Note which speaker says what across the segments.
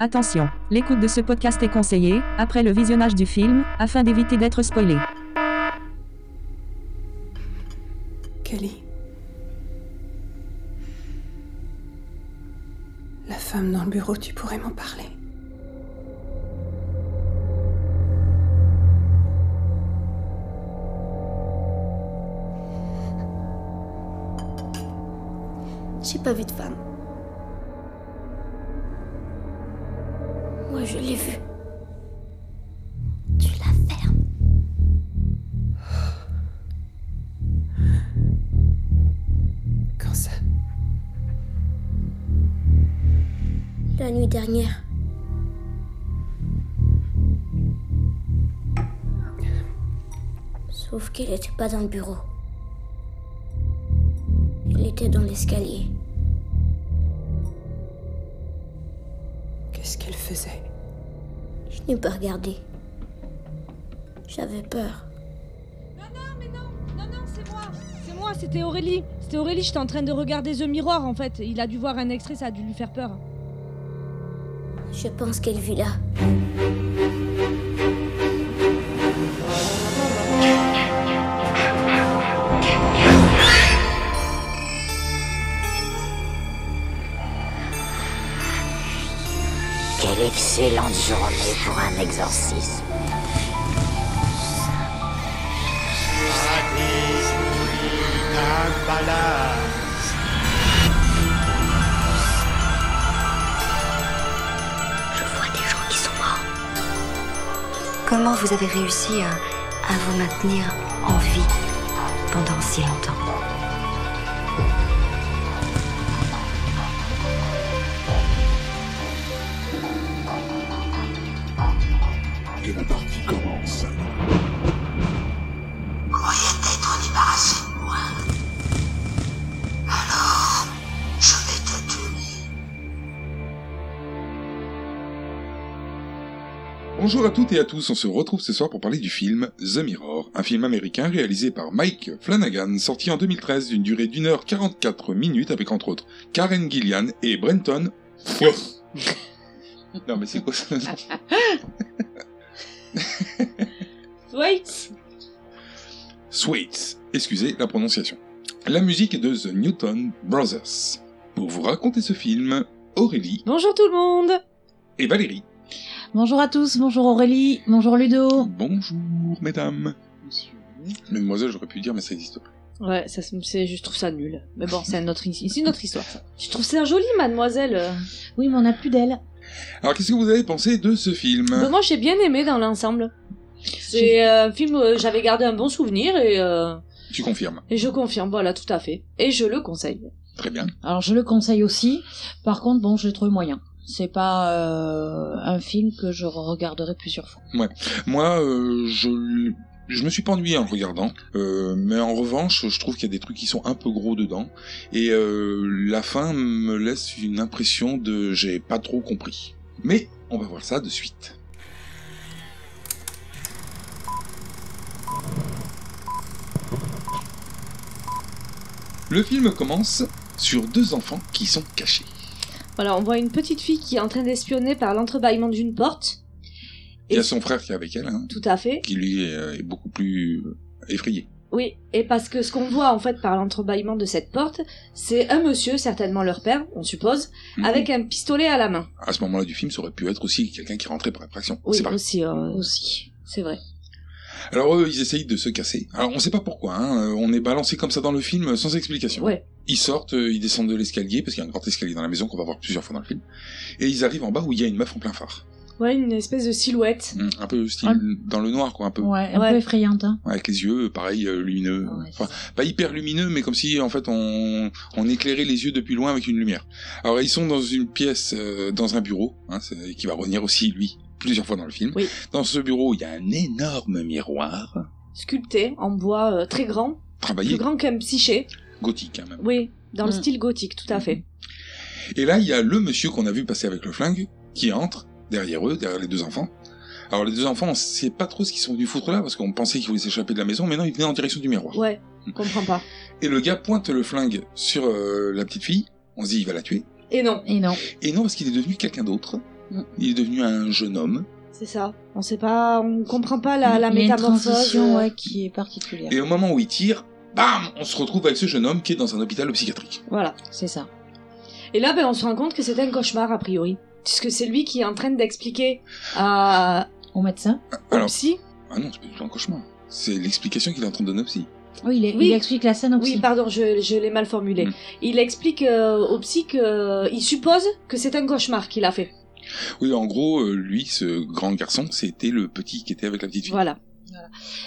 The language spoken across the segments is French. Speaker 1: Attention, l'écoute de ce podcast est conseillée, après le visionnage du film, afin d'éviter d'être spoilé.
Speaker 2: Kelly. La femme dans le bureau, tu pourrais m'en parler.
Speaker 3: J'ai pas vu de femme. Moi, je l'ai vue. Tu la fermes.
Speaker 2: Quand ça
Speaker 3: La nuit dernière. Sauf qu'elle était pas dans le bureau. Elle était dans l'escalier.
Speaker 2: Qu'est-ce qu'elle faisait
Speaker 3: Je n'ai pas regardé. J'avais peur.
Speaker 4: Non, non, mais non, non, non, c'est moi. C'est moi, c'était Aurélie. C'était Aurélie, j'étais en train de regarder The Mirror en fait. Il a dû voir un extrait, ça a dû lui faire peur.
Speaker 3: Je pense qu'elle vit là.
Speaker 5: Quelle excellente journée pour un exorcisme.
Speaker 6: Je vois des gens qui sont morts. Comment vous avez réussi à, à vous maintenir en vie pendant si longtemps
Speaker 7: Et la partie commence.
Speaker 5: Croyez t'être débarrassé de moi. Alors, je vais te tuer.
Speaker 7: Bonjour à toutes et à tous, on se retrouve ce soir pour parler du film The Mirror, un film américain réalisé par Mike Flanagan, sorti en 2013 d'une durée d'une heure 44 minutes avec entre autres Karen Gillian et Brenton. Fouaff. non mais c'est quoi ça
Speaker 4: Wait
Speaker 7: Sweet, excusez la prononciation. La musique est de The Newton Brothers. Pour vous raconter ce film, Aurélie
Speaker 4: Bonjour tout le monde
Speaker 7: et Valérie.
Speaker 8: Bonjour à tous, bonjour Aurélie, bonjour Ludo.
Speaker 7: Bonjour mesdames. Mademoiselle, j'aurais pu dire mais ça existe pas.
Speaker 8: Ouais, ça, se- c'est, je trouve ça nul. Mais bon, c'est notre, c'est une autre histoire. ça.
Speaker 4: Je trouve ça joli, mademoiselle.
Speaker 8: Oui, mais on n'a plus d'elle.
Speaker 7: Alors qu'est-ce que vous avez pensé de ce film
Speaker 4: Bah, moi, j'ai bien aimé dans l'ensemble. C'est euh, un film, euh, j'avais gardé un bon souvenir et, euh,
Speaker 7: Tu confirmes
Speaker 4: et je confirme, voilà, tout à fait. Et je le conseille.
Speaker 7: Très bien.
Speaker 8: Alors je le conseille aussi. Par contre, bon, je le trouve moyen. C'est pas euh, un film que je regarderai plusieurs fois.
Speaker 7: Moi, euh, je l- je me suis pas ennuyé en le regardant, euh, mais en revanche, je trouve qu'il y a des trucs qui sont un peu gros dedans, et euh, la fin me laisse une impression de j'ai pas trop compris. Mais on va voir ça de suite. Le film commence sur deux enfants qui sont cachés.
Speaker 4: Voilà, on voit une petite fille qui est en train d'espionner par l'entrebâillement d'une porte.
Speaker 7: Il y a
Speaker 4: Et-
Speaker 7: son frère qui est avec elle, hein,
Speaker 4: Tout à fait.
Speaker 7: qui lui est est beaucoup plus effrayé.
Speaker 4: Oui, et parce que ce qu'on voit en fait par l'entrebâillement de cette porte, c'est un monsieur, certainement leur père, on suppose, avec un pistolet à la main.
Speaker 7: à ce moment-là du film, ça aurait pu être aussi quelqu'un qui rentrait par effraction.
Speaker 4: Oui,
Speaker 7: C'est pareil.
Speaker 4: aussi, euh, aussi, c'est vrai.
Speaker 7: Alors eux, ils essayent de se casser. Alors on sait pas pourquoi, hein, euh, on est balancé comme ça dans le film euh, sans explication.
Speaker 4: Ouais.
Speaker 7: Ils sortent, euh, ils descendent de l'escalier, parce qu'il y a un grand escalier dans la maison qu'on va voir plusieurs fois dans le film, et ils arrivent en bas où il y a une meuf en plein phare.
Speaker 4: Ouais, une espèce de silhouette.
Speaker 7: Hum, Un peu style dans le noir, quoi, un peu.
Speaker 8: Ouais, un
Speaker 4: Ouais.
Speaker 8: peu effrayante. Hein.
Speaker 7: Avec les yeux, euh, pareil, euh, lumineux.
Speaker 8: Ouais,
Speaker 7: Enfin, pas hyper lumineux, mais comme si en fait on, on éclairait les yeux depuis loin avec une lumière. Alors ils sont dans une pièce, euh, dans un bureau, hein, c'est- qui va revenir aussi lui plusieurs fois dans le film.
Speaker 4: Oui.
Speaker 7: Dans ce bureau, il y a un énorme miroir
Speaker 4: Sculptée en bois euh, très grand,
Speaker 7: travaillé
Speaker 4: plus grand qu'un psyché.
Speaker 7: gothique. hein, même.
Speaker 4: Oui, dans le
Speaker 8: Mm.
Speaker 4: style gothique, tout à fait.
Speaker 7: Et là, il y a le monsieur qu'on a vu passer avec le flingue qui entre derrière eux, derrière les deux enfants. Alors les deux enfants, on sait pas trop ce qu'ils sont venus foutre là parce qu'on pensait qu'ils voulaient s'échapper de la maison, mais non, ils venaient en direction du miroir.
Speaker 4: Ouais, je comprends pas.
Speaker 7: Et le gars pointe le flingue sur euh, la petite fille. On se dit, il va la tuer.
Speaker 4: Et non.
Speaker 8: Et non.
Speaker 7: Et non, parce qu'il est devenu quelqu'un d'autre.
Speaker 8: Mm.
Speaker 7: Il est devenu un jeune homme.
Speaker 4: C'est ça. On sait pas, on comprend pas la, la
Speaker 8: Il y a une
Speaker 4: métamorphose.
Speaker 8: transition
Speaker 4: euh,
Speaker 8: ouais, qui est particulière.
Speaker 7: Et au moment où il tire, bam, on se retrouve avec ce jeune homme qui est dans un hôpital psychiatrique.
Speaker 4: Voilà.
Speaker 8: C'est ça.
Speaker 4: Et là, ben, on se rend compte que c'est un cauchemar, a priori. Puisque c'est lui qui est en train d'expliquer à.
Speaker 8: Au médecin
Speaker 4: au
Speaker 7: Alors,
Speaker 4: psy.
Speaker 7: ah non, c'est pas du tout un cauchemar. C'est l'explication qu'il est en train de donner au psy.
Speaker 8: Oui, il, est-
Speaker 4: Oui.
Speaker 8: il explique la scène aussi.
Speaker 4: Oui, pardon, je, je l'ai mal formulé.
Speaker 7: Mm.
Speaker 4: Il explique euh, au psy qu'il suppose que c'est un cauchemar qu'il a fait.
Speaker 7: Oui, en gros, euh, lui, ce grand garçon, c'était le petit qui était avec la petite fille.
Speaker 4: Voilà.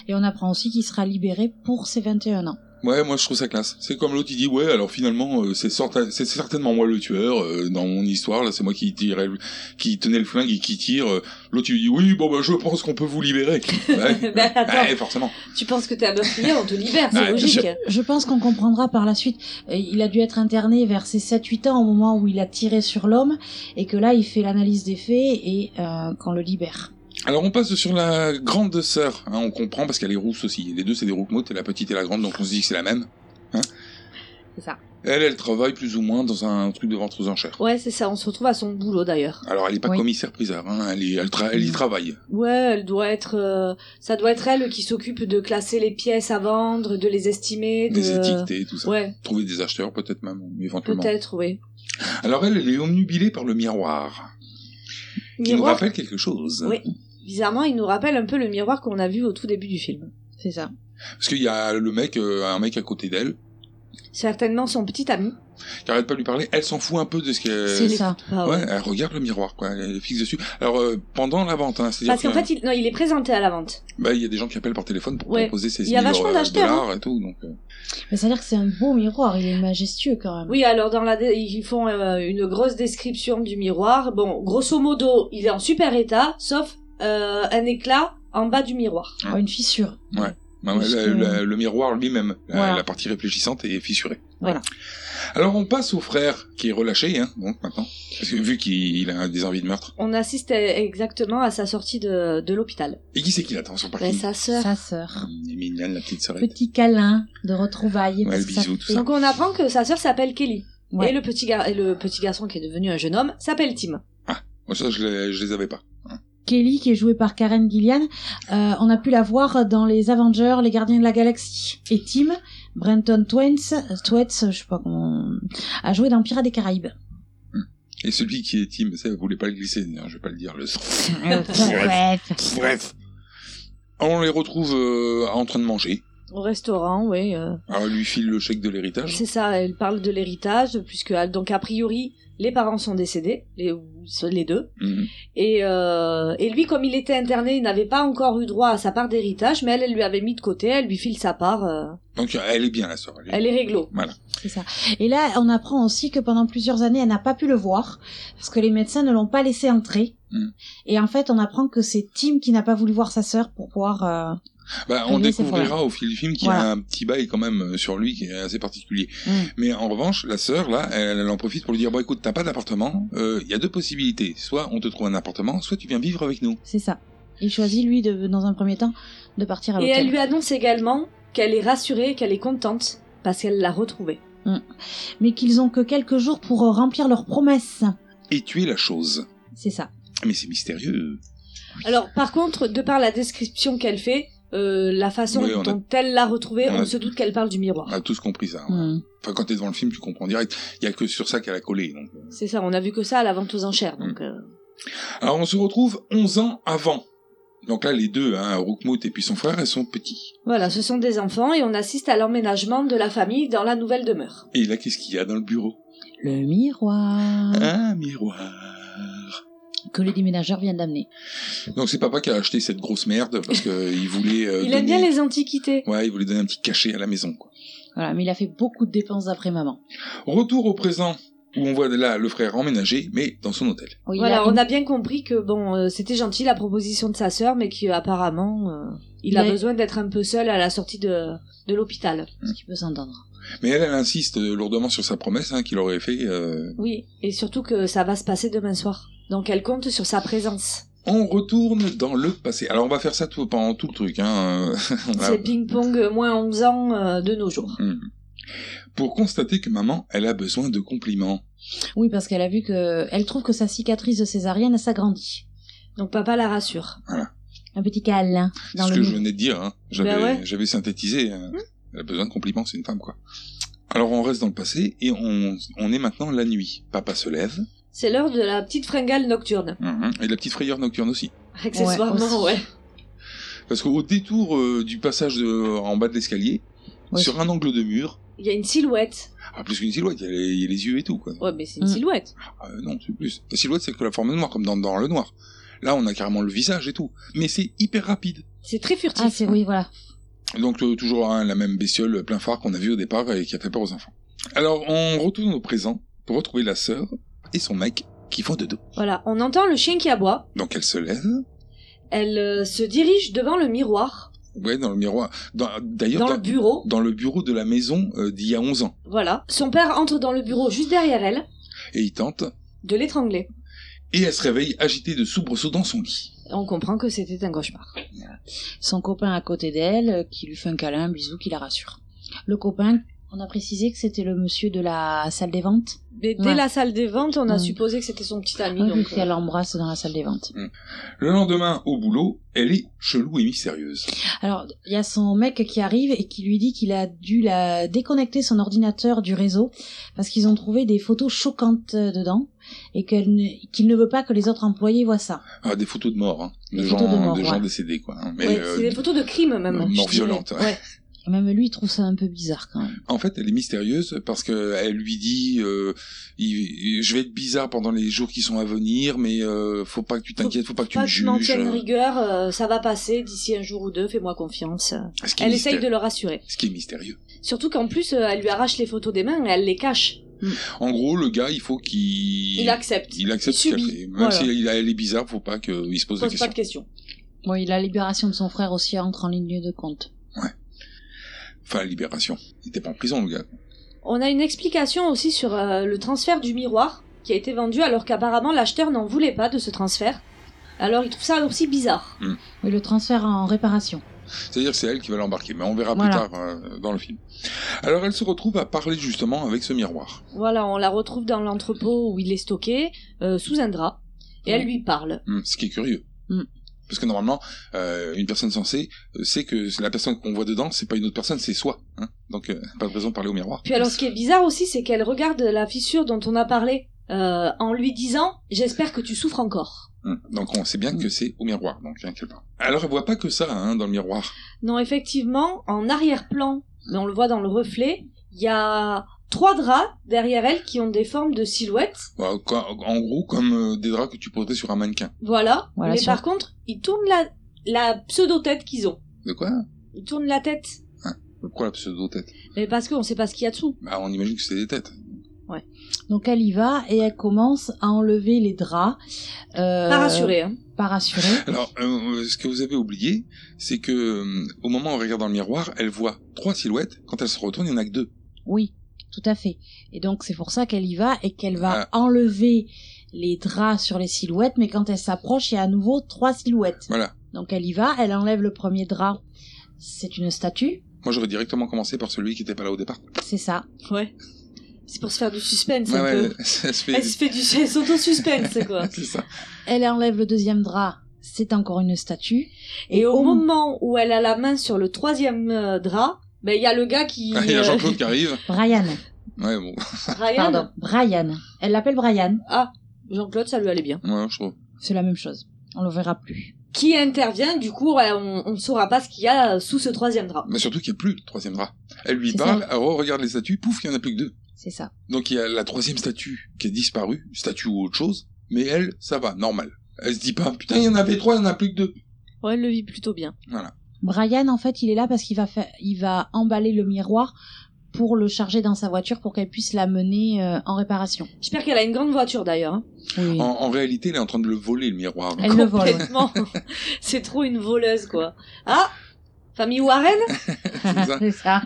Speaker 8: Et on apprend aussi qu'il sera libéré pour ses 21 ans.
Speaker 7: Ouais, moi je trouve ça classe. C'est comme l'autre, il dit, ouais, alors finalement, euh, c'est sorta- c'est certainement moi le tueur, euh, dans mon histoire, là, c'est moi qui tirais le- qui tenait le flingue et qui tire. euh. l'autre, il dit, oui, bon, bah, je pense qu'on peut vous libérer. ouais,
Speaker 4: Ben, attends.
Speaker 7: ouais, forcément.
Speaker 4: Tu penses que t'es un meurtrier, on te libère,
Speaker 7: Ah,
Speaker 4: c'est
Speaker 7: bien
Speaker 4: logique.
Speaker 7: sûr.
Speaker 8: Je pense qu'on comprendra par la suite. Euh, Il a dû être interné vers ses 7-8 ans au moment où il a tiré sur l'homme et que là, il fait l'analyse des faits et euh, qu'on le libère.
Speaker 7: Alors on passe sur la grande sœur, hein, on comprend parce qu'elle est rousse aussi. Les deux c'est des rouquemoutes, et la petite et la grande, donc on se dit que c'est la même. Hein
Speaker 4: C'est ça.
Speaker 7: Elle, elle travaille plus ou moins dans un truc de ventre aux enchères.
Speaker 4: Ouais, c'est ça, on se retrouve à son boulot d'ailleurs.
Speaker 7: Alors elle est pas
Speaker 8: Oui.
Speaker 7: commissaire priseur, hein, elle, est- elle, tra- elle y
Speaker 4: Mm.
Speaker 8: Non.
Speaker 7: travaille.
Speaker 4: Ouais, elle doit être. euh, ça doit être elle qui s'occupe de classer les pièces à vendre, de les estimer, de.
Speaker 7: Des étiquetés, tout ça.
Speaker 4: Ouais,
Speaker 7: Trouver des acheteurs peut-être même, éventuellement.
Speaker 4: peut-être, oui.
Speaker 7: Alors elle, elle est omnubilée par le miroir, qui nous
Speaker 4: Miroir,
Speaker 7: rappelle quelque chose.
Speaker 4: Oui. bizarrement, il nous rappelle un peu le miroir qu'on a vu au tout début du film.
Speaker 8: C'est ça.
Speaker 7: Parce qu'il y a le mec, euh, un mec à côté d'elle,
Speaker 4: Certainement son petit ami.
Speaker 7: qui arrête pas de lui parler, elle s'en fout un peu de ce qu'elle...
Speaker 8: C'est ça.
Speaker 4: Ah ouais.
Speaker 7: Euh, Ouais, elle regarde le miroir, quoi. Elle est fixe dessus. Alors, euh, pendant la vente, hein, c'est-à-dire
Speaker 4: Parce qu'en
Speaker 7: que-
Speaker 4: fait, il... Non, il est présenté à la vente.
Speaker 7: Bah, il y a des gens qui appellent par téléphone pour
Speaker 4: Ouais.
Speaker 7: proposer ces
Speaker 4: Il y a
Speaker 7: 10 000
Speaker 4: vachement
Speaker 7: euh,
Speaker 4: d'acheteurs,
Speaker 7: dollars et tout. Donc, euh.
Speaker 8: Mais ça veut dire que c'est un beau miroir, il est majestueux quand même.
Speaker 4: Oui, alors dans la dé- ils font euh, une grosse description du miroir. Bon, grosso modo, il est en super état, sauf euh, un éclat en bas du miroir.
Speaker 8: Ah, une fissure.
Speaker 7: Bah, ouais,
Speaker 8: Parce
Speaker 7: la-
Speaker 8: que-
Speaker 7: la- le miroir lui-même, la-
Speaker 8: Voilà.
Speaker 7: la, partie réfléchissante est fissurée.
Speaker 8: Voilà.
Speaker 7: Alors on passe au frère qui est relâché, hein, donc maintenant, parce que vu qu'il il a des envies de meurtre.
Speaker 4: On assiste à- exactement à sa sortie de, de l'hôpital.
Speaker 7: Et qui c'est qui l'attend sur le
Speaker 4: Ben,
Speaker 7: parking Hum,
Speaker 4: sa sœur.
Speaker 8: Sa sœur.
Speaker 7: Il est mignonne, la petite sœurette.
Speaker 8: Petit câlin de retrouvailles.
Speaker 7: Ouais,
Speaker 8: parce
Speaker 7: le
Speaker 8: que ça
Speaker 7: bisou, tout
Speaker 8: fait-
Speaker 7: ça.
Speaker 4: Donc on apprend que sa sœur s'appelle Kelly.
Speaker 8: Ouais.
Speaker 4: Et, le petit gar... et le petit garçon qui est devenu un jeune homme s'appelle Tim.
Speaker 7: Moi, ça, je, l'ai- je les avais pas.
Speaker 8: Kelly, qui est jouée par Karen Gillian, euh, on a pu la voir dans les Avengers, les Gardiens de la Galaxie. Et Tim, Brenton Twents, Twets, je sais pas comment, a joué dans Pirates des Caraïbes.
Speaker 7: Et celui qui est Tim, ça, elle voulait pas le glisser, hein, je vais pas le dire. Le...
Speaker 8: Bref.
Speaker 7: Bref. On les retrouve euh, en train de manger.
Speaker 4: Au restaurant, oui. euh,
Speaker 7: Alors, elle lui file le chèque de l'héritage.
Speaker 4: C'est ça, elle parle de l'héritage, puisque donc a priori, les parents sont décédés, les, ou- les deux.
Speaker 7: Mhm.
Speaker 4: Et, euh, et lui, comme il était interné, il n'avait pas encore eu droit à sa part d'héritage, mais elle, elle lui avait mis de côté, elle lui file sa part. euh,
Speaker 7: Donc, elle est bien, la sœur. Elle est-
Speaker 4: elle est réglo.
Speaker 7: Voilà.
Speaker 8: Et là, on apprend aussi que pendant plusieurs années, elle n'a pas pu le voir, parce que les médecins ne l'ont pas laissé entrer.
Speaker 7: Mm.
Speaker 8: Et en fait, on apprend que c'est Tim qui n'a pas voulu voir sa sœur pour pouvoir... euh,
Speaker 7: Bah, on
Speaker 8: Lui, c'est
Speaker 7: découvrira au fil du film qu'il a
Speaker 8: Voilà.
Speaker 7: un petit bail quand même euh, sur lui qui est assez particulier.
Speaker 8: Mm.
Speaker 7: Mais en revanche, la sœur, là, elle, elle en profite pour lui dire, bon écoute, t'as pas d'appartement, euh, il y a deux possibilités. Soit on te trouve un appartement, soit tu viens vivre avec nous.
Speaker 8: C'est ça. Il choisit, lui, de, dans un premier temps, de partir à
Speaker 4: Et elle
Speaker 8: l'hôtel.
Speaker 4: lui annonce également qu'elle est rassurée, qu'elle est contente, parce qu'elle l'a retrouvé.
Speaker 8: Mais qu'ils ont que quelques jours pour euh, remplir leurs promesses.
Speaker 7: Et tu es la chose.
Speaker 8: C'est ça.
Speaker 7: Mais c'est mystérieux.
Speaker 4: Alors, par contre, de par la description qu'elle fait, euh, la façon
Speaker 7: Oui, on a-
Speaker 4: dont elle l'a retrouvé,
Speaker 7: on
Speaker 4: on,
Speaker 7: a-
Speaker 4: se doute qu'elle parle du miroir.
Speaker 7: On a tous compris ça. hein.
Speaker 8: Mm.
Speaker 7: Enfin, quand t'es devant le film, tu comprends direct. Il y a que sur ça qu'elle a collé. donc.
Speaker 4: C'est ça, on a vu que ça à la vente aux enchères.
Speaker 7: Mm.
Speaker 4: Donc, euh,
Speaker 7: Alors on se retrouve 11 ans avant. Donc là, les deux, hein, Rookmout et puis son frère, elles sont petits.
Speaker 4: Voilà, ce sont des enfants et on assiste à l'emménagement de la famille dans la nouvelle demeure.
Speaker 7: Et là, qu'est-ce qu'il y a dans le bureau
Speaker 8: Le miroir
Speaker 7: Un miroir.
Speaker 8: que les déménageurs viennent d'amener.
Speaker 7: Donc c'est papa qui a acheté cette grosse merde parce que euh, il voulait. euh,
Speaker 4: il aime
Speaker 7: donner-
Speaker 4: bien les antiquités.
Speaker 7: Ouais, il voulait donner un petit cachet à la maison. Quoi.
Speaker 8: Voilà, mais il a fait beaucoup de dépenses après maman.
Speaker 7: Retour au présent où on voit là le frère emménager, mais dans son hôtel.
Speaker 8: Oui, il
Speaker 4: voilà,
Speaker 8: a-
Speaker 4: on a bien compris que bon, euh, c'était gentil la proposition de sa sœur, mais qu'apparemment, apparemment, euh, il a
Speaker 8: Mais-
Speaker 4: besoin d'être un peu seul à la sortie de, de l'hôpital.
Speaker 8: ce qui peut s'entendre.
Speaker 7: Mais elle, elle insiste euh, lourdement sur sa promesse hein, qu'il aurait fait. euh.
Speaker 4: Oui, et surtout que ça va se passer demain soir. Donc elle compte sur sa présence.
Speaker 7: On retourne dans le passé. Alors on va faire ça tout, pendant tout le truc. Hein. euh, on a-
Speaker 4: C'est ping-pong euh, moins 11 ans euh, de nos jours.
Speaker 7: Hmm. pour constater que maman, elle a besoin de compliments.
Speaker 8: Oui, parce qu'elle a vu que. Elle trouve que sa cicatrice de césarienne s'agrandit.
Speaker 9: Donc papa la rassure.
Speaker 8: Un petit câlin hein,
Speaker 7: C'est
Speaker 8: dans
Speaker 7: ce
Speaker 8: le
Speaker 7: que je
Speaker 8: mou.
Speaker 7: venais de dire, hein. j'avais
Speaker 9: Ben ouais.
Speaker 7: j'avais synthétisé. hein. Elle a besoin de compliments, c'est une femme, quoi. Alors on reste dans le passé et on, on est maintenant la nuit. Papa se lève,
Speaker 4: C'est l'heure de la petite fringale nocturne.
Speaker 7: mhm, et de la petite frayeur nocturne aussi.
Speaker 4: Accessoirement,
Speaker 8: Ouais,
Speaker 4: ouais.
Speaker 7: Parce qu'au détour euh, du passage de- en bas de l'escalier,
Speaker 8: Ouais,
Speaker 7: sur un angle de mur,
Speaker 4: Il y a une silhouette.
Speaker 7: ah, plus qu'une silhouette, il y, a les- il y a les yeux et tout, quoi.
Speaker 4: Ouais, mais c'est une
Speaker 8: Mm.
Speaker 4: silhouette.
Speaker 7: Euh, non, c'est plus. La silhouette, c'est que la forme est noire, comme dans, dans le noir. Là, on a carrément le visage et tout. Mais c'est hyper rapide.
Speaker 4: C'est très furtif.
Speaker 8: Ah, c'est oui, voilà.
Speaker 7: Donc, euh, toujours hein, la même bestiole plein phare qu'on a vue au départ et qui a fait peur aux enfants. Alors, on retourne au présent pour retrouver la sœur et son mec qui font dodo.
Speaker 4: Voilà, on entend le chien qui aboie.
Speaker 7: Donc, elle se lève.
Speaker 4: Elle euh, se dirige devant le miroir,
Speaker 7: Ouais, dans le miroir. Dans- D'ailleurs,
Speaker 4: dans le bureau.
Speaker 7: dans le bureau de la maison euh, d'il y a 11 ans.
Speaker 4: Voilà. Son père entre dans le bureau juste derrière elle,
Speaker 7: Et il tente.
Speaker 4: de l'étrangler.
Speaker 7: Et elle se réveille agitée de soubresauts dans son lit.
Speaker 4: On comprend que c'était un cauchemar.
Speaker 8: Son copain à côté d'elle, euh, qui lui fait un câlin, un bisou, qui la rassure. Le copain, on a précisé que c'était le monsieur de la salle des ventes.
Speaker 4: Mais dès
Speaker 8: Ouais.
Speaker 4: la salle des ventes, on a
Speaker 8: Mm.
Speaker 4: supposé que c'était son petit ami.
Speaker 8: Oui,
Speaker 4: donc, euh,
Speaker 8: parce qu'elle l'embrasse dans la salle des ventes.
Speaker 7: Le lendemain, au boulot, elle est chelou et mystérieuse.
Speaker 8: Alors, il y a son mec qui arrive et qui lui dit qu'il a dû la déconnecter son ordinateur du réseau parce qu'ils ont trouvé des photos choquantes euh, dedans et qu'elle ne- qu'il ne veut pas que les autres employés voient ça.
Speaker 7: Ah, des photos de morts, hein. de,
Speaker 8: Des
Speaker 7: gens,
Speaker 8: photos de morts,
Speaker 7: gens
Speaker 8: ouais.
Speaker 7: décédés, quoi. hein. Mais
Speaker 4: euh, ouais,
Speaker 7: euh,
Speaker 4: c'est des photos de crime même.
Speaker 7: mort
Speaker 4: je dirais.
Speaker 7: violente, hein. ouais.
Speaker 8: Et même lui, il trouve ça un peu bizarre quand même.
Speaker 7: en fait, elle est mystérieuse parce que elle lui dit euh, il- je vais être bizarre pendant les jours qui sont à venir, mais euh, faut pas que tu t'inquiètes, faut pas que tu
Speaker 4: Pas
Speaker 7: me
Speaker 4: que tu m'en
Speaker 7: juges. hein.
Speaker 4: tiennes rigueur, euh, ça va passer d'ici un jour ou deux, fais-moi confiance.
Speaker 7: Ce qui est
Speaker 4: Elle
Speaker 7: mysté-
Speaker 4: essaye de le rassurer.
Speaker 7: Ce qui est mystérieux.
Speaker 4: Surtout qu'en plus, euh, elle lui arrache les photos des mains et elle les cache.
Speaker 7: En gros, le gars, il faut qu'il
Speaker 4: Il accepte.
Speaker 7: il accepte
Speaker 4: il
Speaker 7: ce qu'il a
Speaker 4: subit.
Speaker 7: fait. Même
Speaker 4: Voilà.
Speaker 7: si il- elle est bizarre, faut pas qu'il se pose, la
Speaker 4: Pose
Speaker 7: question.
Speaker 4: pas de questions.
Speaker 8: Bon, et la libération de son frère aussi entre en ligne de compte.
Speaker 7: Enfin, libération. Il était pas en prison, le gars.
Speaker 4: On a une explication aussi sur euh, le transfert du miroir qui a été vendu alors qu'apparemment l'acheteur n'en voulait pas de ce transfert. Alors il trouve ça aussi bizarre.
Speaker 8: Oui, le transfert en réparation.
Speaker 7: C'est-à-dire que c'est elle qui va l'embarquer, mais on verra
Speaker 8: Voilà.
Speaker 7: plus tard euh, dans le film. Alors elle se retrouve à parler justement avec ce miroir.
Speaker 4: Voilà, on la retrouve dans l'entrepôt où il est stocké, euh, sous un drap, et elle lui parle.
Speaker 7: Hmm, ce qui est curieux.
Speaker 8: Hmm.
Speaker 7: Parce que normalement, euh, une personne censée euh, sait que c'est la personne qu'on voit dedans, c'est pas une autre personne, c'est soi. hein. Donc euh, pas de raison de parler au miroir.
Speaker 4: Puis alors ce qui est bizarre aussi, c'est qu'elle regarde la fissure dont on a parlé euh, en lui disant « J'espère que tu souffres encore
Speaker 7: Hmm. Donc on sait bien que c'est au miroir, donc hein, qu'elle parle. Alors elle voit pas que ça hein, dans le miroir. ».
Speaker 4: Non, effectivement, en arrière-plan, mais on le voit dans le reflet, il y a trois draps derrière elle qui ont des formes de silhouettes.
Speaker 7: Voilà, Bah, quoi, En gros, comme euh, des draps que tu porterais sur un mannequin.
Speaker 4: Voilà.
Speaker 8: Voilà,
Speaker 4: mais
Speaker 8: sur-
Speaker 4: par contre, ils tournent la, la pseudo-tête qu'ils ont.
Speaker 7: De quoi
Speaker 4: Ils tournent la tête.
Speaker 7: Pourquoi la pseudo-tête
Speaker 4: Mais parce qu'on sait pas ce qu'il y a dessous.
Speaker 7: Bah on imagine que c'est des têtes.
Speaker 8: Donc elle y va et elle commence à enlever les draps. euh,
Speaker 4: Pas rassuré, hein.
Speaker 8: Pas rassurée.
Speaker 7: Alors, euh, ce que vous avez oublié, c'est que euh, au moment où elle regarde dans le miroir, elle voit trois silhouettes. Quand elle se retourne, il n'y en a que deux.
Speaker 8: Oui, tout à fait. Et donc c'est pour ça qu'elle y va et qu'elle va enlever les draps sur les silhouettes, mais quand elle s'approche, il y a à nouveau trois silhouettes.
Speaker 7: Voilà.
Speaker 8: Donc elle y va, elle enlève le premier drap. C'est une statue,
Speaker 7: Moi, j'aurais directement commencé par celui qui n'était pas là au départ.
Speaker 8: c'est ça.
Speaker 4: Ouais. C'est pour se faire du suspense, hein,
Speaker 7: Ouais,
Speaker 4: un
Speaker 7: ouais,
Speaker 4: peu.
Speaker 7: ça se fait-
Speaker 4: Elle se fait du elle s'auto-suspense, quoi.
Speaker 7: c'est ça.
Speaker 8: Elle enlève le deuxième drap, c'est encore une statue.
Speaker 4: Et au
Speaker 8: moment
Speaker 4: moment où elle a la main sur le troisième euh, drap, ben il y a le gars qui...
Speaker 7: Ah, Il y a
Speaker 4: euh,
Speaker 7: Jean-Claude qui arrive.
Speaker 8: Brian,
Speaker 7: Ouais, bon,
Speaker 4: Ryan.
Speaker 8: pardon, Brian. Elle l'appelle Brian,
Speaker 4: Ah, Jean-Claude, ça lui allait bien.
Speaker 7: ouais, je trouve.
Speaker 8: c'est la même chose. On le verra plus.
Speaker 4: Qui intervient, du coup, ouais, on on ne saura pas ce qu'il y a euh, sous ce troisième drap.
Speaker 7: Mais surtout qu'il n'y a plus le troisième drap. Elle lui
Speaker 8: C'est
Speaker 7: parle, elle regarde les statues, pouf, il n'y en a plus que deux.
Speaker 8: C'est ça.
Speaker 7: Donc il y a la troisième statue qui est disparue, statue ou autre chose, mais elle, ça va, normal. Elle se dit pas, putain, il y en avait trois, il n'y en a plus que deux.
Speaker 4: Ouais, elle le vit plutôt bien.
Speaker 7: Voilà.
Speaker 8: Brian, en fait, il est là parce qu'il va, fa- il va emballer le miroir pour le charger dans sa voiture pour qu'elle puisse l'amener euh, en réparation.
Speaker 4: J'espère qu'elle a une grande voiture, d'ailleurs. hein.
Speaker 8: Oui.
Speaker 7: En, en réalité, elle est en train de le voler, le miroir.
Speaker 8: Elle le vole. ouais.
Speaker 4: Complètement. C'est trop une voleuse, quoi. Ah Famille Warren
Speaker 7: C'est ça.
Speaker 8: C'est ça.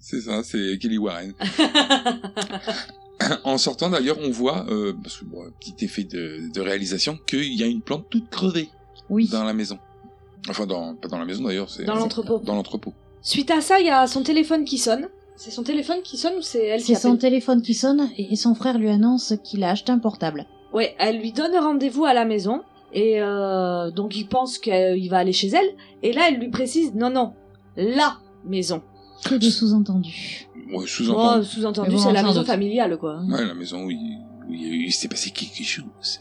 Speaker 7: C'est ça, c'est Kelly Warren. en sortant d'ailleurs, on voit, euh, parce que, bon, petit effet de, de réalisation, qu'il y a une plante toute crevée
Speaker 8: Oui.
Speaker 7: dans la maison. Enfin, dans, pas dans la maison d'ailleurs, c'est
Speaker 4: Dans l'entrepôt.
Speaker 7: dans l'entrepôt.
Speaker 4: Suite à ça, il y a son téléphone qui sonne. C'est son téléphone qui sonne ou c'est elle qui
Speaker 8: C'est son
Speaker 4: appelle
Speaker 8: téléphone qui sonne et et son frère lui annonce qu'il a acheté un portable.
Speaker 4: Ouais, elle lui donne rendez-vous à la maison. Et euh, donc il pense qu'il va aller chez elle. Et là, elle lui précise non, non, la maison.
Speaker 8: Que des sous-entendus.
Speaker 7: Ouais, sous-entendu.
Speaker 4: Oh, Sous-entendu,
Speaker 8: Mais bon,
Speaker 4: c'est la
Speaker 8: sans
Speaker 4: maison
Speaker 8: doute.
Speaker 4: familiale, quoi.
Speaker 7: Ouais, la maison où il, où il- il s'est passé quelque chose.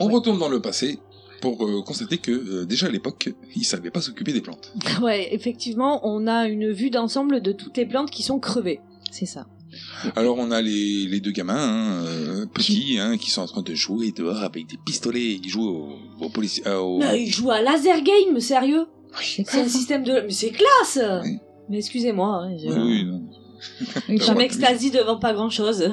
Speaker 7: On retourne dans le passé pour euh, constater que, euh, déjà à l'époque, il savait pas s'occuper des plantes.
Speaker 4: Ouais, effectivement, on a une vue d'ensemble de toutes les plantes qui sont crevées.
Speaker 8: C'est ça.
Speaker 7: Alors on a les, les deux gamins, hein, euh, petits, hein, qui sont en train de jouer dehors avec des pistolets. Ils jouent au, au polici- euh, au-
Speaker 4: Mais ils jouent à laser game, sérieux
Speaker 7: Oui,
Speaker 4: C'est un système de... Mais c'est classe
Speaker 7: Oui.
Speaker 4: Mais excusez-moi, hein, je-
Speaker 7: oui, oui, non.
Speaker 8: Oui,
Speaker 4: je
Speaker 7: Bah, ouais.
Speaker 4: m'extasie devant pas grand-chose.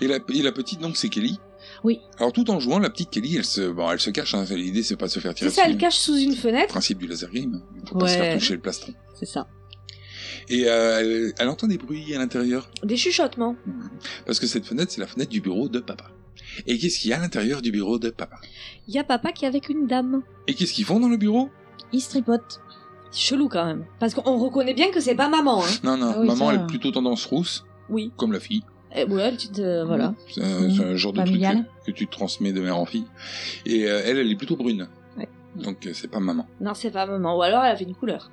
Speaker 7: Et, la, et la petite, donc, c'est Kelly
Speaker 8: Oui.
Speaker 7: Alors tout en jouant, la petite Kelly, elle se, bon, elle se cache. Hein, L'idée, c'est pas de se faire
Speaker 4: C'est
Speaker 7: tirer
Speaker 4: ça,
Speaker 7: dessus.
Speaker 4: elle cache sous une
Speaker 7: Le
Speaker 4: fenêtre.
Speaker 7: principe du laser game, pour pas se
Speaker 4: Ouais.
Speaker 7: faire toucher le plastron.
Speaker 4: C'est ça.
Speaker 7: Et euh, elle, elle entend des bruits à l'intérieur,
Speaker 4: Des chuchotements.
Speaker 7: parce que cette fenêtre, c'est la fenêtre du bureau de papa. Et qu'est-ce qu'il y a à l'intérieur du bureau de papa
Speaker 4: Il y a papa qui est avec une dame.
Speaker 7: Et qu'est-ce qu'ils font dans le bureau
Speaker 8: Il se tripote.
Speaker 4: Chelou quand même. Parce qu'on reconnaît bien que c'est pas maman, hein.
Speaker 7: Non, non,
Speaker 8: Ah oui,
Speaker 7: maman,
Speaker 8: ça.
Speaker 7: elle est plutôt tendance rousse,
Speaker 4: Oui.
Speaker 7: comme la fille. Mmh.
Speaker 4: Eh, ouais, tu te... voilà.
Speaker 7: C'est un,
Speaker 8: Mhm.
Speaker 7: c'est un genre de truc
Speaker 8: Familial.
Speaker 7: que, que tu te transmets de mère en fille. Et euh, elle, elle est plutôt brune.
Speaker 4: Ouais.
Speaker 7: Donc euh, c'est pas maman.
Speaker 4: Non, c'est pas maman. Ou alors elle avait une couleur.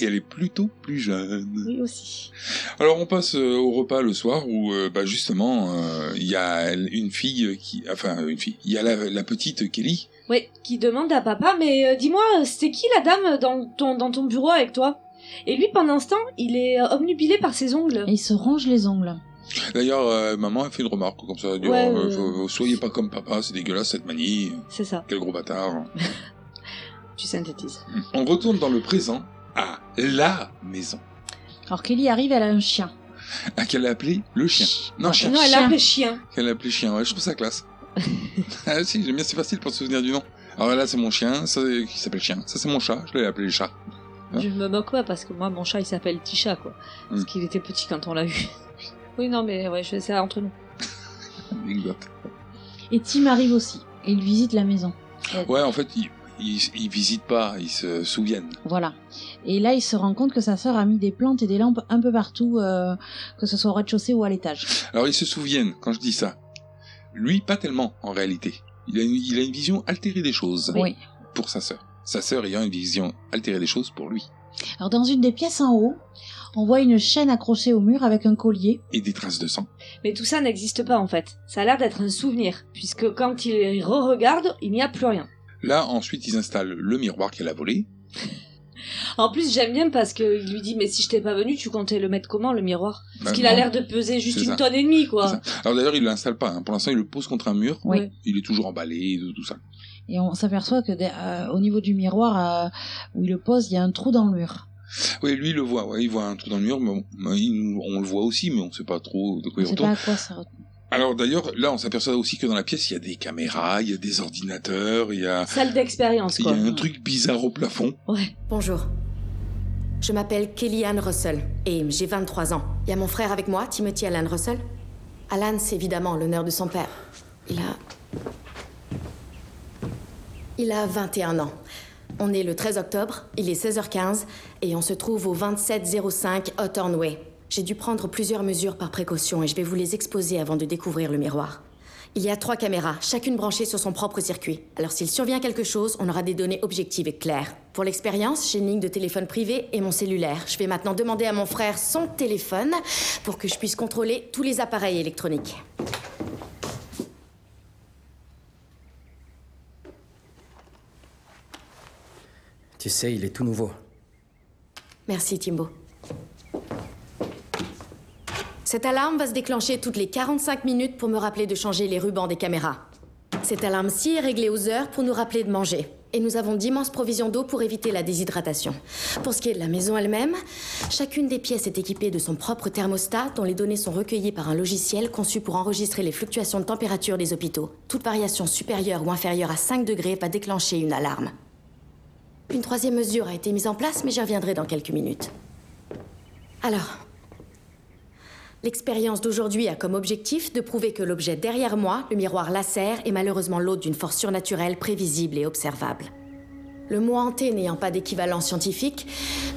Speaker 7: Et elle est plutôt plus jeune.
Speaker 4: Oui, aussi.
Speaker 7: Alors on passe euh, au repas le soir où euh, bah, justement euh, il y a une fille qui... Enfin euh, une fille. Il y a la, la petite Kelly.
Speaker 4: Ouais, qui demande à papa, mais euh, dis-moi, c'était qui la dame dans ton, dans ton bureau avec toi Et lui, pendant ce temps, il est euh, omnubilé par ses ongles.
Speaker 8: Et il se ronge les ongles.
Speaker 7: D'ailleurs euh, maman elle fait une remarque comme ça. elle dit,
Speaker 4: Ouais,
Speaker 7: Oh, euh,
Speaker 4: euh,
Speaker 7: faut- faut- soyez pas comme papa, c'est dégueulasse cette manie.
Speaker 4: C'est ça,
Speaker 7: Quel gros bâtard.
Speaker 4: tu synthétises.
Speaker 7: on retourne dans le présent à la maison.
Speaker 8: Alors Kelly arrive, elle a un chien.
Speaker 7: À qu'elle a appelé le chien. Non, chien.
Speaker 4: Non, Ah, elle
Speaker 8: Chien.
Speaker 4: l'appelait chien.
Speaker 7: Elle appelé chien, ouais, je trouve ça classe. ah si, j'aime bien, c'est facile pour se souvenir du nom. Alors là, c'est mon chien, ça euh, qui s'appelle chien. Ça, c'est mon chat, je l'ai appelé chat. Hein
Speaker 4: Je me moque pas parce que moi, mon chat, il s'appelle Tisha, quoi. Parce
Speaker 7: Hmm.
Speaker 4: qu'il était petit quand on l'a eu. oui, non, mais ouais, je- c'est entre nous.
Speaker 7: Exact.
Speaker 8: Et Tim arrive aussi. Et il visite la maison.
Speaker 7: Ouais, en fait, ils, ils, ils visitent pas, ils se souviennent.
Speaker 8: Voilà. Et là, il se rend compte que sa sœur a mis des plantes et des lampes un peu partout, euh, que ce soit au rez-de-chaussée ou à l'étage.
Speaker 7: Alors, ils se souviennent quand je dis ça. Lui, pas tellement, en réalité. Il a une, il a une vision altérée des choses
Speaker 8: Oui.
Speaker 7: pour sa sœur. Sa sœur ayant une vision altérée des choses pour lui.
Speaker 8: Alors dans une des pièces en haut, on voit une chaîne accrochée au mur avec un collier.
Speaker 7: Et des traces de sang.
Speaker 4: Mais tout ça n'existe pas, en fait. Ça a l'air d'être un souvenir. Puisque quand il re-regarde, il n'y a plus rien.
Speaker 7: Là, ensuite, ils installent le miroir qu'elle a volé.
Speaker 4: En plus, j'aime bien parce qu'il lui dit Mais si je t'ai pas venu, tu comptais le mettre comment, le miroir Parce
Speaker 7: Bah,
Speaker 4: qu'il a
Speaker 7: non.
Speaker 4: l'air de peser juste
Speaker 7: C'est
Speaker 4: une
Speaker 7: ça.
Speaker 4: tonne et demie, quoi.
Speaker 7: C'est ça. Alors d'ailleurs, il l'installe pas. hein. Pour l'instant, il le pose contre un mur.
Speaker 8: Oui.
Speaker 7: Il est toujours emballé, tout- tout ça.
Speaker 8: Et on s'aperçoit que des- euh, au niveau du miroir euh, où il le pose, il y a un trou dans le mur.
Speaker 7: Oui, lui, il le voit. Ouais, il voit un trou dans le mur, mais on, mais il nous- on le voit aussi, mais on sait pas trop de quoi
Speaker 8: Je
Speaker 7: il
Speaker 8: sais pas
Speaker 7: retourne.
Speaker 8: à quoi ça.
Speaker 7: Alors d'ailleurs, là, on s'aperçoit aussi que dans la pièce, il y a des caméras, il y a des ordinateurs, il y a,
Speaker 4: Salle d'expérience,
Speaker 7: il y
Speaker 4: quoi.
Speaker 7: a un truc bizarre au plafond.
Speaker 4: Ouais.
Speaker 10: Bonjour. Je m'appelle Kelly Ann Russell et j'ai 23 ans. Il y a mon frère avec moi, Timothy Alan Russell. Alan, c'est évidemment l'honneur de son père. Il a. Il a 21 ans. On est le 13 octobre, il est 16h15 et on se trouve au 2705 Hawthorne Way. J'ai dû prendre plusieurs mesures par précaution et je vais vous les exposer avant de découvrir le miroir. Il y a trois caméras, chacune branchée sur son propre circuit. Alors s'il survient quelque chose, on aura des données objectives et claires. Pour l'expérience, j'ai une ligne de téléphone privée et mon cellulaire. Je vais maintenant demander à mon frère son téléphone pour que je puisse contrôler tous les appareils électroniques.
Speaker 5: Tu sais, il est tout nouveau.
Speaker 10: Merci, Timbo. Cette alarme va se déclencher toutes les 45 minutes pour me rappeler de changer les rubans des caméras. Cette alarme-ci est réglée aux heures pour nous rappeler de manger. Et nous avons d'immenses provisions d'eau pour éviter la déshydratation. Pour ce qui est de la maison elle-même, chacune des pièces est équipée de son propre thermostat dont les données sont recueillies par un logiciel conçu pour enregistrer les fluctuations de température des hôpitaux. Toute variation supérieure ou inférieure à 5 degrés va déclencher une alarme. Une troisième mesure a été mise en place, mais j'y reviendrai dans quelques minutes. Alors, l'expérience d'aujourd'hui a comme objectif de prouver que l'objet derrière moi, le miroir Lasser, est malheureusement l'hôte d'une force surnaturelle prévisible et observable. Le mot hanté n'ayant pas d'équivalent scientifique,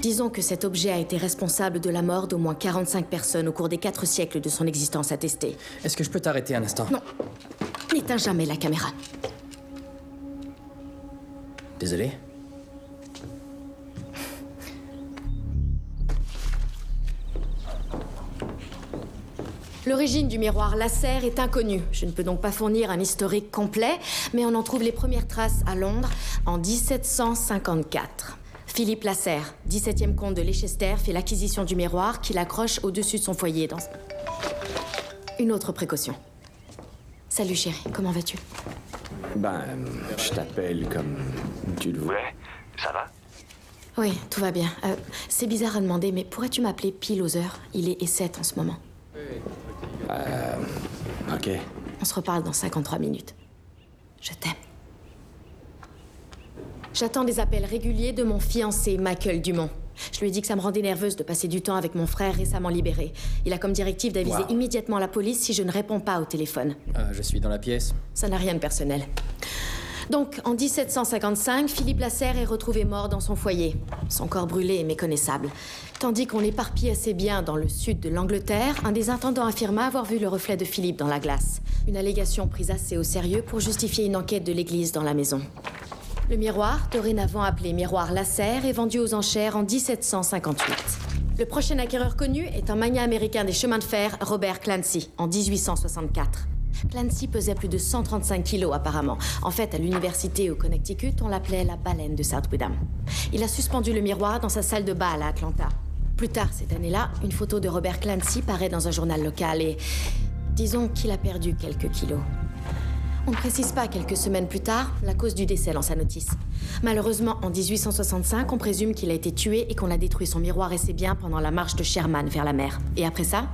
Speaker 10: disons que cet objet a été responsable de la mort d'au moins 45 personnes au cours des 4 siècles de son existence attestée.
Speaker 5: Est-ce que je peux t'arrêter un instant
Speaker 10: Non. N'éteins jamais la caméra.
Speaker 5: Désolé.
Speaker 10: L'origine du miroir Lasserre est inconnue. Je ne peux donc pas fournir un historique complet, mais on en trouve les premières traces à Londres en 1754. Philippe Lasserre, 17e comte de Leicester, fait l'acquisition du miroir qu'il accroche au-dessus de son foyer dans une autre précaution. Salut chérie, comment vas-tu
Speaker 5: Ben, je t'appelle comme tu le voulais. Ça va
Speaker 10: Oui, tout va bien. Euh, C'est bizarre à demander, mais pourrais-tu m'appeler pile aux heures Il est 7 en ce moment.
Speaker 5: Euh. Ok. Euh,
Speaker 10: On se reparle dans 53 minutes. Je t'aime. J'attends des appels réguliers de mon fiancé, Michael Dumont. Je lui ai dit que ça me rendait nerveuse de passer du temps avec mon frère récemment libéré. Il a comme directive d'aviser
Speaker 5: Wow.
Speaker 10: immédiatement la police si je ne réponds pas au téléphone.
Speaker 5: Euh, je suis dans la pièce.
Speaker 10: Ça n'a rien de personnel. Donc, en 1755, Philippe Lasserre est retrouvé mort dans son foyer, son corps brûlé et méconnaissable. Tandis qu'on l'éparpillait assez bien dans le sud de l'Angleterre, un des intendants affirma avoir vu le reflet de Philippe dans la glace. Une allégation prise assez au sérieux pour justifier une enquête de l'église dans la maison. Le miroir, dorénavant appelé miroir Lasserre, est vendu aux enchères en 1758. Le prochain acquéreur connu est un magnat américain des chemins de fer, Robert Clancy, en 1864. Clancy pesait plus de 135 kilos apparemment. En fait, à l'université au Connecticut, on l'appelait la baleine de Southwidham. Il a suspendu le miroir dans sa salle de bal à Atlanta. Plus tard cette année-là, une photo de Robert Clancy paraît dans un journal local et disons qu'il a perdu quelques kilos. On ne précise pas quelques semaines plus tard la cause du décès dans sa notice. Malheureusement, en 1865, on présume qu'il a été tué et qu'on a détruit son miroir et ses biens pendant la marche de Sherman vers la mer. Et après ça,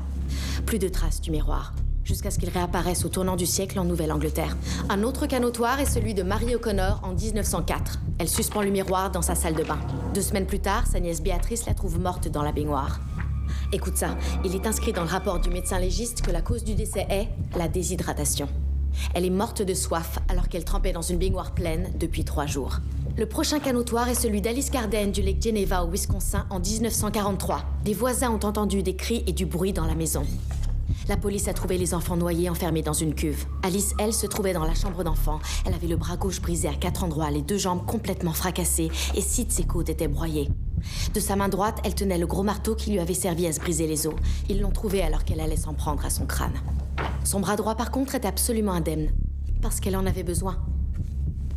Speaker 10: plus de traces du miroir, jusqu'à ce qu'il réapparaisse au tournant du siècle en Nouvelle-Angleterre. Un autre cas notoire est celui de Marie O'Connor en 1904. Elle suspend le miroir dans sa salle de bain. Deux semaines plus tard, sa nièce Béatrice la trouve morte dans la baignoire. Écoute ça, il est inscrit dans le rapport du médecin légiste que la cause du décès est la déshydratation. Elle est morte de soif alors qu'elle trempait dans une baignoire pleine depuis trois jours. Le prochain cas notoire est celui d'Alice Carden du lac Geneva au Wisconsin en 1943. Des voisins ont entendu des cris et du bruit dans la maison. La police a trouvé les enfants noyés enfermés dans une cuve. Alice, elle, se trouvait dans la chambre d'enfant. Elle avait le bras gauche brisé à quatre endroits, les deux jambes complètement fracassées et six de ses côtes étaient broyées. De sa main droite, elle tenait le gros marteau qui lui avait servi à se briser les os. Ils l'ont trouvée alors qu'elle allait s'en prendre à son crâne. Son bras droit, par contre, est absolument indemne, parce qu'elle en avait besoin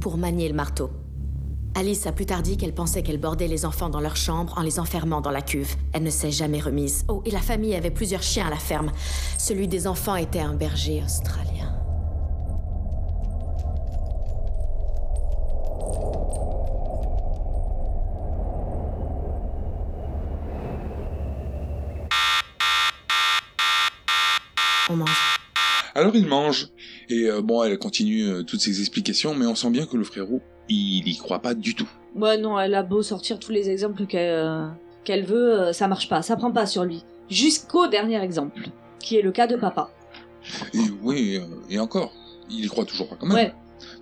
Speaker 10: pour manier le marteau. Alice a plus tard dit qu'elle pensait qu'elle bordait les enfants dans leur chambre en les enfermant dans la cuve. Elle ne s'est jamais remise. Oh, et la famille avait plusieurs chiens à la ferme. Celui des enfants était un berger australien. On mange.
Speaker 7: Alors il mange, et euh, bon, elle continue euh, toutes ses explications, mais on sent bien que le frérot, il y croit pas du tout.
Speaker 4: Ouais, non, elle a beau sortir tous les exemples qu'elle euh, qu'elle veut, euh, ça marche pas, ça prend pas sur lui. Jusqu'au dernier exemple, qui est le cas de papa.
Speaker 7: Et oui, euh, et encore, il y croit toujours pas quand même.
Speaker 4: Ouais.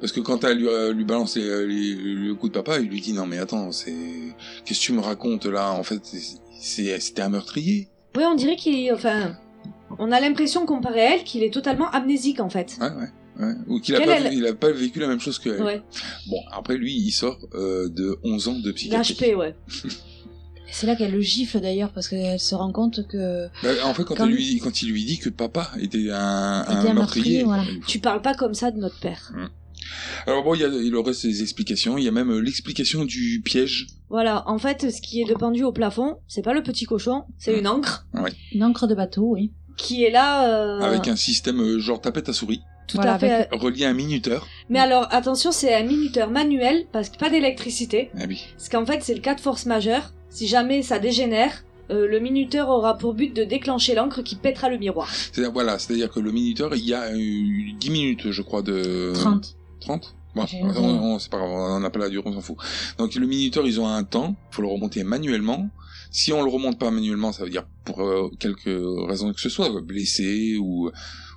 Speaker 7: Parce que quand elle lui, euh, lui balance les- euh, les- le coup de papa, il lui dit non mais attends, c'est qu'est-ce que tu me racontes là En fait, c'est- c'est- c'était un meurtrier.
Speaker 4: Ouais, on dirait qu'il est. Enfin. On a l'impression, comparé à elle, qu'il est totalement amnésique en fait.
Speaker 7: Ouais, ouais. ouais. Ou qu'il a,
Speaker 4: Quelle
Speaker 7: pas,
Speaker 4: elle-
Speaker 7: il a pas vécu la même chose que elle.
Speaker 4: Ouais,
Speaker 7: Bon, après lui, il sort euh, de 11 ans de psychiatrie.
Speaker 4: l'HP, ouais.
Speaker 8: C'est là qu'elle le gifle d'ailleurs parce qu'elle se rend compte que
Speaker 7: Bah, en fait, quand,
Speaker 8: Quand-
Speaker 7: elle lui, quand il lui dit que papa était un,
Speaker 8: Était un meurtrier, voilà.
Speaker 7: elle-
Speaker 4: Tu parles pas comme ça de notre père.
Speaker 7: Alors bon, il, y a, il aurait ses explications. Il y a même euh, l'explication du piège.
Speaker 4: Voilà, en fait, ce qui est dépendu au plafond, c'est pas le petit cochon, c'est une encre
Speaker 7: Ouais.
Speaker 8: une encre de bateau, oui.
Speaker 4: qui est là. euh,
Speaker 8: Ah.
Speaker 7: Avec un système euh, genre tapette à souris,
Speaker 4: tout
Speaker 8: Voilà,
Speaker 4: à fait.
Speaker 8: avec-
Speaker 7: relié à un minuteur.
Speaker 4: Mais alors, attention, c'est un minuteur manuel, parce que pas d'électricité.
Speaker 7: Ah oui.
Speaker 4: Parce qu'en fait, c'est le cas de force majeure. Si jamais ça dégénère, euh, le minuteur aura pour but de déclencher l'encre qui pètera le miroir.
Speaker 7: C'est-à-dire, voilà, c'est-à-dire que le minuteur, il y a euh, 10 minutes, je crois, de...
Speaker 8: 30.
Speaker 7: 30 Bon,
Speaker 8: J'ai
Speaker 7: on,
Speaker 8: oublié.
Speaker 7: on- c'est pas grave, on appelle la durée, on s'en fout. Donc le minuteur, ils ont un temps, faut le remonter manuellement. Si on le remonte pas manuellement, ça veut dire pour euh, quelque raison que ce soit, euh, blessé ou,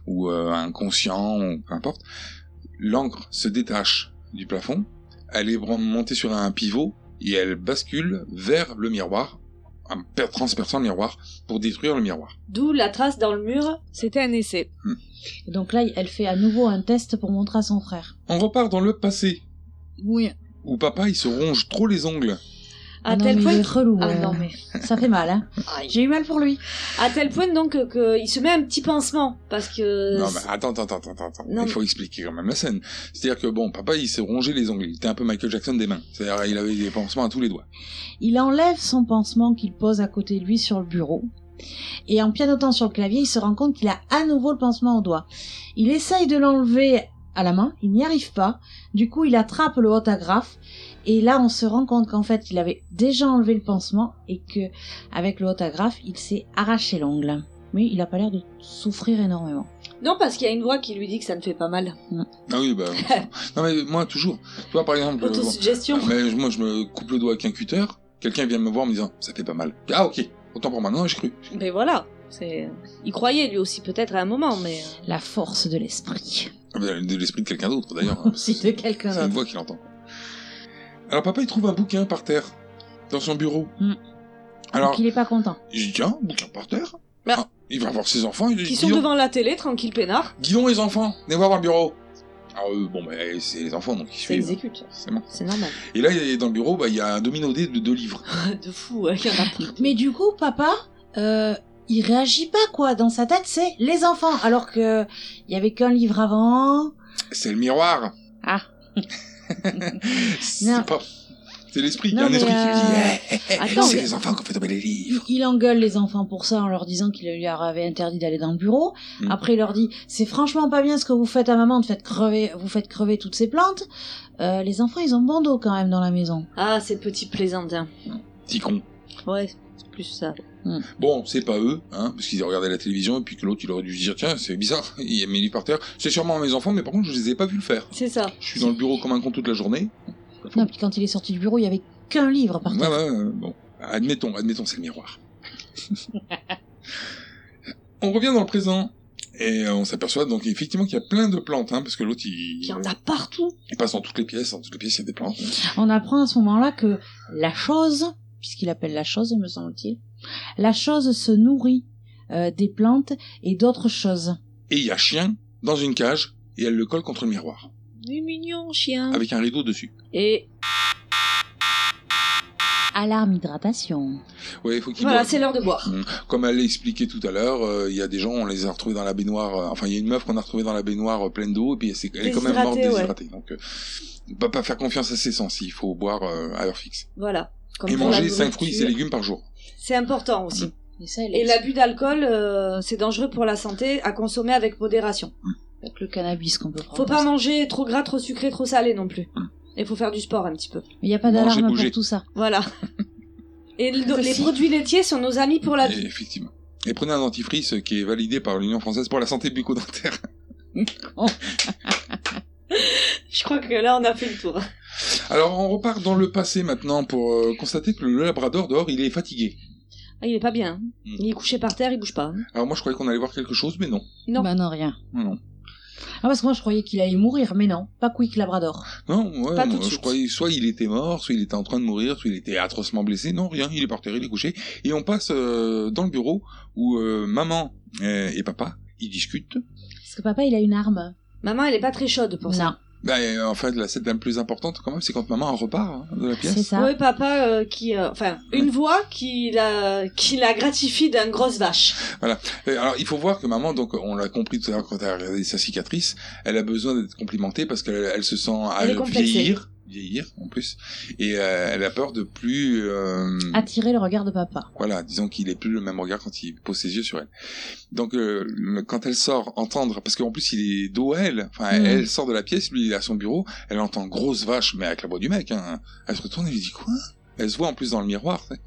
Speaker 7: ou euh, inconscient, ou peu importe, l'encre se détache du plafond, Elle est bran- montée sur un pivot et elle bascule vers le miroir, en per- transperçant le miroir pour détruire le miroir.
Speaker 4: D'où la trace dans le mur.
Speaker 9: C'était un essai.
Speaker 8: Et donc là, elle fait à nouveau un test pour montrer à son frère.
Speaker 7: On repart dans le passé,
Speaker 8: Oui.
Speaker 7: où papa il se ronge trop les ongles.
Speaker 4: À tel point
Speaker 8: il est
Speaker 4: que-
Speaker 8: relou.
Speaker 4: Ah,
Speaker 8: euh,
Speaker 4: non, mais-
Speaker 8: Ça fait mal, hein. J'ai eu mal pour lui.
Speaker 4: À tel point donc que- que il se met un petit pansement parce que.
Speaker 7: Non, mais attends, attends, attends, attends, attends.
Speaker 4: Euh, Non,
Speaker 7: il faut expliquer quand même la scène. C'est-à-dire que bon, papa il s'est rongé les ongles, il était un peu Michael Jackson des mains. C'est-à-dire il avait des pansements à tous les doigts.
Speaker 8: Il enlève son pansement qu'il pose à côté de lui sur le bureau. Et en pianotant sur le clavier, il se rend compte qu'il a à nouveau le pansement au doigt. Il essaye de l'enlever à la main, il n'y arrive pas. Du coup, il attrape le autographe. Et là, on se rend compte qu'en fait, il avait déjà enlevé le pansement et que, avec le autographe, il s'est arraché l'ongle. Mais il a pas l'air de souffrir énormément.
Speaker 4: Non, parce qu'il y a une voix qui lui dit que ça ne fait pas mal.
Speaker 7: Ah oui, bah. non, mais moi, toujours. Tu vois, par exemple. euh, bon,
Speaker 4: Autosuggestion.
Speaker 7: mais je- moi, je me coupe le doigt avec un cutter. Quelqu'un vient me voir en me disant, ça fait pas mal. Ah, ok. Autant pour moi. Non, j'ai cru.
Speaker 4: Mais voilà, c'est. Il croyait lui aussi peut-être à un moment, mais. euh,
Speaker 8: La force de l'esprit.
Speaker 7: Ah, mais De l'esprit de quelqu'un d'autre, d'ailleurs.
Speaker 8: Aussi de quelqu'un
Speaker 7: C'est une
Speaker 8: d'autre.
Speaker 7: voix qu'il entend. Alors, papa, il trouve un bouquin par terre, dans son bureau.
Speaker 4: Hmm.
Speaker 8: Mm.
Speaker 7: Alors,
Speaker 8: Donc, il est pas content.
Speaker 7: il dit, tiens, bouquin par terre.
Speaker 4: Bah.
Speaker 7: Ah, il va voir ses enfants. Il dit,
Speaker 4: Qui sont
Speaker 7: dis donc,
Speaker 4: devant la télé, tranquille peinard,
Speaker 7: dis donc, les enfants, venez voir dans le bureau. Alors, eux, bon, ben, c'est les enfants, donc ils
Speaker 4: ça
Speaker 7: suivent.
Speaker 4: exécute.
Speaker 7: C'est bon.
Speaker 4: C'est normal.
Speaker 7: Et là, il y a- dans le bureau, bah, il y a un domino dé de deux livres.
Speaker 4: de fou, hein, il y en a partout.
Speaker 8: Mais du coup, papa, euh, il réagit pas quoi. Dans sa tête, c'est les enfants, alors que il y avait qu'un livre avant.
Speaker 7: C'est le miroir.
Speaker 8: Ah.
Speaker 7: c'est
Speaker 8: Non.
Speaker 7: pas. C'est l'esprit. Il y a
Speaker 8: Non,
Speaker 7: un esprit
Speaker 8: mais,
Speaker 7: qui dit
Speaker 8: euh,
Speaker 7: Eh, eh, eh,
Speaker 8: attends,
Speaker 7: C'est
Speaker 8: mais-
Speaker 7: les enfants qui ont fait tomber les livres.
Speaker 8: Il, il engueule les enfants pour ça en leur disant qu'il leur avait interdit d'aller dans le bureau.
Speaker 7: Mm.
Speaker 8: Après, il leur dit c'est franchement pas bien ce que vous faites à maman, de faites crever, vous faites crever toutes ces plantes. Euh, les enfants, ils ont bon dos quand même dans la maison.
Speaker 4: Ah, ces petits plaisantins.
Speaker 7: Petit con.
Speaker 4: Ouais, c'est plus ça.
Speaker 7: Bon, c'est pas eux, hein, parce qu'ils regardaient la télévision et puis que l'autre il aurait dû se dire tiens, c'est bizarre, il y a mes livres par terre. C'est sûrement mes enfants, mais par contre je les ai pas vu le faire.
Speaker 4: C'est ça.
Speaker 7: Je suis dans le bureau comme un con toute la journée.
Speaker 8: Non, puis quand il est sorti du bureau, il y avait qu'un livre par
Speaker 7: Ouais,
Speaker 8: terre.
Speaker 7: ouais, ouais, bon. Admettons, admettons, c'est le miroir. on revient dans le présent. Et euh, on s'aperçoit donc effectivement qu'il y a plein de plantes, hein, parce que l'autre il...
Speaker 4: Il y en a partout.
Speaker 7: il passe dans toutes les pièces, dans toutes les pièces il y a des plantes.
Speaker 8: On apprend à ce moment-là que la chose, puisqu'il appelle la chose, me semble-t-il, la chose se nourrit euh, des plantes et d'autres choses.
Speaker 7: Et il y a chien dans une cage et elle le colle contre le miroir,
Speaker 4: Il est mignon, chien.
Speaker 7: avec un rideau dessus.
Speaker 4: Et
Speaker 8: Alarme hydratation.
Speaker 7: Ouais, il faut qu'il
Speaker 4: voilà,
Speaker 7: boive.
Speaker 4: c'est l'heure de boire.
Speaker 7: Comme elle l'expliquait tout à l'heure, euh, il y a des gens, on les a retrouvés dans la baignoire. euh, enfin, il y a une meuf qu'on a retrouvée dans la baignoire euh, pleine d'eau, et puis elle, s'est- elle est quand même morte
Speaker 4: Déshydratée, ouais.
Speaker 7: déshydratée. Donc, euh, on peut pas faire confiance à ses sens. Il faut boire euh, à heure fixe
Speaker 4: Voilà. Comme
Speaker 7: et
Speaker 4: pour la
Speaker 7: manger 5
Speaker 4: nourriture.
Speaker 7: fruits Mm. et légumes par jour.
Speaker 4: C'est important aussi.
Speaker 8: Et ça, elle
Speaker 4: Et
Speaker 8: explique
Speaker 4: l'abus d'alcool, euh, c'est dangereux pour la santé, à consommer avec modération.
Speaker 8: avec le cannabis qu'on peut prendre.
Speaker 4: Faut pas manger trop gras, trop sucré, trop salé non plus.
Speaker 7: Mm.
Speaker 4: Et faut faire du sport un petit peu.
Speaker 8: Il n'y a pas
Speaker 7: Manger,
Speaker 8: d'alarme
Speaker 7: bouger.
Speaker 8: pour tout ça.
Speaker 4: Voilà. Et le- les produits laitiers sont nos amis pour la
Speaker 7: Et
Speaker 4: vie.
Speaker 7: effectivement. Et prenez un dentifrice qui est validé par l'Union française pour la santé bucco-dentaire.
Speaker 4: Je crois que là, on a fait le tour.
Speaker 7: Alors, on repart dans le passé maintenant pour euh, constater que le Labrador dehors, il est fatigué.
Speaker 4: Ah, il est pas bien. hein.
Speaker 7: Mm.
Speaker 4: Il est couché par terre, il bouge pas. hein.
Speaker 7: Alors moi, je croyais qu'on allait voir quelque chose, mais non.
Speaker 4: Non.
Speaker 8: Bah non, rien.
Speaker 7: Non, non.
Speaker 8: Ah, parce que moi, je croyais qu'il allait mourir, mais non. Pas Quick Labrador.
Speaker 7: Non, ouais,
Speaker 4: Pas tout de
Speaker 7: moi, je
Speaker 4: suite.
Speaker 7: croyais soit il était mort, soit il était en train de mourir, soit il était atrocement blessé. Non, rien, il est par terre, il est couché. Et on passe euh, dans le bureau où euh, maman euh, et papa, ils discutent.
Speaker 8: Parce que papa, il a une arme.
Speaker 4: Maman, elle est pas très chaude pour ça.
Speaker 8: Non,
Speaker 7: Bah, euh, en fait, la scène la plus importante quand même, c'est quand maman repart hein, de la
Speaker 8: c'est
Speaker 7: pièce.
Speaker 8: ça.
Speaker 4: Oui, papa, euh, qui, euh, enfin, une voix qui la, qui la gratifie d'un grosse vache.
Speaker 7: Et alors, il faut voir que maman, donc on l'a compris tout à l'heure quand elle a regardé sa cicatrice, elle a besoin d'être complimentée parce qu'elle elle se sent à
Speaker 4: Elle est complexée.
Speaker 7: vieillir, vieillir en plus, et euh, elle a peur de plus. euh,
Speaker 8: Attirer le regard de papa.
Speaker 7: Voilà, disons qu'il est plus le même regard quand il pose ses yeux sur elle. Donc euh, le- quand elle sort entendre, parce qu'en plus il est dos à elle, enfin
Speaker 4: Mm.
Speaker 8: Mhm.
Speaker 7: elle sort de la pièce, lui il est à son bureau, elle entend grosse vache, mais avec la voix du mec, hein. elle se retourne et lui dit quoi Elle se voit en plus dans le miroir, tu sais.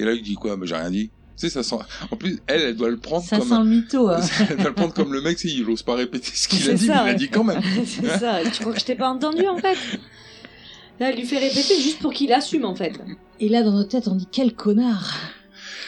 Speaker 7: et là il dit quoi Mais j'ai rien dit. Tu sais, ça sent. En plus, elle, elle doit le prendre
Speaker 8: Ça
Speaker 7: comme.
Speaker 8: sent le mytho. hein.
Speaker 7: elle doit le prendre comme le mec, tu sais, il ose pas répéter ce qu'il a
Speaker 4: C'est
Speaker 7: dit,
Speaker 4: ça,
Speaker 7: mais il l'a
Speaker 4: ouais.
Speaker 7: dit quand même.
Speaker 4: C'est ça. Tu crois que je t'ai pas entendu, en fait? Là, elle lui fait répéter juste pour qu'il assume, en fait.
Speaker 8: Et là, dans nos têtes, on dit quel connard.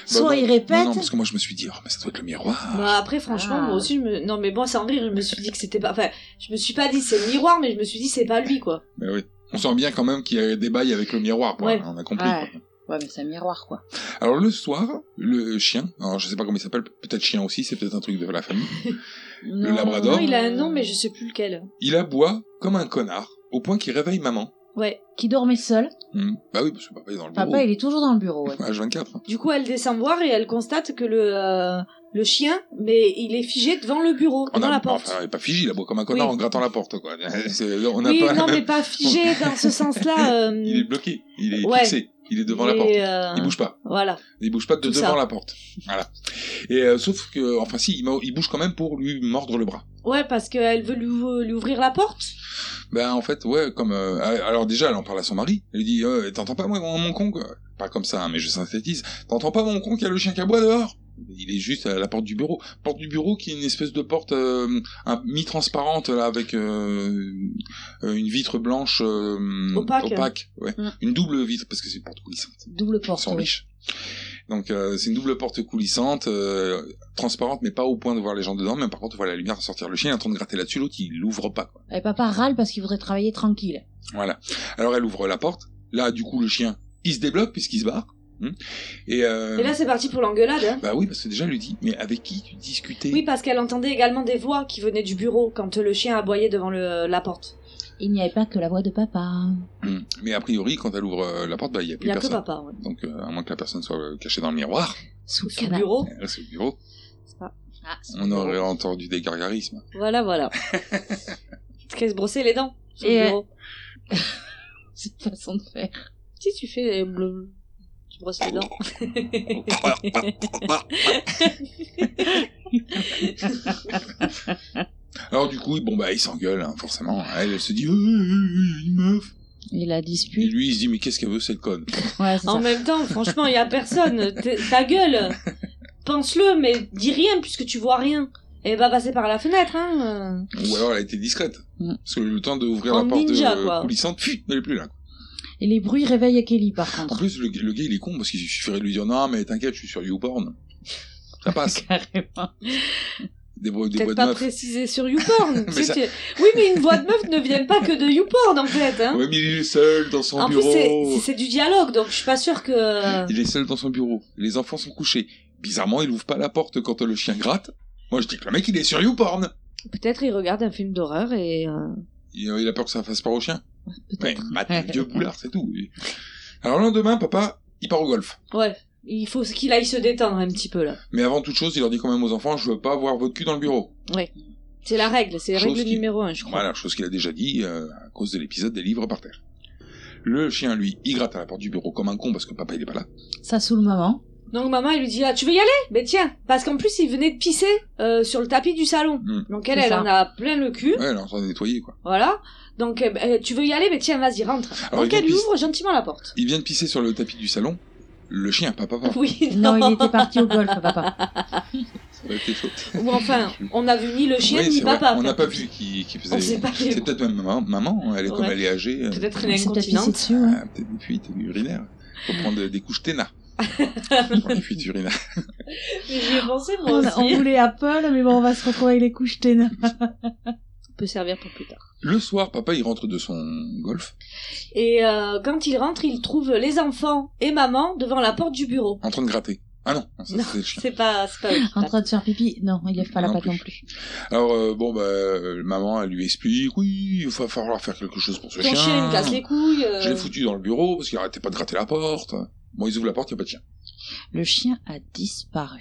Speaker 8: Soit
Speaker 7: Bah, non,
Speaker 8: il répète.
Speaker 7: Non, non, parce que moi je me suis dit, oh, mais ça doit être le miroir.
Speaker 4: Bah après franchement
Speaker 8: Ah.
Speaker 4: moi aussi je me non mais moi sans rire je me suis dit que c'était pas enfin je me suis pas dit c'est le miroir mais je me suis dit c'est pas lui quoi.
Speaker 7: Mais oui. On sent bien quand même qu'il y a des bails avec le miroir, quoi.
Speaker 11: Ouais.
Speaker 7: on a compris.
Speaker 11: Ouais.
Speaker 7: quoi.
Speaker 11: Ouais, mais c'est un miroir, quoi.
Speaker 7: Alors le soir, le chien, alors je sais pas comment il s'appelle, peut-être chien aussi, c'est peut-être un truc de la famille, le labrador,
Speaker 4: Non, il a un nom, mais je sais plus lequel.
Speaker 7: il aboie comme un connard, au point qu'il réveille maman.
Speaker 4: Ouais.
Speaker 8: Qui dormait seul.
Speaker 7: Hmm. Bah oui, parce que papa est dans le bureau.
Speaker 8: Papa, il est toujours dans le bureau, ouais.
Speaker 7: H24. hein.
Speaker 4: Du coup, elle descend voir et elle constate que le, euh, le chien, mais il est figé devant le bureau,
Speaker 7: On
Speaker 4: devant
Speaker 7: a-
Speaker 4: la porte.
Speaker 7: Enfin, il est pas figé, il aboie comme un connard
Speaker 4: Oui.
Speaker 7: en grattant la porte, quoi. C'est- on n'a
Speaker 4: oui,
Speaker 7: pas...
Speaker 4: non, mais pas figé dans ce sens-là. euh,
Speaker 7: Il est bloqué, il est
Speaker 4: Ouais.
Speaker 7: fixé, il est devant
Speaker 4: il
Speaker 7: la porte.
Speaker 4: est, euh,
Speaker 7: Il bouge pas.
Speaker 4: Voilà.
Speaker 7: Il bouge pas de
Speaker 4: Tout
Speaker 7: devant
Speaker 4: ça.
Speaker 7: la porte. Voilà. Et euh, sauf que, enfin si, il, mo- il bouge quand même pour lui mordre le bras.
Speaker 4: Ouais, parce qu'elle veut lui, lui ouvrir la porte.
Speaker 7: Ben en fait, ouais, comme euh, alors déjà, elle en parle à son mari. Elle lui dit, euh, t'entends pas moi mon, mon con quoi Pas comme ça, hein, mais je synthétise. T'entends pas mon con qui a le chien qui aboie dehors Il est juste à la porte du bureau. Porte du bureau qui est une espèce de porte euh, un- mi-transparente là avec euh, euh, une vitre blanche euh,
Speaker 8: Opaque.
Speaker 7: ouais.
Speaker 8: Mm.
Speaker 7: Une double vitre parce que c'est une porte coulissante.
Speaker 8: Double
Speaker 7: Ils
Speaker 8: porte.
Speaker 7: sont
Speaker 8: oui.
Speaker 7: riches. Donc euh, c'est une double porte coulissante, euh, transparente, mais pas au point de voir les gens dedans. Mais par contre, on voit la lumière sortir. Le chien est en train de gratter là-dessus, l'autre il l'ouvre pas. Quoi.
Speaker 8: Et papa râle parce qu'il voudrait travailler tranquille.
Speaker 7: Voilà. Alors elle ouvre la porte. Là, du coup, le chien, il se débloque puisqu'il se barre. Hum. Et, euh,
Speaker 4: Et là, c'est parti pour l'engueulade. hein.
Speaker 7: bah oui, parce que déjà elle lui dit, mais avec qui tu discutais
Speaker 4: Oui, parce qu'elle entendait également des voix qui venaient du bureau quand le chien aboyait devant le- la porte.
Speaker 8: Il n'y avait pas que la voix de papa.
Speaker 7: Hum. Mais a priori, quand elle ouvre euh, la porte, bah il y a
Speaker 4: Il
Speaker 7: plus
Speaker 4: n'y a que
Speaker 7: personne.
Speaker 4: papa, ouais.
Speaker 7: Donc euh, à moins que la personne soit euh, cachée dans le miroir,
Speaker 8: Sous
Speaker 4: le bureau.
Speaker 7: elle reste au bureau,
Speaker 4: Ah,
Speaker 7: on aurait entendu des gargarismes.
Speaker 4: Voilà, voilà. Parce qu'elle se brossait les dents. Sur
Speaker 8: Et,
Speaker 4: le
Speaker 8: euh,
Speaker 4: bureau.
Speaker 8: Cette façon de faire.
Speaker 4: Si tu fais. euh, bleu, tu brosses les dents.
Speaker 7: Alors du coup, bon bah il s'engueule hein, forcément. Elle, elle se dit, Euh, euh, euh, une meuf.
Speaker 8: Il la
Speaker 7: Et
Speaker 8: dispute.
Speaker 7: lui il se dit, mais qu'est-ce qu'elle veut cette conne
Speaker 8: Ouais, c'est
Speaker 4: en
Speaker 8: ça.
Speaker 4: même temps, franchement, il n'y a personne. T'es- Ta gueule Pense-le, mais dis rien puisque tu vois rien. Et bah, passer par la fenêtre, hein. euh.
Speaker 7: Ou alors elle a été discrète. Parce que le temps d'ouvrir
Speaker 4: Mm. En
Speaker 7: la porte
Speaker 4: ninja,
Speaker 7: euh,
Speaker 4: quoi.
Speaker 7: coulissante, pfiou, elle est plus là. quoi.
Speaker 8: Et les bruits réveillent Kelly, par
Speaker 7: En
Speaker 8: contre.
Speaker 7: plus, le, le gars il est con parce qu'il suffirait de lui dire non, mais t'inquiète, je suis sur YouPorn. Ça passe.
Speaker 8: Carrément.
Speaker 7: Des, bo- des
Speaker 4: Peut-être
Speaker 7: boîtes
Speaker 4: pas
Speaker 7: meufs.
Speaker 4: préciser sur YouPorn.
Speaker 7: Mais
Speaker 4: tu sais,
Speaker 7: ça-
Speaker 4: tu- Oui, mais une voix de meuf ne vient pas que de YouPorn, en fait. Hein.
Speaker 7: Ouais, mais il est seul dans son
Speaker 4: en plus,
Speaker 7: bureau.
Speaker 4: c'est- c'est du dialogue, donc je suis pas sûre que...
Speaker 7: Il est seul dans son bureau. Les enfants sont couchés. Bizarrement, il ouvre pas la porte quand le chien gratte. Moi je dis que le mec il est sur YouPorn.
Speaker 4: Peut-être il regarde un film d'horreur et... euh,
Speaker 7: Il, il a peur que ça fasse peur au chien. Mais bah, t'es vieux boulard, c'est tout. Alors le lendemain, papa, il part au golf.
Speaker 4: Ouais, il faut qu'il aille se détendre un petit peu, là.
Speaker 7: Mais avant toute chose, il leur dit quand même aux enfants, je veux pas voir votre cul dans le bureau.
Speaker 4: Ouais. C'est la règle, c'est la
Speaker 7: Chose
Speaker 4: règle
Speaker 7: qui-
Speaker 4: numéro un, je crois.
Speaker 7: Voilà, chose qu'il a déjà dit euh, à cause de l'épisode des livres par terre. Le chien, lui, il gratte à la porte du bureau comme un con parce que papa, il est pas là.
Speaker 8: Ça saoule maman.
Speaker 4: Donc maman, elle lui dit, ah, tu veux y aller Mais tiens, parce qu'en plus, il venait de pisser euh, sur le tapis du salon.
Speaker 7: Hmm.
Speaker 4: Donc elle,
Speaker 8: C'est
Speaker 4: elle
Speaker 8: ça.
Speaker 4: en a plein le cul.
Speaker 7: Ouais, elle est en train de nettoyer, quoi.
Speaker 4: Voilà. Donc, euh, euh, tu veux y aller Mais tiens, vas-y, rentre.
Speaker 7: Alors,
Speaker 4: Donc
Speaker 7: il
Speaker 4: elle lui
Speaker 7: pisse-
Speaker 4: ouvre gentiment la porte.
Speaker 7: Il vient de pisser sur le tapis du salon. Le chien, pas papa.
Speaker 4: Oui,
Speaker 8: Non, il était parti au golf, papa.
Speaker 7: Ça aurait été chaud.
Speaker 4: Ou enfin, on n'a vu ni le chien
Speaker 7: Oui,
Speaker 4: ni
Speaker 7: c'est vrai.
Speaker 4: papa.
Speaker 7: On n'a pas vu qui, qui faisait.
Speaker 4: On sait pas qui-
Speaker 7: C'est peut-être même maman, maman, hein. elle est comme
Speaker 4: Ouais.
Speaker 7: elle est âgée. euh,
Speaker 4: Peut-être une
Speaker 8: Il s'est peut-être pissé
Speaker 4: incontinente.
Speaker 8: dessus, hein. ouais.
Speaker 7: ah, peut-être des fuites urinaires. Faut prendre des, des couches téna. Pour les fuites urinaires.
Speaker 4: J'y ai pensé, moi
Speaker 8: On,
Speaker 4: aussi.
Speaker 8: on voulait Apple, mais bon, on va se retrouver avec les couches ténas.
Speaker 4: peut servir pour plus tard.
Speaker 7: Le soir, papa, il rentre de son golf
Speaker 4: Et euh, quand il rentre, il trouve les enfants et maman devant la porte du bureau.
Speaker 7: en train de gratter. Ah non, non, ça,
Speaker 4: Non,
Speaker 7: c'est le chien.
Speaker 4: C'est pas, c'est pas. eux qui
Speaker 8: En
Speaker 4: partent.
Speaker 8: train de faire pipi. Non, il lève pas la
Speaker 7: Non
Speaker 8: patte
Speaker 7: plus.
Speaker 8: non plus.
Speaker 7: Alors euh, bon bah euh, maman elle lui explique oui il va falloir faire quelque chose pour ce
Speaker 4: Ton chien, il casse les couilles. euh,
Speaker 7: Je l'ai foutu dans le bureau parce qu'il arrêtait pas de gratter la porte. Bon ils ouvrent la porte y a pas de chien.
Speaker 8: Le chien a disparu.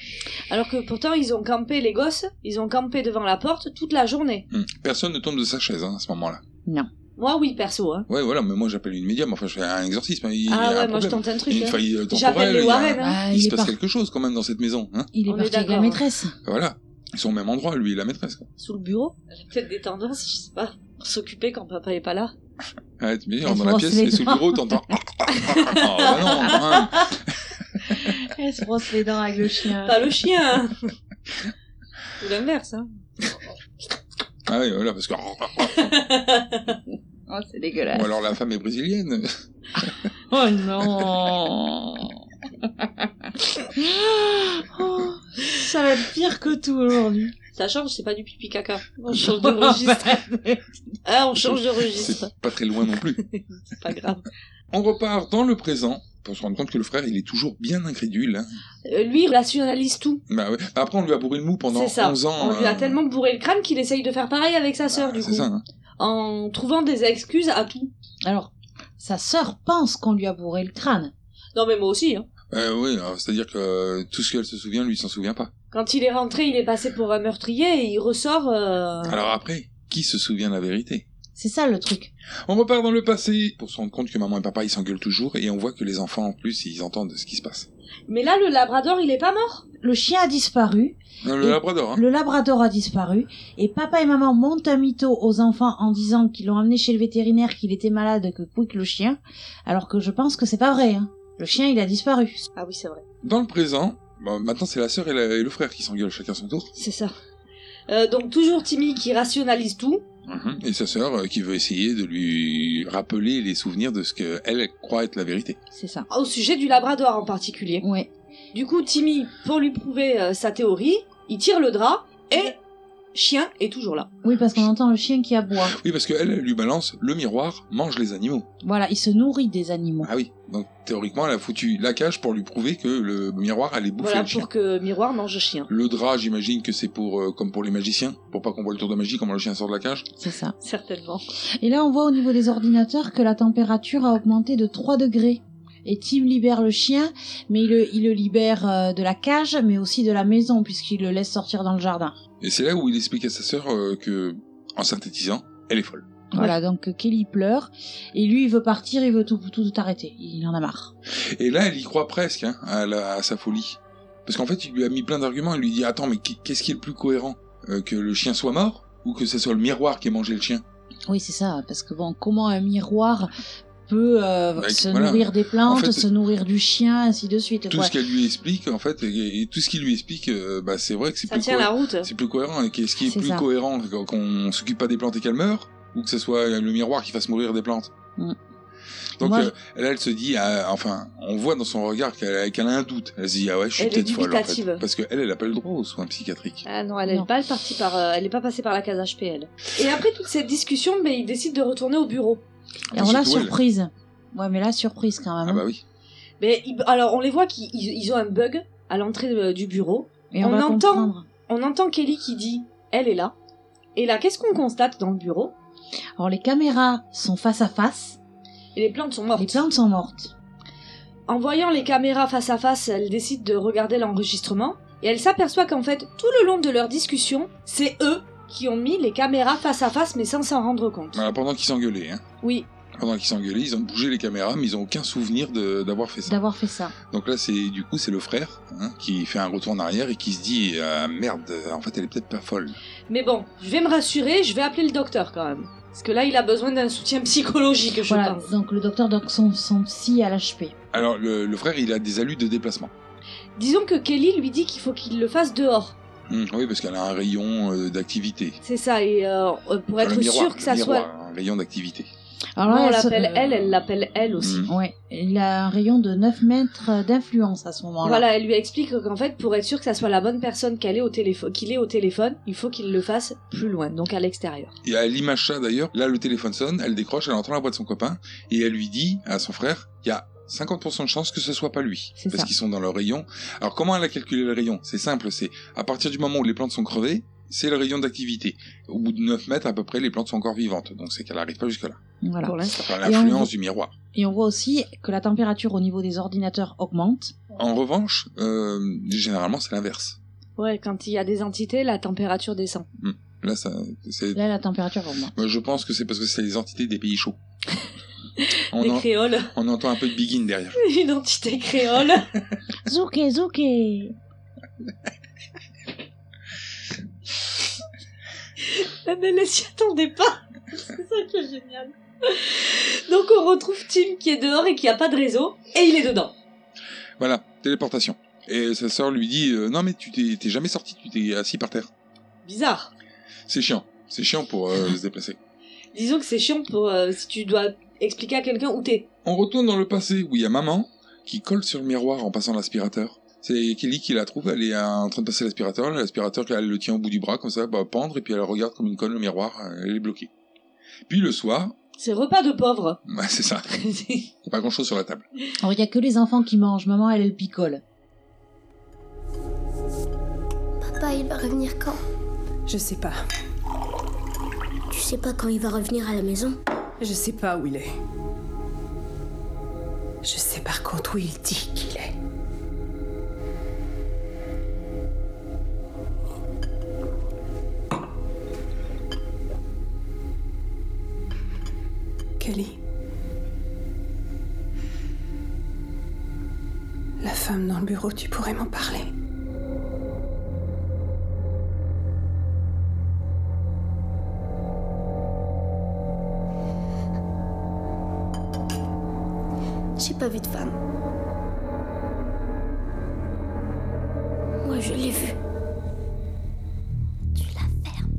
Speaker 4: Alors que pourtant, ils ont campé les gosses. Ils ont campé devant la porte toute la journée.
Speaker 7: Hmm. Personne ne tombe de sa chaise hein, à ce moment-là.
Speaker 8: Non.
Speaker 4: Moi, oui, perso. Hein.
Speaker 7: Ouais voilà mais moi j'appelle une médium enfin je fais un exorcisme. hein, Il,
Speaker 4: Ah
Speaker 7: y a un
Speaker 4: ouais, moi je
Speaker 7: problème.
Speaker 4: tente un truc.
Speaker 7: Il y a
Speaker 4: hein.
Speaker 7: une faille euh, temporelle.
Speaker 4: J'appelle les
Speaker 7: il y a-
Speaker 4: Warren. hein.
Speaker 8: Ah,
Speaker 7: Il,
Speaker 8: il,
Speaker 7: se
Speaker 8: est
Speaker 7: passe
Speaker 8: par-
Speaker 7: quelque chose quand même dans cette maison. Hein
Speaker 8: il est
Speaker 4: On est
Speaker 8: parti avec la
Speaker 4: d'accord.
Speaker 8: maîtresse.
Speaker 7: voilà ils sont au même endroit lui et la maîtresse. Quoi.
Speaker 4: Sous le bureau. J'ai peut-être des tendances, je sais pas. Pour s'occuper quand papa est pas là.
Speaker 7: Ouais, Ah, tu me dis,
Speaker 8: Elle se
Speaker 7: dans la
Speaker 8: brosse
Speaker 7: pièce
Speaker 8: les
Speaker 7: et sous le
Speaker 8: dents.
Speaker 7: bureau t'entends. Ah, ah, ah, ah, ah, bah non quand même.
Speaker 8: Elle se brosse les dents avec le chien.
Speaker 4: Pas le chien. hein. Ou l'inverse. Hein.
Speaker 7: Ah oui voilà parce que
Speaker 11: Oh, c'est dégueulasse.
Speaker 7: ou alors la femme est brésilienne.
Speaker 8: Oh non Oh, Ça va être pire que tout aujourd'hui.
Speaker 4: Ça change, c'est pas du pipi caca. On change de registre. ah, on change de registre.
Speaker 7: C'est pas très loin non plus.
Speaker 4: C'est pas grave.
Speaker 7: On repart dans le présent pour se rendre compte que le frère, il est toujours bien incrédule. hein.
Speaker 4: Euh, lui, il rationalise tout.
Speaker 7: Bah ouais. Après, on lui a bourré le mou pendant
Speaker 4: C'est ça.
Speaker 7: 11 ans.
Speaker 4: on lui a
Speaker 7: euh,
Speaker 4: tellement bourré le crâne qu'il essaye de faire pareil avec sa sœur, du
Speaker 7: C'est
Speaker 4: coup.
Speaker 7: ça. hein.
Speaker 4: En trouvant des excuses à tout.
Speaker 8: Alors, sa sœur pense qu'on lui a bourré le crâne.
Speaker 4: Non, mais moi aussi. Hein.
Speaker 7: Euh, oui, alors, c'est-à-dire que euh, tout ce qu'elle se souvient, lui, il s'en souvient pas.
Speaker 4: Quand il est rentré, il est passé pour un meurtrier et il ressort. euh,
Speaker 7: Alors après, qui se souvient de la vérité
Speaker 8: C'est ça le truc.
Speaker 7: On repart dans le passé pour se rendre compte que maman et papa, ils s'engueulent toujours et on voit que les enfants, en plus, ils entendent ce qui se passe.
Speaker 4: Mais là, le labrador, il est pas mort.
Speaker 8: Le chien a disparu,
Speaker 7: Euh, Le
Speaker 8: Et-
Speaker 7: labrador, hein.
Speaker 8: le labrador a disparu, et papa et maman montent un mytho aux enfants en disant qu'ils l'ont amené chez le vétérinaire, qu'il était malade, que quick le chien, alors que je pense que c'est pas vrai. hein. Le chien, il a disparu.
Speaker 4: Ah oui, c'est vrai.
Speaker 7: Dans le présent, bah, maintenant, c'est la sœur et, la- et le frère qui s'engueulent chacun son tour.
Speaker 4: C'est ça. Euh, donc, toujours Timmy qui rationalise tout.
Speaker 7: Mhm. Et sa sœur euh, qui veut essayer de lui rappeler les souvenirs de ce qu'elle croit être la vérité.
Speaker 8: C'est ça.
Speaker 4: Au sujet du labrador en particulier.
Speaker 8: Ouais.
Speaker 4: Du coup, Timmy, pour lui prouver euh, sa théorie, il tire le drap et. Chien est toujours là.
Speaker 8: Oui, parce qu'on entend le chien qui aboie.
Speaker 7: Oui, parce qu'elle, elle lui balance le miroir mange les animaux.
Speaker 8: Voilà, il se nourrit des animaux.
Speaker 7: Ah oui, donc théoriquement, elle a foutu la cage pour lui prouver que le miroir allait bouffer
Speaker 4: Voilà
Speaker 7: le chien.
Speaker 4: pour que Miroir mange le chien.
Speaker 7: Le drap, j'imagine que c'est pour euh, comme pour les magiciens, pour pas qu'on voit le tour de magie comment le chien sort de la cage.
Speaker 8: C'est ça.
Speaker 4: Certainement.
Speaker 8: Et là, on voit au niveau des ordinateurs que la température a augmenté de 3 degrés. Et Tim libère le chien, mais il le, il le libère euh, de la cage, mais aussi de la maison, puisqu'il le laisse sortir dans le jardin.
Speaker 7: Et c'est là où il explique à sa sœur euh, que, en synthétisant, elle est folle.
Speaker 8: Voilà, donc euh, Kelly pleure, et lui, il veut partir, il veut tout, tout, tout arrêter. Il en a marre.
Speaker 7: Et là, elle y croit presque hein, à, la- à sa folie, parce qu'en fait, il lui a mis plein d'arguments. Il lui dit attends, mais qu- qu'est-ce qui est le plus cohérent Euh, que le chien soit mort ou que ce soit le miroir qui ait mangé le chien
Speaker 8: Oui, c'est ça, parce que bon, comment un miroir peut euh,
Speaker 7: Bah,
Speaker 8: se
Speaker 7: voilà.
Speaker 8: nourrir des plantes,
Speaker 7: En fait,
Speaker 8: se nourrir du chien, ainsi de suite.
Speaker 7: Tout
Speaker 8: quoi.
Speaker 7: ce qu'elle lui explique, en fait, et, et tout ce qu'il lui explique, euh, bah, c'est vrai que c'est
Speaker 4: Ça
Speaker 7: plus
Speaker 4: tient la
Speaker 7: cohérent.
Speaker 4: route.
Speaker 7: C'est plus cohérent. Et qu'est-ce qui est,
Speaker 8: C'est
Speaker 7: plus
Speaker 8: ça.
Speaker 7: cohérent qu'on- qu'on s'occupe pas des plantes et qu'elles meurent ou que ce soit le miroir qui fasse mourir des plantes
Speaker 8: Mm.
Speaker 7: Donc
Speaker 8: Moi,
Speaker 7: euh, elle, elle se dit, ah, enfin, on voit dans son regard qu'elle qu'elle a un doute. Elle se dit, ah ouais, je suis
Speaker 4: Elle est
Speaker 7: peut-être folle. En fait.
Speaker 4: dubitative.
Speaker 7: Parce qu'elle, elle n'a pas le droit aux soins psychiatriques.
Speaker 4: Ah non, elle
Speaker 8: Non.
Speaker 4: n'est pas partie par, euh, elle est pas passée par la case HPL. Et après toute cette discussion, mais il décide de retourner au bureau.
Speaker 8: Alors là,
Speaker 7: Surtout elle.
Speaker 8: surprise. Ouais, mais là, surprise quand
Speaker 7: Ah
Speaker 8: même.
Speaker 7: bah oui.
Speaker 4: Mais il- Ben, alors on les voit qu'ils ils- ils ont un bug à l'entrée de- du bureau.
Speaker 8: Et on,
Speaker 4: On
Speaker 8: va
Speaker 4: entend.
Speaker 8: comprendre.
Speaker 4: On entend Kelly qui dit, elle est là. Et là, qu'est-ce qu'on constate dans le bureau
Speaker 8: Alors les caméras sont face à face,
Speaker 4: Et les plantes sont mortes.
Speaker 8: les plantes sont mortes.
Speaker 4: En voyant les caméras face à face, elle décide de regarder l'enregistrement. Et elle s'aperçoit qu'en fait, tout le long de leur discussion, c'est eux qui ont mis les caméras face à face, mais sans s'en rendre compte.
Speaker 7: Voilà, pendant qu'ils s'engueulaient, hein.
Speaker 4: Oui,
Speaker 7: Pendant qu'ils s'engueulaient, ils ont bougé les caméras, mais ils ont aucun souvenir de- d'avoir fait ça.
Speaker 8: d'avoir fait ça.
Speaker 7: Donc là, c'est du coup, c'est le frère hein, qui fait un retour en arrière et qui se dit ah, merde, en fait, elle est peut-être pas folle.
Speaker 4: Mais bon, je vais me rassurer, je vais appeler le docteur quand même. Parce que là, il a besoin d'un soutien psychologique, je
Speaker 8: voilà,
Speaker 4: pense.
Speaker 8: donc le docteur donne son, son psy à l'HP.
Speaker 7: Alors le, le frère, il a des alus de déplacement.
Speaker 4: Disons que Kelly lui dit qu'il faut qu'il le fasse dehors.
Speaker 7: Hum, oui, parce qu'elle a un rayon euh, d'activité.
Speaker 4: C'est ça, et euh, pour être
Speaker 7: Le miroir,
Speaker 4: sûr que
Speaker 7: le
Speaker 4: ça
Speaker 7: miroir,
Speaker 4: soit...
Speaker 7: un rayon d'activité.
Speaker 8: Alors
Speaker 4: Non, on
Speaker 8: se-
Speaker 4: l'appelle
Speaker 8: euh,
Speaker 4: elle, elle l'appelle elle aussi.
Speaker 7: Hum.
Speaker 8: Ouais, il a un rayon de 9 mètres euh, d'influence à ce moment-là.
Speaker 4: Voilà, elle lui explique qu'en fait, pour être sûr que ça soit la bonne personne qu'elle est au téléphone, qu'il est au téléphone, il faut qu'il le fasse plus loin, donc à l'extérieur.
Speaker 7: Et à l'image ça d'ailleurs, là le téléphone sonne, elle décroche, elle entend la voix de son copain et elle lui dit à son frère, il y a 50% de chances que ce soit pas lui,
Speaker 8: C'est
Speaker 7: parce
Speaker 8: ça.
Speaker 7: qu'ils sont dans le rayon. Alors comment elle a calculé le rayon C'est simple, c'est à partir du moment où les plantes sont crevées, c'est le rayon d'activité. Au bout de 9 mètres à peu près, les plantes sont encore vivantes, donc c'est qu'elle n'arrive pas jusque là.
Speaker 8: Voilà.
Speaker 4: Pour l'instant.
Speaker 7: Enfin,
Speaker 8: Et
Speaker 7: l'influence
Speaker 8: on-
Speaker 7: du miroir.
Speaker 8: Et on voit aussi que la température au niveau des ordinateurs augmente.
Speaker 7: En revanche, euh, généralement c'est l'inverse.
Speaker 4: Ouais, quand il y a des entités, la température descend.
Speaker 7: Là, ça, c'est,
Speaker 8: Là, la température augmente.
Speaker 7: moi, je pense que c'est parce que c'est les entités des pays chauds. on,
Speaker 4: Les
Speaker 7: en-
Speaker 4: créoles,
Speaker 7: on entend un peu de Begin derrière.
Speaker 4: une entité créole.
Speaker 8: Zouké, zouké
Speaker 4: Elle ne Eh, les s'y attendait pas. C'est ça qui est génial. Donc on retrouve Tim qui est dehors et qui a pas de réseau et il est dedans.
Speaker 7: Voilà, téléportation. Et sa sœur lui dit euh, Non, mais tu t'es t'es jamais sorti, tu t'es assis par terre.
Speaker 4: Bizarre.
Speaker 7: C'est chiant. C'est chiant pour euh, se déplacer.
Speaker 4: Disons que c'est chiant pour euh, si tu dois expliquer à quelqu'un où t'es.
Speaker 7: On retourne dans le passé où il y a maman qui colle sur le miroir en passant l'aspirateur. C'est Kelly qui la trouve, elle est euh, en train de passer l'aspirateur, l'aspirateur elle le tient au bout du bras comme ça, bah, pendre, et puis elle regarde comme une conne le miroir, euh, elle est bloquée. Puis le soir,
Speaker 4: C'est repas de pauvres.
Speaker 7: bah, c'est ça, y a pas grand chose sur la table.
Speaker 8: Alors, il n'y a que les enfants qui mangent. Maman, elle, elle picole.
Speaker 3: Papa, il va revenir quand
Speaker 2: Je sais pas.
Speaker 3: Tu sais pas quand il va revenir à la maison
Speaker 2: Je sais pas où il est. Je sais par contre où il dit qu'il est. Kelly. La femme dans le bureau, tu pourrais m'en parler.
Speaker 3: J'ai pas vu de femme. Moi, je l'ai vue. Tu la fermes.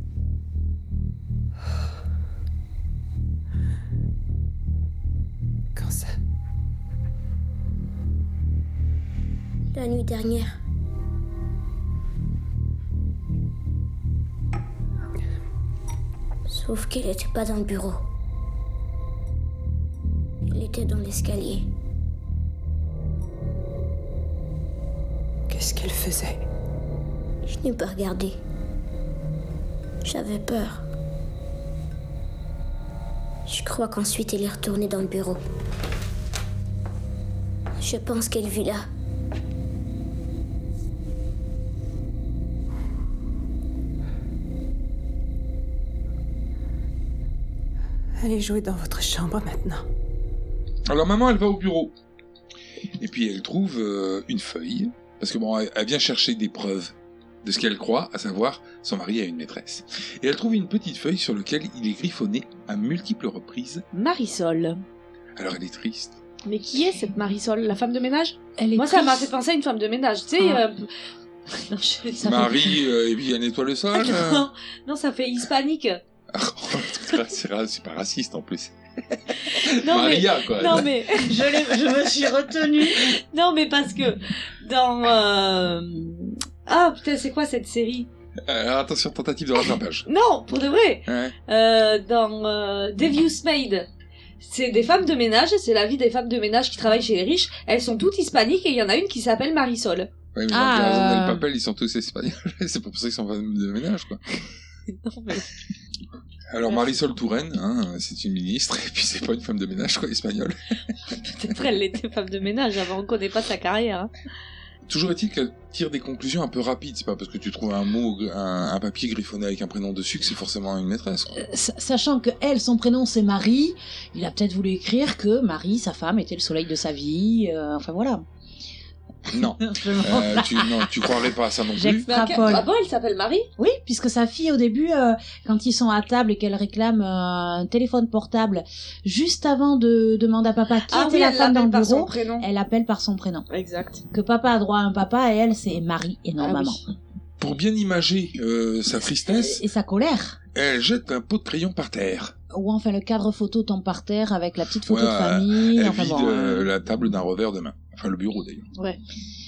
Speaker 2: Quand ça
Speaker 3: La nuit dernière. Sauf qu'elle n'était pas dans le bureau. Elle était dans l'escalier.
Speaker 2: Qu'est-ce qu'elle faisait
Speaker 3: Je n'ai pas regardé. J'avais peur. Je crois qu'ensuite elle est retournée dans le bureau. Je pense qu'elle vit là.
Speaker 2: Allez jouer dans votre chambre maintenant.
Speaker 7: Alors maman, elle va au bureau. Et puis elle trouve euh, une feuille, parce que bon, elle, elle vient chercher des preuves de ce qu'elle croit, à savoir son mari a une maîtresse. Et elle trouve une petite feuille sur laquelle il est griffonné à multiples reprises.
Speaker 4: Marisol.
Speaker 7: Alors elle est triste.
Speaker 4: Mais qui est cette Marisol La femme de ménage
Speaker 8: Elle est
Speaker 4: Moi, ça m'a
Speaker 8: triste.
Speaker 4: fait penser à une femme de ménage, tu sais.
Speaker 8: Ah.
Speaker 4: euh, Non, je- ça fait-
Speaker 7: Marie, euh, et puis elle nettoie le sol. euh.
Speaker 4: Ah, Non, non, ça fait hispanique.
Speaker 7: c'est ra- c'est pas raciste en plus.
Speaker 4: Non,
Speaker 7: Maria,
Speaker 4: mais...
Speaker 7: quoi.
Speaker 4: Non, mais je, l'ai- je me suis retenue. Non, mais parce que dans. euh, Ah putain, c'est quoi cette série
Speaker 7: Euh, attention, tentative de rattrapage. hein.
Speaker 4: Non, pour de vrai
Speaker 7: Ouais.
Speaker 4: Euh, Dans euh, Devious Maid. C'est des femmes de ménage, c'est la vie des femmes de ménage qui travaillent chez les riches. Elles sont toutes hispaniques et il y en a une qui s'appelle Marisol.
Speaker 7: Ouais, mais dans
Speaker 8: Ah,
Speaker 7: Casa del
Speaker 8: euh.
Speaker 7: Papel, ils sont tous espagnols. c'est pas pour ça qu'ils sont femmes de ménage, quoi.
Speaker 4: Non, mais-
Speaker 7: Alors Marisol Touraine, hein, c'est une ministre, et puis c'est pas une femme de ménage, quoi, espagnole.
Speaker 4: Peut-être elle était femme de ménage avant, on connaît pas sa carrière. hein.
Speaker 7: Toujours est-il qu'elle tire des conclusions un peu rapides. C'est pas parce que tu trouves un mot, un, un papier griffonné avec un prénom dessus que c'est forcément une maîtresse. quoi.
Speaker 8: Sa- Sachant que elle, son prénom c'est Marie, il a peut-être voulu écrire que Marie, sa femme, était le soleil de sa vie. euh, enfin voilà.
Speaker 7: Non.
Speaker 8: Je
Speaker 7: Euh, tu, non, tu croirais pas à ça non plus.
Speaker 4: Mais à quel-
Speaker 8: J'extrapole.
Speaker 4: Ah bon, elle s'appelle Marie
Speaker 8: Oui, puisque sa fille, au début, euh, quand ils sont à table et qu'elle réclame euh, un téléphone portable, juste avant de demander à papa qui
Speaker 4: Ah
Speaker 8: était
Speaker 4: oui,
Speaker 8: la
Speaker 4: elle
Speaker 8: femme dans le
Speaker 4: l'appelle par son
Speaker 8: bureau,
Speaker 4: prénom.
Speaker 8: elle appelle par son prénom.
Speaker 4: Exact.
Speaker 8: Que papa a droit à un papa et elle, c'est Marie et non
Speaker 4: Ah oui.
Speaker 8: maman.
Speaker 7: Pour bien imager euh, sa tristesse,
Speaker 8: Et sa colère
Speaker 7: elle jette un pot de crayon par terre.
Speaker 8: Ou enfin le cadre photo tombe par terre avec la petite photo
Speaker 7: Ouais,
Speaker 8: de famille.
Speaker 7: Elle
Speaker 8: enfin
Speaker 7: vide
Speaker 8: bon,
Speaker 7: euh,
Speaker 8: euh,
Speaker 7: la table d'un revers de main. Enfin, le bureau d'ailleurs.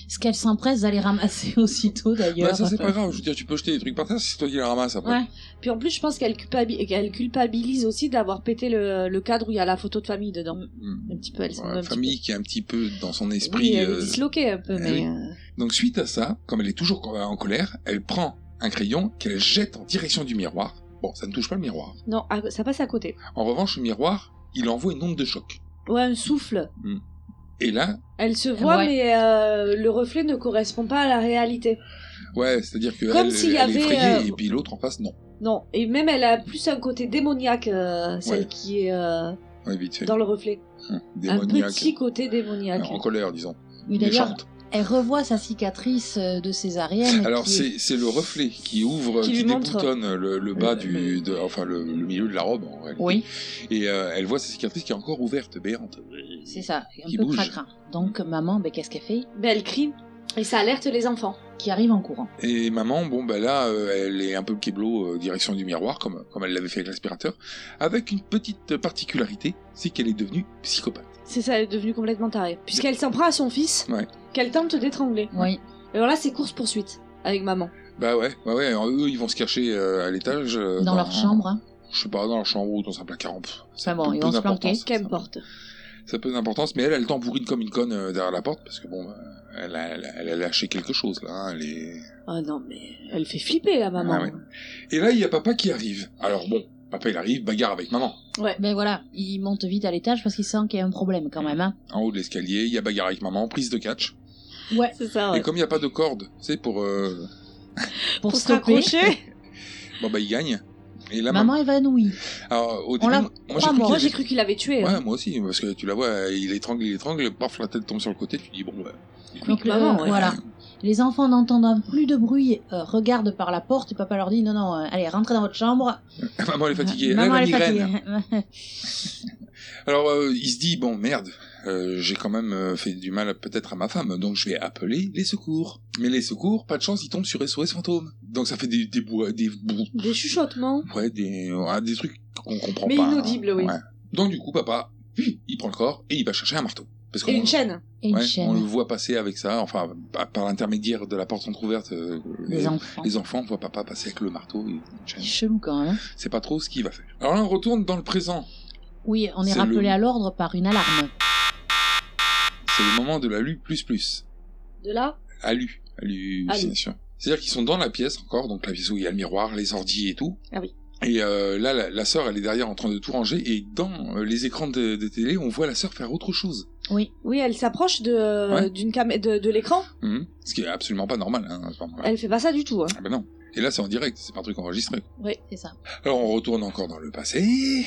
Speaker 8: Ce qu'elle s'empresse d'aller ramasser aussitôt d'ailleurs.
Speaker 7: Bah, ça, c'est pas grave. Je veux dire, tu peux jeter des trucs par terre, c'est toi qui les ramasses après.
Speaker 8: Ouais.
Speaker 4: Puis en plus, je pense qu'elle culpabi- qu'elle culpabilise aussi d'avoir pété le, le cadre où il y a la photo de famille dedans.
Speaker 7: Mm.
Speaker 4: Un petit peu, elle s'en
Speaker 7: Voilà,
Speaker 4: veut un petit
Speaker 7: famille qui est un petit peu dans son
Speaker 4: peu.
Speaker 7: esprit.
Speaker 4: Oui, elle est
Speaker 7: euh,
Speaker 4: disloquée un peu,
Speaker 7: eh
Speaker 4: mais.
Speaker 7: oui.
Speaker 4: euh,
Speaker 7: Donc suite à ça, comme elle est toujours euh, en en colère, elle prend un crayon qu'elle jette en direction du miroir. Bon, ça ne touche pas le miroir.
Speaker 4: Non, à- ça passe à côté.
Speaker 7: En revanche, le miroir, il envoie une onde de choc.
Speaker 4: Ouais, un souffle.
Speaker 7: Et là,
Speaker 4: Elle se voit,
Speaker 8: Ouais.
Speaker 4: mais euh, le reflet ne correspond pas à la réalité.
Speaker 7: ouais, c'est-à-dire que
Speaker 4: Comme
Speaker 7: elle,
Speaker 4: s'il y
Speaker 7: elle est
Speaker 4: avait,
Speaker 7: effrayée,
Speaker 4: euh,
Speaker 7: et puis l'autre en face, non.
Speaker 4: Non, et même elle a plus un côté démoniaque, euh, celle
Speaker 7: Ouais.
Speaker 4: qui est euh,
Speaker 7: Ouais, vite fait.
Speaker 4: dans le reflet.
Speaker 7: Hum, Démoniaque.
Speaker 4: Un petit côté démoniaque.
Speaker 7: Alors, en colère, disons.
Speaker 8: Euh, Mais d'ailleurs,
Speaker 7: Méchante.
Speaker 8: elle revoit sa cicatrice euh, de césarienne.
Speaker 7: Alors
Speaker 8: qui est-
Speaker 7: c'est c'est le reflet qui ouvre,
Speaker 4: Qui
Speaker 7: qui,
Speaker 4: lui montre.
Speaker 7: déboutonne le, le bas du, de- enfin le, le milieu de la robe. En réalité.
Speaker 8: Oui,
Speaker 7: Et euh, elle voit sa cicatrice qui est encore ouverte, béante.
Speaker 8: c'est ça, un
Speaker 7: Qui
Speaker 8: peu
Speaker 7: bouge.
Speaker 8: cracrin. Donc maman, ben, qu'est-ce qu'elle fait
Speaker 4: Mais elle crie, et ça alerte les enfants.
Speaker 8: Qui arrive en courant.
Speaker 7: Et maman, bon bah là, euh, elle est un peu keblo euh, direction du miroir, comme, comme elle l'avait fait avec l'aspirateur, avec une petite particularité, c'est qu'elle est devenue psychopathe.
Speaker 4: C'est ça, elle est devenue complètement tarée. Puisqu'elle s'en prend à son fils,
Speaker 7: Ouais.
Speaker 4: qu'elle tente d'étrangler.
Speaker 8: Oui.
Speaker 4: Alors là, c'est course-poursuite avec maman.
Speaker 7: Bah ouais, ouais, ouais. Alors, eux, ils vont se cacher euh, à l'étage. euh,
Speaker 8: Dans leur chambre. hein.
Speaker 7: Je sais pas, dans leur chambre ou dans un placard. pff,
Speaker 8: Enfin bon,
Speaker 7: peu-
Speaker 8: ils
Speaker 7: peu
Speaker 8: vont se
Speaker 7: d'importance,
Speaker 8: planquer.
Speaker 7: ça.
Speaker 4: Qu'importe.
Speaker 7: Ça peu d'importance, mais elle, elle tambourine comme une conne euh, derrière la porte, parce que bon, bah, elle a, elle a- elle a lâché quelque chose, là. hein, Elle est...
Speaker 4: Ah non, mais elle fait flipper la maman.
Speaker 7: Ah ouais. Et là, il y a papa qui arrive. Alors bon, papa, il arrive, bagarre avec maman.
Speaker 8: Ben voilà, il monte vite à l'étage parce qu'il sent qu'il y a un problème quand même. Hein.
Speaker 7: En haut de l'escalier, il y a bagarre avec maman, prise de catch.
Speaker 8: Ah Ouais.
Speaker 4: C'est ça,
Speaker 7: Et comme il n'y a pas de corde, c'est pour... euh,
Speaker 8: Pour,
Speaker 4: se
Speaker 8: stopper,
Speaker 4: raccrocher.
Speaker 7: Bon, bah, il gagne. Et là,
Speaker 8: maman évanouie.
Speaker 7: Alors, au
Speaker 8: On
Speaker 7: début,
Speaker 8: la
Speaker 7: moi, j'ai
Speaker 8: croit
Speaker 7: cru qu'il
Speaker 8: morte.
Speaker 4: Ah, Moi,
Speaker 7: avait-
Speaker 4: j'ai cru qu'il avait tué. hein.
Speaker 7: Ouais, moi aussi, parce que tu la vois, euh, il étrangle, il étrangle, paf, la tête tombe sur le côté, tu dis, bon, bah,
Speaker 8: Donc,
Speaker 4: maman,
Speaker 8: euh,
Speaker 4: ouais.
Speaker 8: voilà. Les enfants n'entendant plus de bruit euh, regardent par la porte et papa leur dit non, non, euh, allez, rentrez dans votre chambre.
Speaker 7: maman, elle est fatiguée, elle
Speaker 8: Maman,
Speaker 7: a la
Speaker 8: elle est
Speaker 7: migraine.
Speaker 8: fatiguée.
Speaker 7: Alors, euh, il se dit, bon, merde, euh, j'ai quand même euh, fait du mal peut-être à ma femme, donc je vais appeler les secours. Mais les secours, pas de chance, ils tombent sur SOS fantôme. Donc ça fait des, des, bou- des, bou-
Speaker 4: Des chuchotements.
Speaker 7: ouais, des, ah, des trucs qu'on comprend
Speaker 4: Mais
Speaker 7: pas. hein.
Speaker 4: inaudibles, oui.
Speaker 7: Ouais. Donc du coup, papa, il prend le corps et il va chercher un marteau. Parce
Speaker 4: Et
Speaker 7: qu'on
Speaker 4: une chaîne.
Speaker 8: Et une
Speaker 7: ouais, on le
Speaker 8: chaîne.
Speaker 7: voit passer avec ça, enfin, par, par l'intermédiaire de la porte entrouverte, euh,
Speaker 8: Les
Speaker 7: les,
Speaker 8: enfants.
Speaker 7: les enfants voient papa passer avec le marteau. et une chaîne.
Speaker 8: Chelou quand même. hein.
Speaker 7: C'est pas trop ce qu'il va faire. Alors là, on retourne dans le présent.
Speaker 8: Oui, on est,
Speaker 7: C'est
Speaker 8: rappelé
Speaker 7: le-
Speaker 8: à l'ordre par une alarme.
Speaker 7: C'est le moment de la lue plus plus.
Speaker 4: De là.
Speaker 7: Alu. Hallucination. C'est-à-dire qu'ils sont dans la pièce encore, donc la pièce où il y a le miroir, les ordi et tout.
Speaker 4: Ah oui.
Speaker 7: Et euh, là, la, la sœur, elle est derrière en train de tout ranger, et dans euh, les écrans de, de télé, on voit la sœur faire autre chose.
Speaker 4: Oui, elle s'approche de
Speaker 7: Ouais.
Speaker 4: d'une cam... de, de l'écran.
Speaker 7: Mhm. Ce qui est absolument pas normal, hein, à ce moment-là.
Speaker 4: Elle fait pas ça du tout. hein.
Speaker 7: Ah ben non. Et là, c'est en direct, c'est pas un truc enregistré.
Speaker 8: C'est ça.
Speaker 7: Alors, Euh, on retourne encore dans le passé,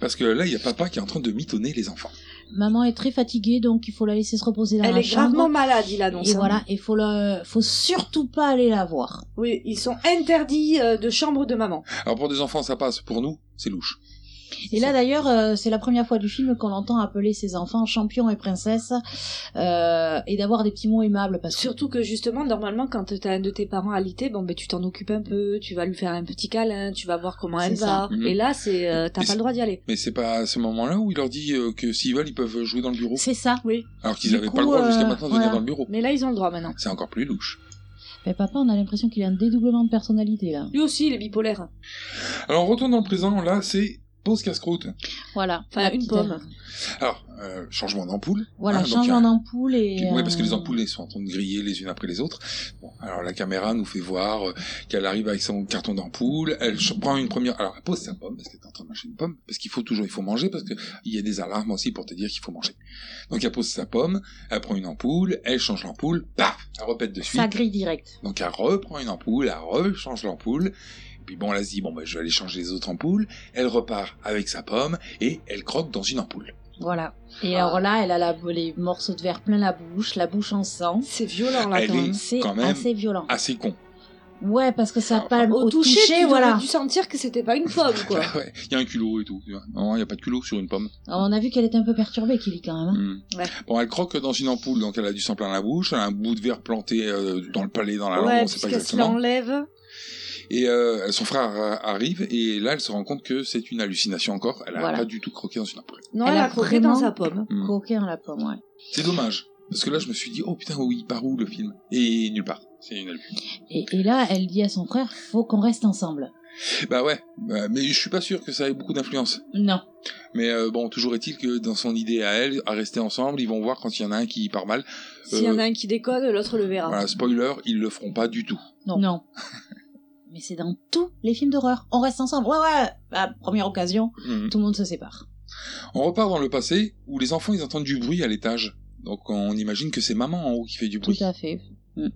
Speaker 7: parce que là, il y a papa qui est en train de mitonner les enfants.
Speaker 8: Maman est très fatiguée, donc il faut la laisser se reposer dans
Speaker 4: Elle
Speaker 8: la
Speaker 4: est
Speaker 8: chambre.
Speaker 4: gravement malade, il annonce.
Speaker 8: et
Speaker 4: hein.
Speaker 8: voilà, il faut, le... faut surtout pas aller la voir.
Speaker 4: Oui, ils sont interdits euh, de chambre de maman.
Speaker 7: Alors, pour des enfants, ça passe, pour nous, c'est louche.
Speaker 8: Et là d'ailleurs, euh, c'est la première fois du film qu'on l'entend appeler ses enfants champions et princesses, euh, et d'avoir des petits mots aimables parce que
Speaker 4: Surtout que justement, normalement, quand t'as un de tes parents alité, bon, ben tu t'en occupes un peu, tu vas lui faire un petit câlin, tu vas voir comment elle
Speaker 8: C'est
Speaker 4: va.
Speaker 7: ça. Mhm.
Speaker 4: Et là, c'est euh, t'as
Speaker 7: Et
Speaker 4: pas
Speaker 7: c'est-
Speaker 4: le droit d'y aller.
Speaker 7: Mais c'est pas à ce moment-là où il leur dit euh, que s'ils veulent, ils peuvent jouer dans le bureau.
Speaker 8: c'est ça.
Speaker 4: Oui.
Speaker 7: Alors qu'ils
Speaker 8: Du
Speaker 7: n'avaient
Speaker 8: coup,
Speaker 7: pas le droit jusqu'à
Speaker 8: euh,
Speaker 7: maintenant de
Speaker 8: voilà.
Speaker 7: venir dans le bureau.
Speaker 4: Mais là, ils ont le droit maintenant.
Speaker 7: C'est encore plus louche.
Speaker 8: Mais papa, on a l'impression qu'il a un dédoublement de personnalité là.
Speaker 4: Lui aussi, il est bipolaire. hein.
Speaker 7: Alors on retourne dans le présent, là c'est pause casse-croûte.
Speaker 8: Voilà.
Speaker 4: Enfin,
Speaker 8: La
Speaker 4: une
Speaker 8: petite-
Speaker 4: pomme.
Speaker 7: Alors, euh, changement d'ampoule.
Speaker 8: Voilà,
Speaker 7: Ah, donc,
Speaker 8: change
Speaker 7: euh,
Speaker 8: en ampoule et.
Speaker 7: Ouais, parce que les
Speaker 8: euh,
Speaker 7: ampoules elles sont en train de griller les unes après les autres. Bon, alors la caméra nous fait voir euh, qu'elle arrive avec son carton d'ampoule, elle ch- prend une première... Alors elle pose sa pomme, parce qu'elle est en train de mâcher une pomme, parce qu'il faut toujours, il faut manger, parce qu'il y a des alarmes aussi pour te dire qu'il faut manger. Donc elle pose sa pomme, elle prend une ampoule, elle change l'ampoule, paf, elle repète de suite.
Speaker 8: Ça grille direct.
Speaker 7: Donc elle reprend une ampoule, elle rechange l'ampoule. Et Puis bon, elle se dit, bon, ben, je vais aller changer les autres ampoules. Elle repart avec sa pomme et elle croque dans une ampoule.
Speaker 8: Voilà. Et alors là, elle a la- les morceaux de verre plein la bouche, la bouche en sang.
Speaker 4: C'est violent, là,
Speaker 7: Elle
Speaker 4: quand
Speaker 7: est-
Speaker 4: même.
Speaker 8: C'est
Speaker 7: Quand même.
Speaker 8: assez violent.
Speaker 7: Assez con.
Speaker 8: Ouais, parce que ça
Speaker 7: Ah,
Speaker 8: palme
Speaker 4: Au, toucher, tu
Speaker 8: voilà.
Speaker 4: aurais dû sentir que c'était pas une pomme, quoi.
Speaker 7: Bah ouais, il y a un culot et tout. tu vois. Non, il n'y a pas de culot sur une pomme.
Speaker 8: Alors, on a vu qu'elle était un peu perturbée, Kelly, quand même. hein.
Speaker 7: Hmm.
Speaker 4: Ouais.
Speaker 7: Bon, elle croque dans une ampoule, donc elle a du sang plein la bouche. Elle a un bout de verre planté euh, dans le palais, dans la langue,
Speaker 4: ouais,
Speaker 7: on sait pas
Speaker 4: puisqu'elle se
Speaker 7: exactement.
Speaker 4: l'enlève.
Speaker 7: Et euh, son frère euh, arrive et là, elle se rend compte que c'est une hallucination encore. Elle a
Speaker 8: Voilà.
Speaker 7: pas du tout croqué dans une ampoule.
Speaker 4: Non, elle, a croqué
Speaker 8: vraiment
Speaker 4: dans sa pomme.
Speaker 7: Hmm.
Speaker 8: Croqué dans la pomme, ouais.
Speaker 7: C'est dommage. Parce que là, je me suis dit, oh putain, oui, par où le film Et nulle part. C'est une hallucination.
Speaker 8: Et, et là, elle dit à son frère, faut qu'on reste ensemble.
Speaker 7: Bah ouais, bah, mais je suis pas sûr que ça ait beaucoup d'influence.
Speaker 8: Non.
Speaker 7: Mais euh, bon, toujours est-il que dans son idée à elle, à rester ensemble, ils vont voir quand il y en a un qui part mal.
Speaker 4: S'il y en
Speaker 7: Euh,
Speaker 4: a un qui déconne, l'autre le verra.
Speaker 7: Voilà, spoiler, ils le feront pas du tout.
Speaker 8: Non. Mais c'est dans tous les films d'horreur. On reste ensemble. Ouais, ouais. À première occasion,
Speaker 7: Mhm.
Speaker 8: tout le monde se sépare.
Speaker 7: On repart dans le passé où les enfants ils entendent du bruit à l'étage. Donc on imagine que c'est maman en haut qui fait du bruit.
Speaker 8: à fait. Mm.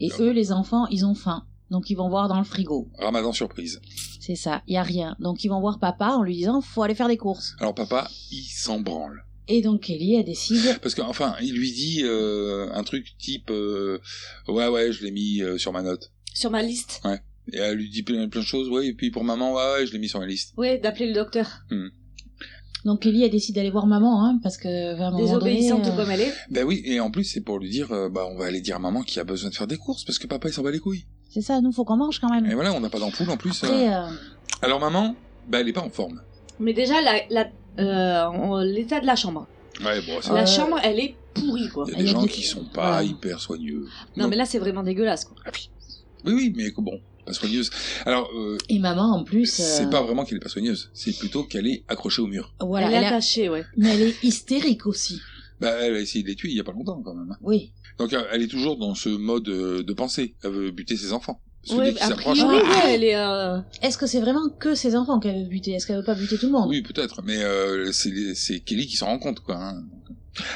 Speaker 8: Et eux, les enfants, ils ont faim. Donc ils vont voir dans le frigo.
Speaker 7: Ramadan surprise.
Speaker 8: C'est ça. Il y a rien. Donc ils vont voir papa en lui disant, faut aller faire des courses.
Speaker 7: Alors papa, il s'en branle.
Speaker 8: Et donc Kelly, elle décide.
Speaker 7: Parce que enfin, il lui dit euh, un truc type euh, ouais ouais, je l'ai mis euh, sur ma note.
Speaker 4: Sur ma liste.
Speaker 7: Et elle lui dit plein, plein de choses, ouais, et puis pour maman, ouais, ouais, je l'ai mis sur ma liste.
Speaker 4: Oui, d'appeler le docteur.
Speaker 8: Donc Kelly, elle décide d'aller voir maman, hein, parce que à un moment
Speaker 4: Désobéissante
Speaker 8: donné, euh,
Speaker 4: comme elle est.
Speaker 7: Ben oui, et en plus c'est pour lui dire, euh, bah on va aller dire à maman qu'il a besoin de faire des courses parce que papa il s'en bat les couilles.
Speaker 8: c'est ça. Nous, faut qu'on mange quand même.
Speaker 7: Et voilà, on n'a pas d'ampoule en plus. euh.
Speaker 8: Mm. Après, euh,
Speaker 7: Alors maman, bah ben, elle est pas en forme.
Speaker 4: Mais déjà, la- la- euh, on- l'état de la chambre.
Speaker 7: Ouais, bon, ça-
Speaker 4: La chambre, elle est pourrie, quoi.
Speaker 7: Il y a
Speaker 4: Elle
Speaker 7: des
Speaker 4: est
Speaker 7: gens
Speaker 4: dé-
Speaker 7: qui sont pas
Speaker 4: Voilà.
Speaker 7: hyper soigneux.
Speaker 4: Non, mais là, c'est vraiment dégueulasse, quoi.
Speaker 7: Oui, oui, mais bon, pas soigneuse. Alors, euh,
Speaker 8: Et maman, en plus. euh,
Speaker 7: c'est pas vraiment qu'elle est pas soigneuse, c'est plutôt qu'elle est accrochée au mur.
Speaker 8: Voilà,
Speaker 4: elle est
Speaker 8: elle a-
Speaker 4: attachée, ouais.
Speaker 8: Mais elle est hystérique aussi.
Speaker 7: Bah, elle a essayé de les tuer il y a pas longtemps, quand même. hein.
Speaker 8: Oui.
Speaker 7: Donc, euh, elle est toujours dans ce mode euh, de pensée. Elle veut buter ses enfants. Celui
Speaker 4: Ouais,
Speaker 7: qui
Speaker 4: a
Speaker 7: s'approche.
Speaker 4: priori,
Speaker 7: Ah
Speaker 4: ouais, elle est. euh,
Speaker 8: Est-ce que c'est vraiment que ses enfants qu'elle veut buter Est-ce qu'elle veut pas buter tout le monde
Speaker 7: Ah, Oui, peut-être, mais euh, c'est c'est Kelly qui s'en rend compte, quoi. hein.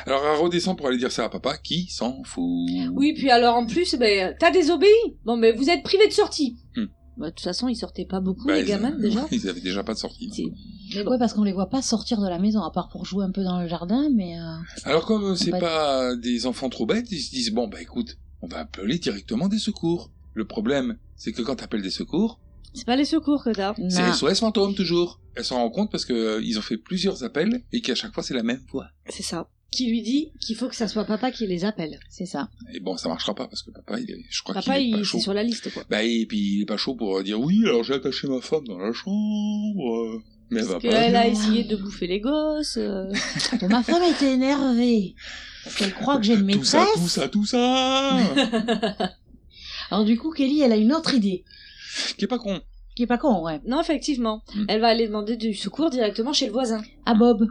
Speaker 7: Alors, elle redescend pour aller dire ça à papa, qui s'en fout.
Speaker 4: Oui, puis alors en plus, ben, t'as désobéi. Bon, mais vous êtes privé de sortie.
Speaker 7: Hmm.
Speaker 4: Bah, de toute façon, ils sortaient pas beaucoup,
Speaker 7: Bah,
Speaker 4: les
Speaker 7: ils-
Speaker 4: gamins, déjà.
Speaker 7: Ils avaient déjà pas de sortie.
Speaker 4: Si. Mais bon.
Speaker 8: Ouais, parce qu'on les voit pas sortir de la maison, à part pour jouer un peu dans le jardin, mais. euh,
Speaker 7: Alors comme euh, c'est
Speaker 8: Bah-
Speaker 7: pas des enfants trop bêtes, ils se disent bon bah écoute, on va appeler directement des secours. Le problème, c'est que quand t'appelles des secours,
Speaker 4: C'est pas les secours que t'as.
Speaker 7: c'est
Speaker 8: nah.
Speaker 7: SOS fantôme toujours. Elles s'en rendent compte parce que euh, ils ont fait plusieurs appels et qu'à chaque fois c'est la même voix.
Speaker 4: C'est ça. Qui lui dit qu'il faut que ça soit papa qui les appelle.
Speaker 8: C'est ça.
Speaker 7: Et bon, ça marchera pas parce que papa, il est, je crois Ah, qu'il
Speaker 4: Papa,
Speaker 7: est pas
Speaker 4: il,
Speaker 7: chaud.
Speaker 4: c'est sur la liste, quoi.
Speaker 7: Bah et puis il est pas chaud pour euh, dire oui, alors j'ai attaché ma femme dans la chambre. euh, Mais elle va
Speaker 4: Parce
Speaker 7: pas.
Speaker 4: qu'elle a essayé de bouffer les gosses. euh.
Speaker 8: Bon, ma femme était énervée. Parce qu'elle croit que j'ai une
Speaker 7: Tout ça,
Speaker 8: maîtresse.
Speaker 7: tout ça, tout ça
Speaker 8: Alors, du coup, Kelly, elle a une autre idée.
Speaker 7: Qui est pas con.
Speaker 8: Qui est pas con, ouais.
Speaker 4: Non, effectivement.
Speaker 7: Hmm.
Speaker 4: Elle va aller demander du secours directement chez le voisin.
Speaker 8: À Ah, Bob.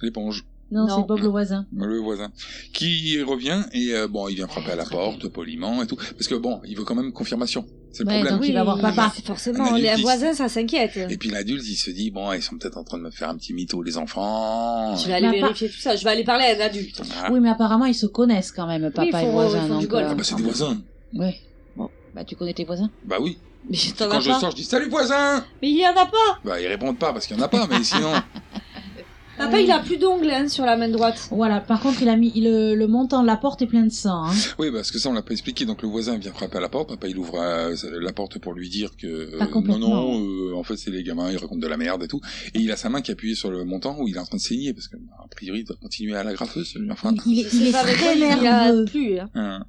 Speaker 7: L'éponge.
Speaker 8: Non,
Speaker 4: Non.
Speaker 8: c'est Bob le voisin.
Speaker 7: le voisin, qui revient et euh, bon, il vient frapper à la porte poliment et tout, parce que bon, il veut quand même confirmation. C'est le
Speaker 8: Ouais,
Speaker 7: problème.
Speaker 4: bah
Speaker 8: donc il va voir papa.
Speaker 4: Ah, c'est Forcément,
Speaker 7: Un
Speaker 4: les
Speaker 7: adulte, il-
Speaker 4: voisins, ça s'inquiète.
Speaker 7: Ah, Et puis l'adulte, il se dit bon, ils sont peut-être en train de me faire un petit mytho les enfants.
Speaker 4: Je vais aller
Speaker 8: Papa.
Speaker 4: vérifier tout ça. Je vais aller parler à un adulte.
Speaker 7: Ah.
Speaker 8: Oui, mais apparemment, ils se connaissent quand même, papa
Speaker 4: ils font-
Speaker 8: et le voisin.
Speaker 4: ils font du
Speaker 8: donc, euh,
Speaker 4: golf.
Speaker 7: Ah bah c'est des voisins.
Speaker 8: Ouais. Bon, bah, tu connais tes voisins
Speaker 7: Bah oui.
Speaker 4: Mais t'en
Speaker 7: Quand
Speaker 4: as
Speaker 7: je
Speaker 4: pas.
Speaker 7: sors, je dis salut voisin.
Speaker 4: Mais il y en a pas.
Speaker 7: Bah ils répondent pas parce qu'il y en a pas, mais sinon.
Speaker 4: Papa, il a plus d'ongles hein, sur la main droite.
Speaker 8: Voilà, par contre, il a mis le, le montant de la porte est plein de sang. hein.
Speaker 7: Oui, parce que ça on l'a pas expliqué. Donc le voisin vient frapper à la porte. Papa il ouvre euh, la porte pour lui dire que euh,
Speaker 8: Pas
Speaker 7: non
Speaker 8: complètement.
Speaker 7: non, euh, en fait c'est les gamins, ils racontent de la merde et tout. Et il a sa main qui est appuyée sur le montant où il est en train de saigner parce que bah, a priori il doit continuer à la graffeuse. Enfin,
Speaker 8: Il, il est, il est
Speaker 4: Ah, pas avec quoi
Speaker 8: très
Speaker 4: il y a
Speaker 8: nerveux.
Speaker 4: plus. Hein.
Speaker 7: hein.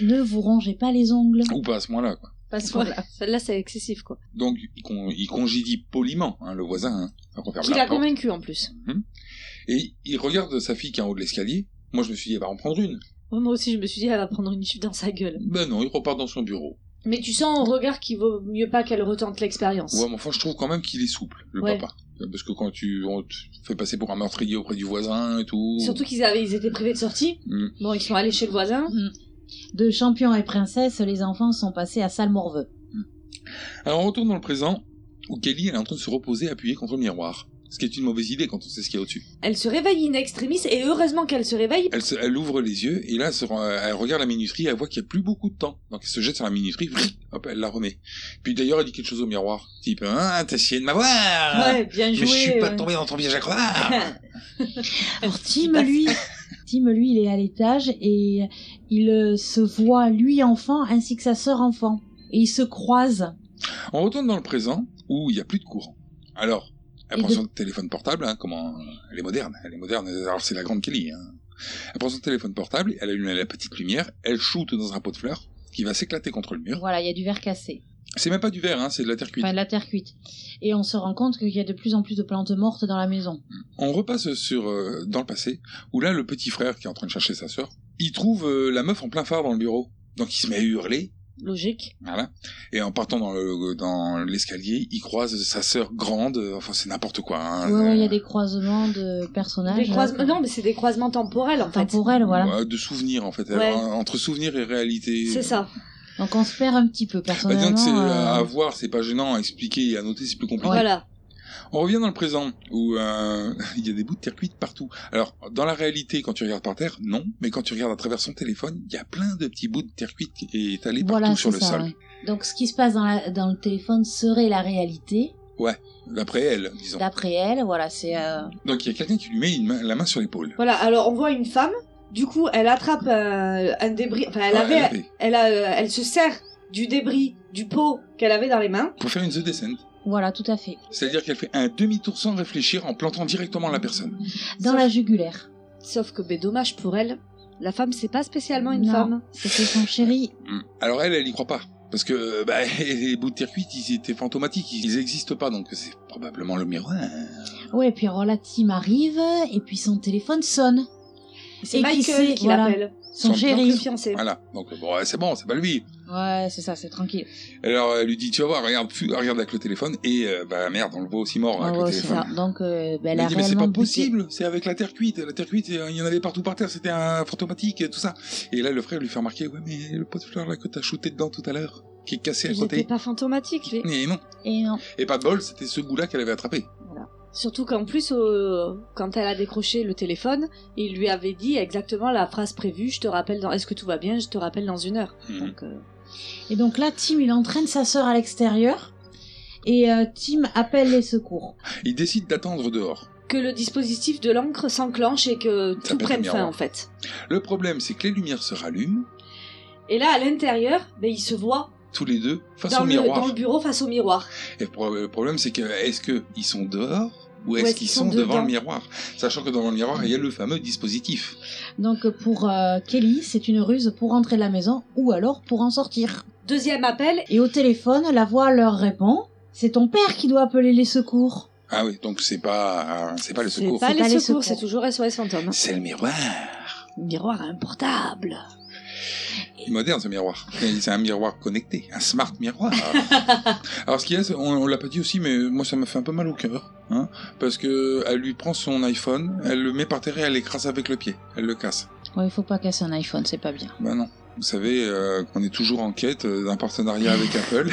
Speaker 8: Ne vous rongez pas les ongles.
Speaker 7: ou pas à ce moment-là. Quoi.
Speaker 4: Parce que voilà, celle-là, c'est excessif, quoi.
Speaker 7: Donc il, con- il congédie poliment hein, le voisin, hein, avant qu'on ferme
Speaker 4: Qui
Speaker 7: la
Speaker 4: l'a
Speaker 7: porte.
Speaker 4: convaincu, en plus.
Speaker 7: et il regarde sa fille qui est en haut de l'escalier. Moi je me suis dit, elle va en prendre une.
Speaker 4: Ouais, moi aussi, je me suis dit, elle va prendre une chute dans sa gueule.
Speaker 7: Ben non, il repart dans son bureau.
Speaker 4: Mais tu sens au regard qu'il vaut mieux pas qu'elle retente l'expérience.
Speaker 7: Ouais, mais enfin je trouve quand même qu'il est souple, le
Speaker 4: Ouais.
Speaker 7: papa. Parce que quand tu on te fait passer pour un meurtrier auprès du voisin et tout.
Speaker 4: Surtout qu'ils avaient, ils étaient privés de sortie.
Speaker 7: Hmm.
Speaker 4: Bon, ils sont allés chez le voisin.
Speaker 8: De champion et princesse, les enfants sont passés à salle morveux.
Speaker 7: Alors on retourne dans le présent où Kelly elle est en train de se reposer appuyée contre le miroir. Ce qui est une mauvaise idée quand on sait ce qu'il y a au-dessus.
Speaker 4: Elle se réveille in extremis, et heureusement qu'elle se réveille.
Speaker 7: Elle, se- elle ouvre les yeux et là, sur- euh, elle regarde la minuterie, elle voit qu'il n'y a plus beaucoup de temps. Donc elle se jette sur la minuterie, hop, elle la remet. Puis d'ailleurs, elle dit quelque chose au miroir, type Ah, t'as essayé de m'avoir
Speaker 4: Ouais, Eh bien
Speaker 7: Mais
Speaker 4: joué.
Speaker 7: je suis pas
Speaker 4: ouais.
Speaker 7: tombé dans ton piège à croire
Speaker 8: Alors Tim, lui, Tim, lui, il est à l'étage et il euh, se voit lui enfant ainsi que sa sœur enfant. Et ils se croisent.
Speaker 7: On retourne dans le présent où il n'y a plus de courant. Alors, elle
Speaker 8: Et
Speaker 7: prend
Speaker 8: de-
Speaker 7: son téléphone portable, hein, comment elle est moderne, elle est moderne, alors c'est la grande Kelly. Hein. Elle prend son téléphone portable, elle allume la petite lumière, elle shoot dans un pot de fleurs qui va s'éclater contre le mur.
Speaker 8: Voilà, il y a du verre cassé,
Speaker 7: C'est même pas du verre, hein, c'est de la terre cuite.
Speaker 8: enfin de la terre cuite. Et on se rend compte qu'il y a de plus en plus de plantes mortes dans la maison.
Speaker 7: On repasse sur euh, dans le passé, où là le petit frère qui est en train de chercher sa sœur, il trouve euh, la meuf en plein phare dans le bureau. Donc il se met à hurler,
Speaker 4: Logique.
Speaker 7: voilà. Et en partant dans le- dans l'escalier, il croise sa sœur grande. euh, Enfin c'est n'importe quoi. hein.
Speaker 8: Ouais, ouais, il y a des croisements de personnages.
Speaker 4: Des croisements,
Speaker 8: là,
Speaker 4: non, mais c'est des croisements temporels, en fait.
Speaker 8: temporels, voilà.
Speaker 7: Ouais, Bah, de souvenirs en fait,
Speaker 4: Ouais.
Speaker 7: En- entre souvenirs et réalité.
Speaker 4: C'est ça.
Speaker 8: Donc on se perd un petit peu
Speaker 7: Bah, disons
Speaker 8: personnellement.
Speaker 7: que c'est
Speaker 8: euh,
Speaker 7: à voir, c'est pas gênant, à expliquer et à noter c'est plus compliqué.
Speaker 4: Voilà.
Speaker 7: On revient dans le présent où euh, il y a des bouts de terre cuite partout. Alors dans la réalité, quand tu regardes par terre, non, mais quand tu regardes à travers son téléphone, il y a plein de petits bouts de terre cuite qui est étalé partout
Speaker 8: voilà,
Speaker 7: sur
Speaker 8: c'est
Speaker 7: le
Speaker 8: ça.
Speaker 7: sol.
Speaker 8: ouais. Donc ce qui se passe dans, la- dans le téléphone serait la réalité.
Speaker 7: D'après elle, disons.
Speaker 8: D'après elle, voilà, c'est. euh,
Speaker 7: Donc il y a quelqu'un qui lui met une main- la main sur l'épaule.
Speaker 4: Voilà, alors on voit une femme, du coup elle attrape un, un débris, enfin elle
Speaker 7: Ah,
Speaker 4: avait, elle, a, euh, elle se sert du débris, du pot qu'elle avait dans les mains.
Speaker 7: Pour faire une The Descent.
Speaker 8: Voilà, tout à fait.
Speaker 7: C'est-à-dire qu'elle fait un demi-tour sans réfléchir en plantant directement la personne.
Speaker 8: Dans la jugulaire.
Speaker 4: Sauf que, ben dommage pour elle, la femme c'est pas spécialement une
Speaker 8: Non.
Speaker 4: femme.
Speaker 8: C'était son chéri.
Speaker 7: Hmm. Mm. Alors elle, elle y croit pas. Parce que bah, les bouts de circuit, ils étaient fantomatiques, ils n'existent pas, donc c'est probablement le miroir.
Speaker 8: Ouais, puis alors la team arrive, et puis son téléphone sonne.
Speaker 4: C'est
Speaker 8: Et
Speaker 4: Michael
Speaker 8: sait,
Speaker 4: qui
Speaker 8: voilà,
Speaker 4: l'appelle.
Speaker 8: Son
Speaker 7: donc,
Speaker 8: chéri.
Speaker 7: Voilà, donc euh, bon, ouais, c'est bon, c'est pas lui.
Speaker 8: Ouais, c'est ça, c'est tranquille.
Speaker 7: Alors elle lui dit, tu vas voir, regarde, pfu, regarde avec le téléphone, et euh, bah merde, on le voit aussi mort
Speaker 8: Ah
Speaker 7: avec
Speaker 8: ouais,
Speaker 7: le
Speaker 8: c'est
Speaker 7: téléphone.
Speaker 8: ça. Donc, euh, ben, elle
Speaker 7: Il
Speaker 8: a
Speaker 7: dit, mais c'est
Speaker 8: réellement
Speaker 7: pas
Speaker 8: buté.
Speaker 7: possible, c'est avec la terre cuite. La terre cuite, euh, il y en avait partout par terre, c'était un fantomatique, et tout ça. Et là, le frère lui fait remarquer, ouais, mais le pot de fleurs là que t'as shooté dedans tout à l'heure, qui est cassé à
Speaker 9: Il était
Speaker 7: côté.
Speaker 9: pas fantomatique. les-
Speaker 7: Et non.
Speaker 8: Et non.
Speaker 7: Et pas de bol, c'était ce goût-là qu'elle avait attrapé.
Speaker 4: Surtout qu'en plus, euh, quand elle a décroché le téléphone, il lui avait dit exactement la phrase prévue Je te rappelle dans. Est-ce que tout va bien Je te rappelle dans une heure.
Speaker 7: Mm.
Speaker 8: Mm.
Speaker 4: Donc, euh,
Speaker 8: Et donc là, Tim, il entraîne sa sœur à l'extérieur. Et euh, Tim appelle les secours.
Speaker 7: Il décide d'attendre dehors.
Speaker 4: que le dispositif de l'encre s'enclenche et que
Speaker 7: Ça
Speaker 4: tout
Speaker 7: pète
Speaker 4: prenne
Speaker 7: le
Speaker 4: fin
Speaker 7: miroir.
Speaker 4: en fait.
Speaker 7: Le problème, c'est que les lumières se rallument,
Speaker 4: Et là, à l'intérieur, ben, il se voit
Speaker 7: tous les deux, face
Speaker 4: dans
Speaker 7: au
Speaker 4: le,
Speaker 7: miroir.
Speaker 4: dans le bureau face au miroir.
Speaker 7: Et le pro- le problème, c'est que, est-ce qu'ils sont dehors ou est-ce qu'ils sont,
Speaker 4: dedans
Speaker 7: devant le miroir Sachant que devant le miroir, il y a le fameux dispositif.
Speaker 8: Donc euh, pour euh, Kelly, c'est une ruse pour rentrer de la maison ou alors pour en sortir.
Speaker 4: Deuxième appel,
Speaker 8: Et au téléphone, la voix leur répond C'est ton père qui doit appeler les secours.
Speaker 7: Ah oui, donc c'est pas, euh, c'est pas le
Speaker 4: c'est
Speaker 7: secours.
Speaker 4: pas, les
Speaker 8: pas les
Speaker 4: secours,
Speaker 8: secours.
Speaker 4: c'est toujours SOS fantôme.
Speaker 7: C'est le miroir.
Speaker 4: Miroir importable.
Speaker 7: Il est moderne ce miroir. Et C'est un miroir connecté, un smart miroir. Alors ce qu'il y a, c'est- on, on l'a pas dit aussi, mais moi ça m'a fait un peu mal au cœur, hein, parce que elle lui prend son iPhone, elle le met par terre et elle l'écrase avec le pied, elle le casse.
Speaker 8: Ouais, il faut pas casser un iPhone, c'est pas bien.
Speaker 7: Bah non, vous savez euh, qu'on est toujours en quête euh, d'un partenariat avec Apple.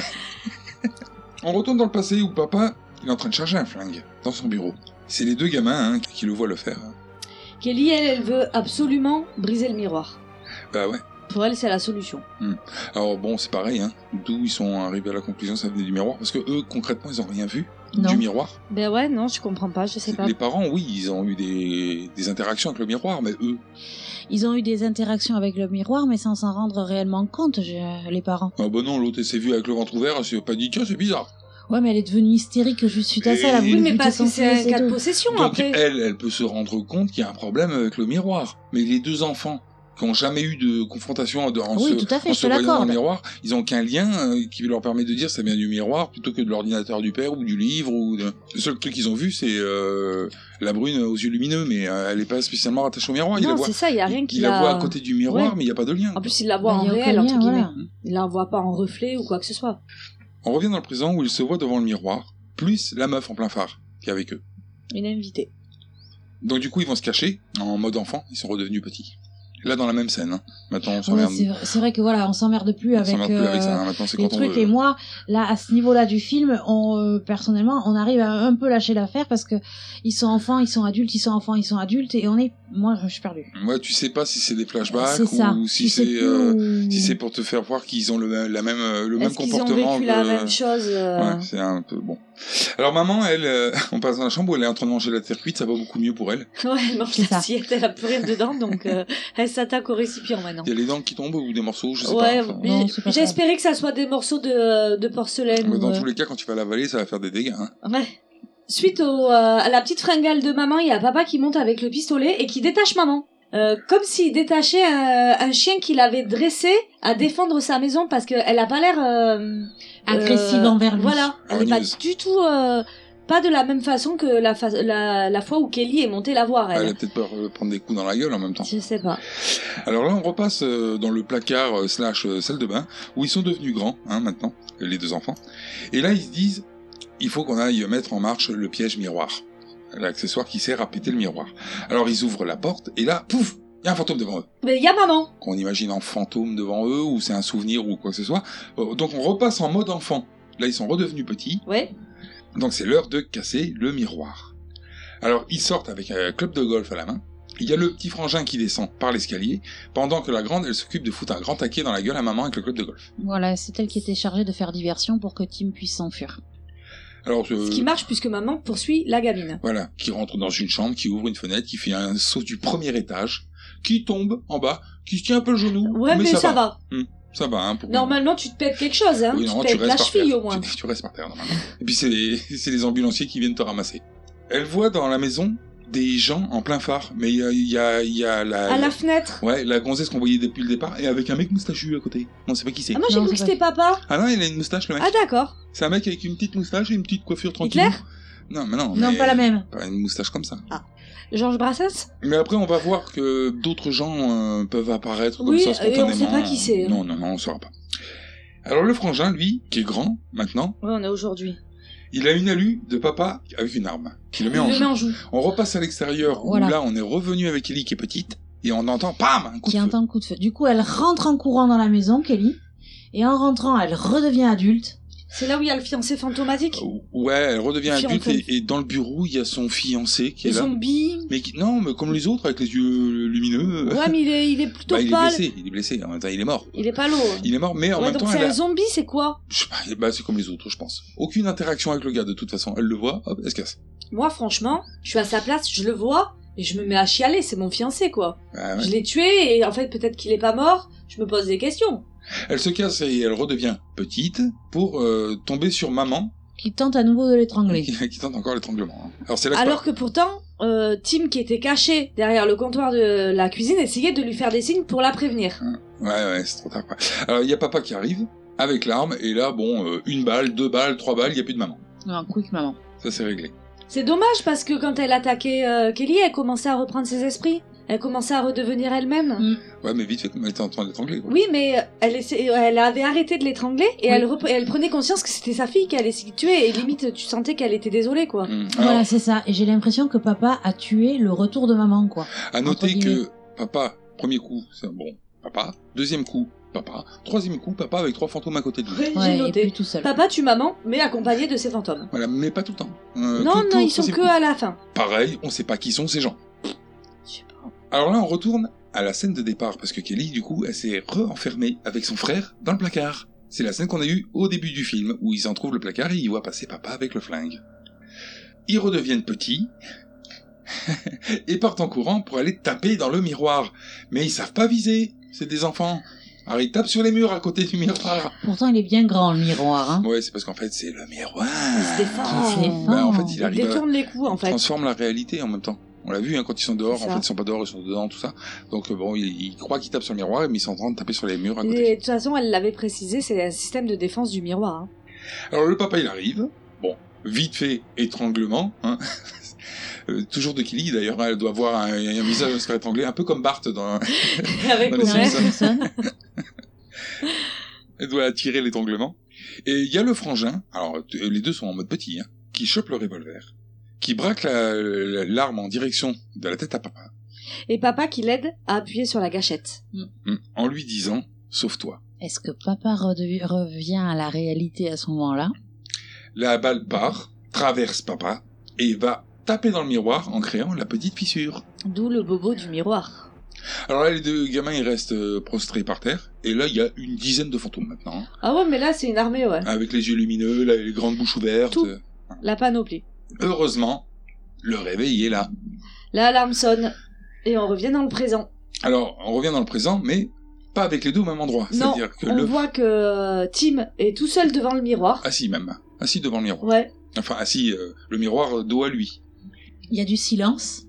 Speaker 7: on retourne dans le passé où papa il est en train de charger un flingue dans son bureau. C'est les deux gamins hein, qui le voient le faire.
Speaker 4: Kelly, elle, elle veut absolument briser le miroir.
Speaker 7: Bah ouais.
Speaker 4: Pour elle, c'est la solution.
Speaker 7: Alors bon, c'est pareil, hein. d'où ils sont arrivés à la conclusion, ça venait du miroir, parce que eux concrètement ils ont rien vu
Speaker 8: Non.
Speaker 7: du miroir.
Speaker 4: Ben ouais, non, je comprends pas, je sais pas.
Speaker 7: Les parents, oui, ils ont eu des, des interactions avec le miroir, mais eux,
Speaker 8: Ils ont eu des interactions avec le miroir, mais sans s'en rendre réellement compte, je- les parents.
Speaker 7: ah bah non, l'autre elle s'est vue avec le ventre ouvert, elle s'est pas dit, tiens, c'est bizarre.
Speaker 8: Ouais, mais elle est devenue hystérique juste suite à ça. Elle a
Speaker 7: Oui,
Speaker 8: voulu
Speaker 4: Oui, mais
Speaker 8: buter
Speaker 4: parce
Speaker 8: son
Speaker 4: que c'est
Speaker 8: fils et
Speaker 4: un cas de
Speaker 8: tout.
Speaker 4: possession
Speaker 7: Donc
Speaker 4: après.
Speaker 7: elle, elle peut se rendre compte qu'il y a un problème avec le miroir. Mais les deux enfants qui ont jamais eu de confrontation en, en
Speaker 8: Oui,
Speaker 7: se,
Speaker 8: tout à
Speaker 4: Ah,
Speaker 8: fait,
Speaker 7: en
Speaker 8: je
Speaker 7: se
Speaker 8: te
Speaker 7: voyant dans le
Speaker 8: l'accorde.
Speaker 7: miroir, ils ont qu'un lien euh, qui leur permet de dire ça vient du miroir plutôt que de l'ordinateur du père ou du livre. Ou de- Le seul truc qu'ils ont vu, c'est euh, la brune aux yeux lumineux, mais euh, elle est pas spécialement rattachée au miroir. il la
Speaker 4: Non,
Speaker 7: voit,
Speaker 4: c'est ça, il y a rien
Speaker 7: il,
Speaker 4: qui
Speaker 7: il la voit à côté du miroir,
Speaker 4: Ouais. Ah
Speaker 7: mais il n'y a pas de lien.
Speaker 4: En plus, il la voit
Speaker 8: Bah,
Speaker 4: en
Speaker 8: il y a aucun
Speaker 4: réel, entre
Speaker 8: lien,
Speaker 4: guillemets.
Speaker 8: voilà.
Speaker 4: Il la voit pas en reflet ou quoi que ce soit.
Speaker 7: On revient dans le présent où ils se voient devant le miroir, plus la meuf en plein phare qui est avec eux.
Speaker 4: Une invitée.
Speaker 7: Donc du coup, ils vont se cacher en mode enfant, ils sont redevenus petits. Là, dans la même scène. hein. Maintenant, on
Speaker 8: Ouais,
Speaker 7: s'emmerde
Speaker 8: c'est vrai- c'est vrai que voilà, on s'emmerde plus
Speaker 7: on
Speaker 8: avec,
Speaker 7: s'emmerde plus avec
Speaker 8: euh,
Speaker 7: ça. hein. Maintenant, c'est
Speaker 8: les
Speaker 7: quand on
Speaker 8: trucs.
Speaker 7: veut.
Speaker 8: Et moi, là, à ce niveau-là du film, on, euh, personnellement, on arrive à un peu lâcher l'affaire parce que ils sont enfants, ils sont adultes, ils sont enfants, ils sont adultes, et on est. Moi, je suis perdue.
Speaker 7: Ouais, tu sais pas si c'est des flashbacks
Speaker 8: C'est ça.
Speaker 7: ou si
Speaker 8: Tu sais
Speaker 7: c'est
Speaker 8: plus
Speaker 7: euh,
Speaker 8: où-
Speaker 7: si c'est pour te faire voir qu'ils ont le, la même euh, le même
Speaker 4: Est-ce qu'ils ont
Speaker 7: comportement.
Speaker 4: vécu la
Speaker 7: que-
Speaker 4: même chose euh,
Speaker 7: Ouais, c'est un peu bon. Alors maman, elle, euh, on passe dans la chambre où elle est en train de manger la terre cuite, ça va beaucoup mieux pour elle.
Speaker 4: Ouais, elle mange
Speaker 8: C'est ça.
Speaker 4: l'assiette, elle a plus rien dedans, donc euh, elle s'attaque au récipient maintenant.
Speaker 7: Il y a les dents qui tombent ou des morceaux, je sais
Speaker 4: Ouais,
Speaker 7: pas. enfin.
Speaker 4: mais
Speaker 8: Non, c'est pas
Speaker 4: j'espérais que ça soit des morceaux de, de porcelaine.
Speaker 7: Mais
Speaker 4: ou,
Speaker 7: dans
Speaker 4: euh,
Speaker 7: tous les cas, quand tu vas l'avaler, ça va faire des dégâts. hein.
Speaker 4: Ouais. Suite au, euh, à la petite fringale de maman, il y a papa qui monte avec le pistolet et qui détache maman. Euh, comme s'il détachait un, un chien qu'il avait dressé à défendre sa maison parce qu'elle a pas l'air euh,
Speaker 8: Agressive
Speaker 4: euh,
Speaker 8: envers lui.
Speaker 4: Voilà, elle est pas
Speaker 7: Hargneuse.
Speaker 4: du tout euh, pas de la même façon que la, fa- la, la fois où Kelly est montée la voir.
Speaker 7: Elle
Speaker 4: Elle.
Speaker 7: a peut-être peur de prendre des coups dans la gueule en même temps.
Speaker 4: Je sais pas.
Speaker 7: Alors là, on repasse euh, dans le placard euh, slash euh, salle de bain, où ils sont devenus grands, hein, maintenant, les deux enfants. Et là, ils se disent, il faut qu'on aille mettre en marche le piège miroir. L'accessoire qui sert à péter le miroir. Alors ils ouvrent la porte, et là, pouf Il y a un fantôme devant eux.
Speaker 4: Mais il y a maman.
Speaker 7: Qu'on imagine en fantôme devant eux, ou c'est un souvenir, ou quoi que ce soit. Euh, Donc on repasse en mode enfant. Là, ils sont redevenus petits,
Speaker 4: Ouais.
Speaker 7: donc c'est l'heure de casser le miroir. Alors ils sortent avec un club de golf à la main. Il y a le petit frangin qui descend par l'escalier, pendant que la grande, elle s'occupe de foutre un grand taquet dans la gueule à maman avec le club de golf.
Speaker 8: Voilà, c'est elle qui était chargée de faire diversion pour que Tim puisse s'enfuir.
Speaker 7: Alors, euh,
Speaker 4: Ce qui marche puisque maman poursuit la gamine.
Speaker 7: voilà, qui rentre dans une chambre, qui ouvre une fenêtre, qui fait un saut du premier étage, qui tombe en bas, qui se tient un peu le genou.
Speaker 4: Ouais, mais, ça, va.
Speaker 7: Ça va, hein, pour...
Speaker 4: Mmh. Normalement, tu te pètes quelque chose, hein.
Speaker 7: Oui,
Speaker 4: tu
Speaker 7: normalement,
Speaker 4: te pètes la
Speaker 7: par terre.
Speaker 4: cheville au moins.
Speaker 7: Tu, tu restes par terre, normalement. Et puis, c'est les, c'est les ambulanciers qui viennent te ramasser. Elle voit dans la maison des gens en plein phare, mais il y a, il y a- il y a la...
Speaker 4: À la fenêtre.
Speaker 7: Ouais, la gonzesse qu'on voyait depuis le départ, et avec un mec moustachu à côté. On sait pas qui c'est.
Speaker 4: Ah, moi j'ai cru que c'était papa.
Speaker 7: Ah non, il a une moustache, le mec.
Speaker 4: Ah, d'accord.
Speaker 7: C'est un mec avec une petite moustache et une petite coiffure tranquille. Non, mais non.
Speaker 4: Non,
Speaker 7: mais-
Speaker 4: pas la même.
Speaker 7: Pas une moustache comme ça.
Speaker 4: Georges Brassens
Speaker 7: Mais après, on va voir que d'autres gens euh, peuvent apparaître comme
Speaker 4: Oui,
Speaker 7: ça
Speaker 4: et
Speaker 7: spontanément.
Speaker 4: on sait pas qui c'est. hein.
Speaker 7: Non, non, non, on saura pas. Alors le frangin, lui, qui est grand maintenant,
Speaker 4: Ouais, on est aujourd'hui.
Speaker 7: il a une alu de papa avec une arme. Qui le met,
Speaker 4: Il
Speaker 7: en,
Speaker 4: le
Speaker 7: jeu.
Speaker 4: met en joue.
Speaker 7: On repasse à l'extérieur
Speaker 8: Voilà.
Speaker 7: où là, on est revenu avec Ellie qui est petite et on entend pam un coup
Speaker 8: qui
Speaker 7: de feu.
Speaker 8: entend le coup de feu. Du coup, elle rentre en courant dans la maison, Kelly, et en rentrant, elle redevient adulte.
Speaker 4: C'est là où il y a le fiancé fantomatique.
Speaker 7: Ah Euh, Ouais, elle redevient
Speaker 4: Qui
Speaker 7: adulte
Speaker 4: entend.
Speaker 7: et, et dans le bureau, il y a son fiancé qui
Speaker 4: Les
Speaker 7: est là.
Speaker 4: zombies.
Speaker 7: Mais qui- non, mais comme les autres avec les yeux lumineux.
Speaker 4: Ouais, mais il est, il est plutôt
Speaker 7: Euh. Bah, il est
Speaker 4: pâle.
Speaker 7: blessé, il est blessé. En même temps, il est mort.
Speaker 4: Il est pas lourd.
Speaker 7: Il est mort, mais en
Speaker 4: ouais,
Speaker 7: même
Speaker 4: donc
Speaker 7: temps,
Speaker 4: c'est
Speaker 7: elle
Speaker 4: un
Speaker 7: a-
Speaker 4: zombie, c'est quoi
Speaker 7: Je sais pas, et bah, c'est comme les autres, je pense. Aucune interaction avec le gars, de toute façon. Elle le voit, hop, elle se casse.
Speaker 4: Moi, franchement, je suis à sa place, je le vois, et je me mets à chialer, c'est mon fiancé, quoi.
Speaker 7: Ah ouais.
Speaker 4: Je l'ai tué, et en fait, peut-être qu'il est pas mort, je me pose des questions.
Speaker 7: Elle se casse et elle redevient petite pour euh, tomber sur maman,
Speaker 8: Qui tente à nouveau de l'étrangler.
Speaker 7: qui, qui tente encore l'étranglement. hein. Alors c'est là que
Speaker 4: Alors que pourtant, euh, Tim, qui était caché derrière le comptoir de la cuisine, essayait de lui faire des signes pour la prévenir.
Speaker 7: Ouais, ouais, c'est trop tard. quoi. Alors il y a papa qui arrive, avec l'arme, et là, bon, euh, une balle, deux balles, trois balles, il y a plus de maman.
Speaker 8: Un quick maman.
Speaker 7: Ça, c'est réglé.
Speaker 4: C'est dommage, parce que quand elle attaquait euh, Kelly, elle commençait à reprendre ses esprits. Elle commençait à redevenir elle-même.
Speaker 7: Ouais, mais vite fait, comme elle était en train d'étrangler. quoi.
Speaker 4: Oui, mais euh, elle, essa- euh, elle avait arrêté de l'étrangler et elle, repre- elle prenait conscience que c'était sa fille qu'elle essayait de tuer et limite tu sentais qu'elle était désolée quoi.
Speaker 7: Hmm.
Speaker 8: Voilà, c'est ça. Et j'ai l'impression que papa a tué le retour de maman, quoi.
Speaker 7: À noter que papa, premier coup, c'est un bon, papa. Deuxième coup, papa. Troisième coup, papa avec trois fantômes à côté de lui.
Speaker 4: Ouais, j'ai noté. Papa tue maman, mais accompagné de ses fantômes.
Speaker 7: Voilà, mais pas tout le temps. Euh,
Speaker 4: non,
Speaker 7: tout- tout
Speaker 4: non,
Speaker 7: au
Speaker 4: ils sont
Speaker 7: troisième
Speaker 4: que
Speaker 7: coup.
Speaker 4: à la fin.
Speaker 7: Pareil, on sait pas qui sont ces gens. Alors là, on retourne à la scène de départ, parce que Kelly, du coup, elle s'est re-enfermée avec son frère dans le placard. C'est la scène qu'on a eue au début du film, où ils en trouvent le placard et ils voient passer papa avec le flingue. Ils redeviennent petits, et partent en courant pour aller taper dans le miroir. Mais ils savent pas viser, c'est des enfants. Alors ils tapent sur les murs à côté du miroir.
Speaker 8: Pourtant, il est bien grand, le miroir. Hein.
Speaker 7: Ouais, c'est parce qu'en fait, c'est le miroir.
Speaker 4: Ah,
Speaker 8: Il se défend.
Speaker 7: Bah, en fait, il arrive à-
Speaker 4: Détourne les coups en fait.
Speaker 7: transforme la réalité en même temps. On l'a vu hein, quand ils sont dehors,
Speaker 4: C'est
Speaker 7: en
Speaker 4: ça.
Speaker 7: fait ils sont pas dehors, ils sont dedans, tout ça. Donc euh, bon, ils, ils croient qu'ils tapent sur le miroir, mais ils sont en train de taper sur les murs à côté.
Speaker 4: Et de toute façon, elle l'avait précisé, c'est un système de défense du miroir. hein.
Speaker 7: Alors le papa il arrive, bon, vite fait, étranglement, hein. Euh, toujours de Kelly d'ailleurs, hein, elle doit avoir un, un visage à se faire étrangler, un peu comme Bart dans,
Speaker 4: Avec
Speaker 7: dans les
Speaker 4: Homer.
Speaker 7: Simpsons. elle doit attirer l'étranglement. Et il y a le frangin, alors t- euh, les deux sont en mode petit, hein, qui chope le revolver, qui braque la- la- l'arme en direction de la tête à papa.
Speaker 4: Et papa qui l'aide à appuyer sur la gâchette.
Speaker 7: Mm. en lui disant sauve-toi.
Speaker 8: Est-ce que papa redevi- revient à la réalité à ce moment-là
Speaker 7: La balle part, traverse papa et va taper dans le miroir en créant la petite fissure.
Speaker 4: D'où le bobo du miroir.
Speaker 7: Alors là, les deux gamins ils restent euh, prostrés par terre et là il y a une dizaine de fantômes maintenant, hein.
Speaker 4: Ah ouais, mais là c'est une armée, ouais.
Speaker 7: avec les yeux lumineux, la- les grandes bouches ouvertes.
Speaker 4: Tout. La panoplie.
Speaker 7: Heureusement, le réveil est là.
Speaker 4: Là, l'alarme sonne et on revient dans le présent.
Speaker 7: Alors on revient dans le présent, mais pas avec les deux au même endroit.
Speaker 4: Non,
Speaker 7: C'est-à-dire que
Speaker 4: on
Speaker 7: le
Speaker 4: voit que euh, Tim est tout seul devant le miroir.
Speaker 7: assis même, assis devant le miroir.
Speaker 4: Ouais.
Speaker 7: Enfin assis, euh, le miroir dos à lui.
Speaker 8: Il y a du silence.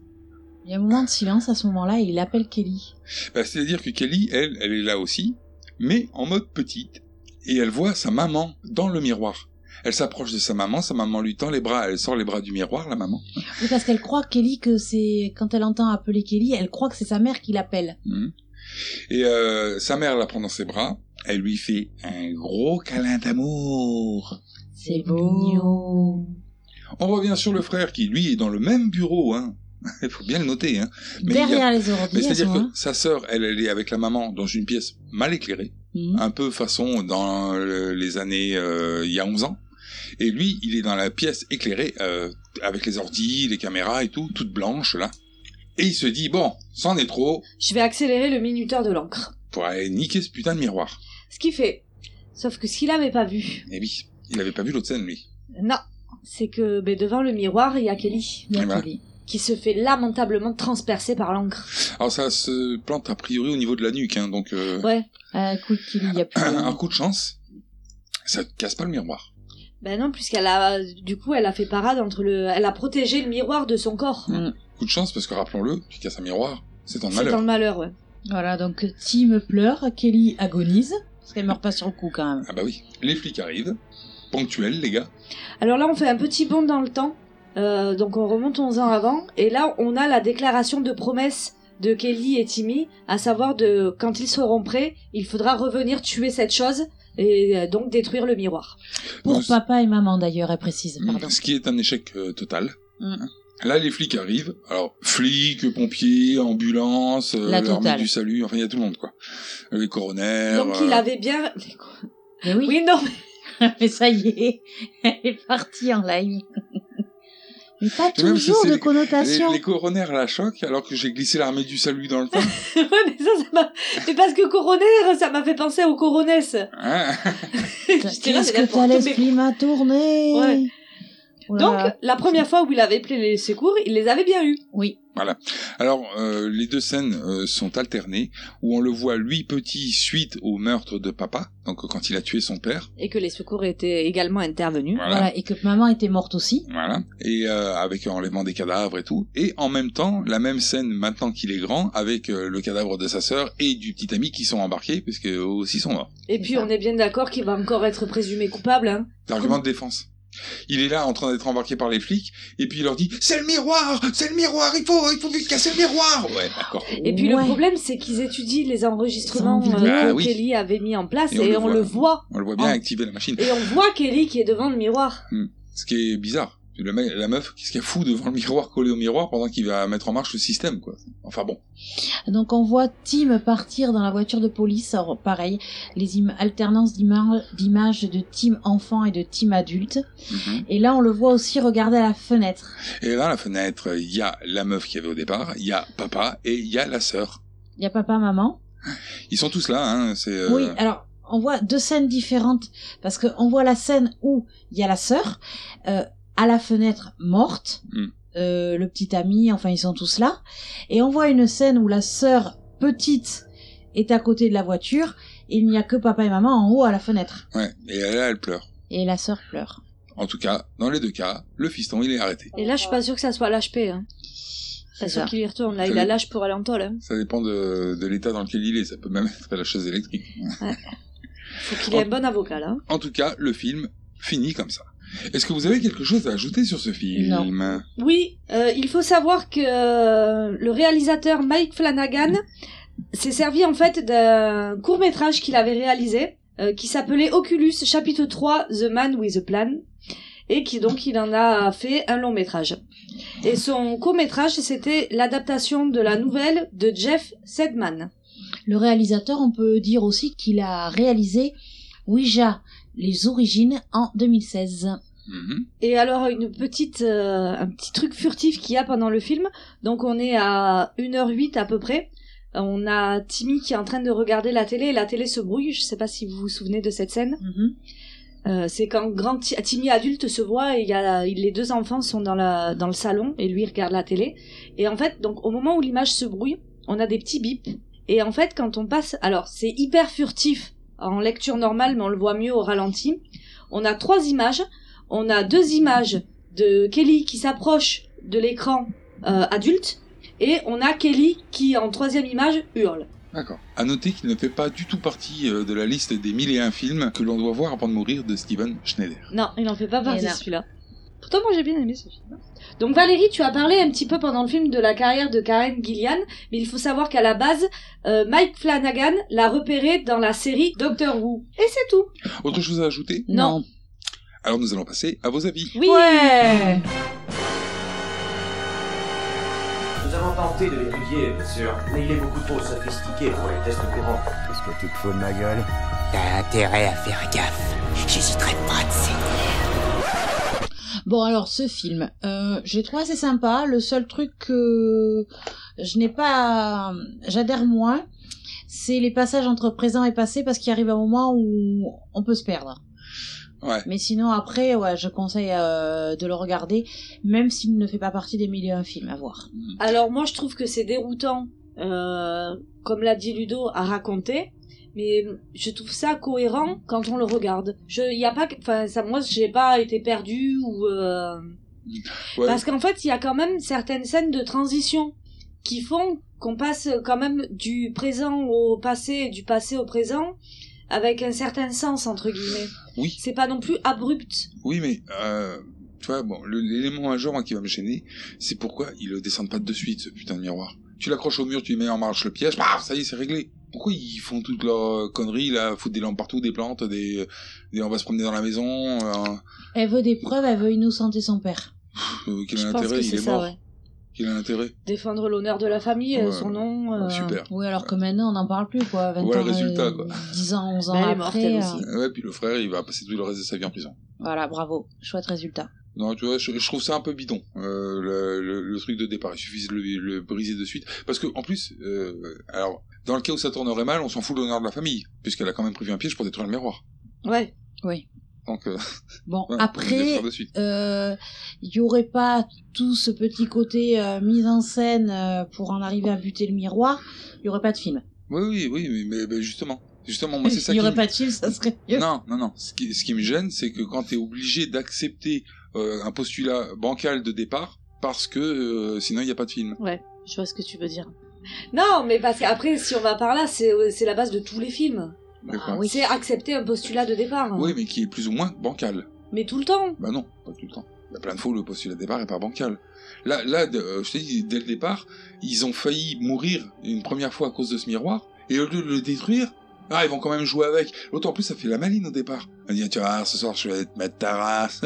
Speaker 8: Il y a un moment de silence à ce moment-là et il appelle Kelly.
Speaker 7: Bah, C'est-à-dire que Kelly, elle, elle est là aussi, mais en mode petite. Et elle voit sa maman dans le miroir. Elle s'approche de sa maman, sa maman lui tend les bras, elle sort les bras du miroir, la maman.
Speaker 8: Oui, parce qu'elle croit, Kelly, que c'est. Quand elle entend appeler Kelly, elle croit que c'est sa mère qui l'appelle.
Speaker 7: Mhm. Et euh, sa mère la prend dans ses bras, elle lui fait un gros câlin d'amour.
Speaker 8: C'est mignon.
Speaker 7: On revient sur le frère qui, lui, est dans le même bureau, hein. Il faut bien le noter, hein. Mais il y a-
Speaker 8: Derrière les
Speaker 7: Mais
Speaker 8: ordi, à ce
Speaker 7: c'est-à-dire que
Speaker 8: moment-là.
Speaker 7: sa sœur, elle, elle est avec la maman dans une pièce mal éclairée,
Speaker 8: Mhm.
Speaker 7: un peu façon dans le- les années euh, il y a 11 ans. Et lui, il est dans la pièce éclairée euh, avec les ordi, les caméras et tout, toute blanche là. Et il se dit bon, c'en est trop,
Speaker 4: Je vais accélérer le minuteur de l'encre.
Speaker 7: pour aller niquer ce putain de miroir.
Speaker 4: Ce qu'il fait. Sauf que ce qu'il avait pas vu.
Speaker 7: Et oui, il avait pas vu l'autre scène lui.
Speaker 4: Non. C'est que ben, devant le miroir, il y a Kelly.
Speaker 7: Eh ben.
Speaker 4: Qui se fait lamentablement transpercer par l'encre.
Speaker 7: Alors ça se plante a priori au niveau de la nuque, hein, donc euh,
Speaker 4: Ouais.
Speaker 8: Euh, quick, Kelly, il y a plus.
Speaker 7: un coup de chance, ça te casse pas le miroir.
Speaker 8: Hmm.
Speaker 4: Ben non, puisqu'elle a. Du coup, elle a fait parade entre le. Elle a protégé le miroir de son corps.
Speaker 7: Coup de chance parce que rappelons-le, tu casses un miroir, c'est ton
Speaker 4: C'est
Speaker 7: malheur.
Speaker 4: dans le malheur, ouais.
Speaker 8: Voilà, donc Tim pleure, Kelly agonise, parce qu'elle meurt pas sur le coup quand même.
Speaker 7: Ah bah oui. Les flics arrivent, ponctuels les gars.
Speaker 4: Alors là, on fait un petit bond dans le temps. Euh, donc on remonte 11 ans avant. Et là, on a la déclaration de promesse de Kelly et Timmy, à savoir de quand ils seront prêts, il faudra revenir tuer cette chose et euh, donc détruire le miroir.
Speaker 8: Pour
Speaker 7: Donc, c-
Speaker 8: papa et maman d'ailleurs, elle précise, pardon.
Speaker 7: ce qui est un échec euh, total.
Speaker 8: Mm.
Speaker 7: Là, les flics arrivent. Alors, flics, pompiers, ambulances, euh,
Speaker 8: La
Speaker 7: l'armée
Speaker 8: totale.
Speaker 7: du salut, enfin, il y a tout le monde, quoi. Les coronaires.
Speaker 4: donc
Speaker 7: euh,
Speaker 4: il avait bien.
Speaker 8: Mais oui, Ah,
Speaker 4: Oui, non.
Speaker 8: mais ça y est, elle est partie en live. Mais pas
Speaker 7: sais même si
Speaker 8: toujours
Speaker 7: c'est
Speaker 8: de
Speaker 7: les-
Speaker 8: connotation.
Speaker 7: les, les coronaires à la choc, alors que j'ai glissé l'armée du salut dans le temps.
Speaker 4: ouais, mais ça, ça m'a. Mais parce que coroner, ça m'a fait penser aux coronesses.
Speaker 7: Hein
Speaker 4: J'étais là, mais
Speaker 8: Qu'est-ce que t'as
Speaker 4: n'importe- mais-
Speaker 8: l'esprit m'a tourné
Speaker 4: Ouais.
Speaker 8: Oh là
Speaker 4: Donc,
Speaker 8: là.
Speaker 4: la première fois où il avait appelé les secours, il les avait bien eus.
Speaker 8: oui,
Speaker 7: Alors, euh, les deux scènes euh, sont alternées, où on le voit lui petit suite au meurtre de papa, donc euh, quand il a tué son père.
Speaker 4: Et que les secours étaient également intervenus.
Speaker 7: Voilà.
Speaker 8: voilà. et que maman était morte aussi.
Speaker 7: Voilà.
Speaker 4: Mm.
Speaker 7: Et euh, avec enlèvement des cadavres et tout. Et en même temps, la même scène maintenant qu'il est grand, avec euh, le cadavre de sa sœur et du petit ami qui sont embarqués, puisque eux aussi sont morts.
Speaker 4: Et puis,
Speaker 8: ça.
Speaker 4: on est bien d'accord qu'il va encore être présumé coupable, hein.
Speaker 7: L'argument de défense. Il est là en train d'être embarqué par les flics, et puis il leur dit C'est le miroir C'est le miroir Il faut, il faut vite casser le miroir Ouais, d'accord.
Speaker 4: Et puis le
Speaker 8: Ouais.
Speaker 4: problème, c'est qu'ils étudient les enregistrements
Speaker 8: Ils
Speaker 4: euh,
Speaker 8: sont
Speaker 7: vidéo.
Speaker 4: que
Speaker 7: Ah oui.
Speaker 4: Kelly avait mis en place et, on, le, voit.
Speaker 7: On le voit bien
Speaker 4: Ah.
Speaker 7: activer la machine.
Speaker 4: Et on voit Kelly qui est devant le miroir.
Speaker 7: Ce qui est bizarre. Le mec- la meuf, qu'est-ce qu'elle fout devant le miroir collé au miroir pendant qu'il va mettre en marche le système, quoi. Enfin bon.
Speaker 8: Donc on voit Tim partir dans la voiture de police. Alors pareil, les im- alternances d'ima- d'images de Tim enfant et de Tim adulte.
Speaker 4: Mm-hmm.
Speaker 7: Mhm.
Speaker 8: Et là on le voit aussi regarder à la fenêtre.
Speaker 7: Et dans la fenêtre, il y a la meuf qu'il y avait au départ, il y a papa et il y a la sœur.
Speaker 8: Il y a papa, maman.
Speaker 7: Ils sont tous là, hein. C'est. euh,
Speaker 8: Oui, alors on voit deux scènes différentes parce que on voit la scène où il y a la sœur euh, à la fenêtre morte,
Speaker 7: Mm.
Speaker 8: euh, le petit ami, enfin ils sont tous là, et on voit une scène où la sœur petite est à côté de la voiture et il n'y a que papa et maman en haut à la fenêtre
Speaker 7: Ouais. Et là, elle pleure.
Speaker 8: et la sœur pleure.
Speaker 7: En tout cas, dans les deux cas, le fiston, il est arrêté.
Speaker 4: Et là, je suis pas sûre que ça soit l'HP. Hein. Pas
Speaker 8: C'est
Speaker 4: sûr
Speaker 8: ça.
Speaker 4: qu'il y retourne. Là,
Speaker 7: C'est
Speaker 4: il a
Speaker 7: le-
Speaker 4: l'âge pour aller en tôle. Hein.
Speaker 7: Ça dépend de, de l'état dans lequel il est. Ça peut même être la chaise électrique.
Speaker 4: Faut qu'il ait un bon avocat là.
Speaker 7: En tout cas, le film finit comme ça. Est-ce que vous avez quelque chose à ajouter sur ce film
Speaker 4: Oui, euh, il faut savoir que euh, le réalisateur Mike Flanagan s'est servi en fait d'un court métrage qu'il avait réalisé euh, qui s'appelait Oculus chapitre 3 The Man with a Plan et qui donc il en a fait un long métrage. Et son court métrage c'était l'adaptation de la nouvelle de Jeff Sedman.
Speaker 8: Le réalisateur, on peut dire aussi qu'il a réalisé Ouija, les origines en 2016.
Speaker 7: Mhm.
Speaker 4: Et alors une petite euh, un petit truc furtif qu'il y a pendant le film. Donc on est à 1h08 à peu près. Euh, On a Timmy qui est en train de regarder la télé et la télé se brouille. Je sais pas si vous vous souvenez de cette scène.
Speaker 8: Mhm.
Speaker 4: Euh, c'est quand grand Ti- Timmy adulte se voit et il y a les deux enfants sont dans la dans le salon et lui regarde la télé. Et en fait donc au moment où l'image se brouille, on a des petits bips. Et en fait quand on passe, alors c'est hyper furtif en lecture normale mais on le voit mieux au ralenti. On a trois images. On a deux images de Kelly qui s'approche de l'écran euh, adulte et on a Kelly qui en troisième image hurle.
Speaker 7: D'accord. À noter qu'il ne fait pas du tout partie euh, de la liste des mille et un films que l'on doit voir avant de mourir de Steven Schneider.
Speaker 4: Non, il en fait pas partie
Speaker 8: Et là.
Speaker 4: celui-là. Pourtant, moi j'ai bien aimé ce film. Donc Valérie, tu as parlé un petit peu pendant le film de la carrière de Karen Gillian, mais il faut savoir qu'à la base, euh, Mike Flanagan l'a repéré dans la série Doctor Who. Et c'est tout.
Speaker 7: Autre chose à ajouter
Speaker 4: Non.
Speaker 7: Alors nous allons passer à vos avis.
Speaker 4: Oui.
Speaker 8: Ouais
Speaker 5: Nous avons tenté de l'étudier, bien sûr, mais il est beaucoup trop sophistiqué pour les tests courants.
Speaker 12: Qu'est-ce que tu te fous de ma gueule T'as intérêt à faire gaffe. J'hésiterai pas de ces
Speaker 8: Bon alors ce film, euh, je le trouve assez sympa. Le seul truc que je n'ai pas, j'adhère moins, c'est les passages entre présent et passé parce qu'il arrive un moment où on peut se perdre.
Speaker 7: Ouais.
Speaker 8: Mais sinon après, ouais, je conseille euh, de le regarder, même s'il ne fait pas partie des milliers un films à voir.
Speaker 4: Alors moi je trouve que c'est déroutant, euh, comme l'a dit Ludo, à raconter, mais je trouve ça cohérent quand on le regarde. Je, y a pas, que- enfin ça, moi j'ai pas été perdu ou euh,
Speaker 7: Ouais.
Speaker 4: Parce qu'en fait, il y a quand même certaines scènes de transition qui font qu'on passe quand même du présent au passé et du passé au présent avec un certain sens, entre guillemets.
Speaker 7: Oui.
Speaker 4: C'est pas non plus abrupt.
Speaker 7: Oui, mais euh, tu vois, bon, le- l'élément à genre moi, qui va me gêner, c'est pourquoi ils le descendent pas de suite, ce putain de miroir. Tu l'accroches au mur, tu lui mets en marche le piège, paf, ça y est, c'est réglé. Pourquoi ils font toute leur connerie, là, foutre des lampes partout, des plantes, des, des- on va se promener dans la maison, euh,
Speaker 8: Elle veut des preuves, elle veut innocenter son père.
Speaker 7: euh, quel
Speaker 4: Je
Speaker 7: est
Speaker 4: pense
Speaker 7: l'intérêt,
Speaker 4: que
Speaker 7: il
Speaker 4: c'est
Speaker 7: est
Speaker 4: ça,
Speaker 7: mort.
Speaker 4: ouais.
Speaker 7: Quel est l'intérêt
Speaker 4: Défendre l'honneur de la famille, euh,
Speaker 7: Ouais.
Speaker 4: son nom. euh,
Speaker 7: Super.
Speaker 8: Oui, alors que maintenant, on n'en parle plus, quoi. 20
Speaker 7: Voilà
Speaker 8: ans,
Speaker 7: le résultat, quoi.
Speaker 8: 10 ans, 11 ans
Speaker 4: Bah, elle est morte,
Speaker 8: après.
Speaker 4: elle
Speaker 8: euh,
Speaker 4: aussi.
Speaker 7: Ouais, puis le frère, il va passer tout le reste de sa vie en prison.
Speaker 8: Voilà, bravo. Chouette résultat.
Speaker 7: Non, tu vois, je, je trouve ça un peu bidon, euh, le, le- le truc de départ. Il suffit de le, le briser de suite. Parce que, en plus, euh, alors, dans le cas où ça tournerait mal, on s'en fout de l'honneur de la famille, puisqu'elle a quand même prévu un piège pour détruire le miroir.
Speaker 4: Ouais.
Speaker 8: Oui.
Speaker 7: Donc, euh,
Speaker 8: Bon,
Speaker 7: voilà, on les
Speaker 8: après,
Speaker 7: sort de suite.
Speaker 8: euh, il y aurait pas tout ce petit côté euh, mise en scène euh, pour en arriver à buter le miroir, il y aurait pas de film.
Speaker 7: Oui, oui, oui, mais, mais- mais justement, justement, moi, c'est ça
Speaker 8: Il y
Speaker 7: qui
Speaker 8: aurait
Speaker 7: me-
Speaker 8: pas de film, ça serait mieux.
Speaker 7: Non, non, non. Ce qui, ce qui me gêne, c'est que quand t'es obligé d'accepter euh, un postulat bancal de départ, parce que euh, sinon, il n'y a pas de film.
Speaker 4: Ouais, je vois ce que tu veux dire. Non, mais parce qu'après, si on va par là, c'est euh, c'est la base de tous les films.
Speaker 8: Bah
Speaker 7: D'accord.
Speaker 4: C'est accepter un postulat de départ. hein.
Speaker 7: Oui, mais qui est plus ou moins bancal.
Speaker 4: Mais tout le temps.
Speaker 7: Bah non, pas tout le temps. Bah, plein de fois, le postulat de départ est pas bancal. Là, là de- euh, je te dis, dès le départ, ils ont failli mourir une première fois à cause de ce miroir, et au lieu de le détruire, ah, ils vont quand même jouer avec. L'autre, en plus, ça fait la maline au départ. Elle dit, tu vois, ce soir, je vais te mettre ta race.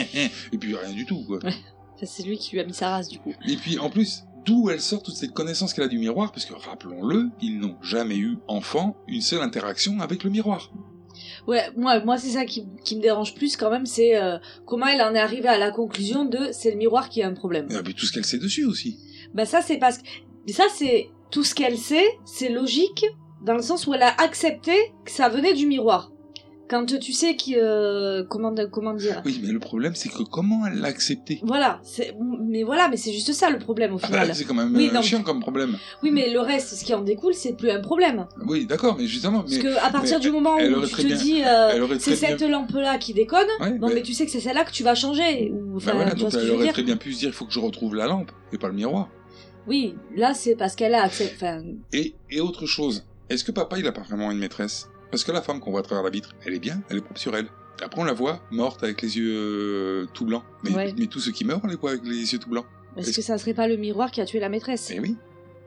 Speaker 7: et puis, rien du tout, quoi.
Speaker 11: Ça, c'est lui qui lui a mis sa race, du coup.
Speaker 7: Et puis, en plus, d'où elle sort toute cette connaissance qu'elle a du miroir, parce que, rappelons-le, ils n'ont jamais eu, enfant, une seule interaction avec le miroir.
Speaker 4: Ouais, moi, moi c'est ça qui, qui me dérange plus quand même, c'est euh, comment elle en est arrivée à la conclusion de c'est le miroir qui a un problème.
Speaker 7: Et puis, tout ce qu'elle sait dessus aussi.
Speaker 4: Bah ça c'est parce que mais ça c'est tout ce qu'elle sait, c'est logique dans le sens où elle a accepté que ça venait du miroir. Quand tu sais qui euh, comment comment dire.
Speaker 7: Oui, mais le problème, c'est que comment elle l'a accepté
Speaker 4: Voilà, c'est mais voilà, mais c'est juste ça le problème au
Speaker 7: Ah bah,
Speaker 4: final.
Speaker 7: c'est quand même
Speaker 4: Oui,
Speaker 7: euh,
Speaker 4: non.
Speaker 7: chiant comme problème.
Speaker 4: oui, mais le reste ce qui en découle, c'est plus un problème.
Speaker 7: Oui, d'accord, mais justement.
Speaker 4: Parce
Speaker 7: Mais,
Speaker 4: que à partir
Speaker 7: mais
Speaker 4: du moment
Speaker 7: elle
Speaker 4: où
Speaker 7: aurait
Speaker 4: tu
Speaker 7: très
Speaker 4: te
Speaker 7: bien-
Speaker 4: dis euh,
Speaker 7: elle aurait
Speaker 4: c'est
Speaker 7: très bien-
Speaker 4: cette lampe là qui déconne,
Speaker 7: Ouais,
Speaker 4: bon
Speaker 7: mais-
Speaker 4: mais... tu sais que c'est celle-là que tu vas changer ou
Speaker 7: Bah
Speaker 4: enfin
Speaker 7: voilà,
Speaker 4: tu vois
Speaker 7: donc
Speaker 4: ce que
Speaker 7: elle
Speaker 4: je veux
Speaker 7: aurait
Speaker 4: dire.
Speaker 7: très bien pu se dire il faut que je retrouve la lampe et pas le miroir.
Speaker 4: Oui, là c'est parce qu'elle a accepté. Enfin,
Speaker 7: Et, et autre chose, est-ce que papa il a pas vraiment une maîtresse Parce que la femme qu'on voit à travers la vitre, elle est bien, elle est propre sur elle. Et Après on la voit morte avec les yeux euh, tout blancs. Mais,
Speaker 4: Ouais.
Speaker 7: mais tous ceux qui meurent, on les voit avec les yeux tout blancs.
Speaker 4: est-ce
Speaker 7: Est-ce-
Speaker 4: que ça serait pas le miroir qui a tué la maîtresse
Speaker 7: Eh oui.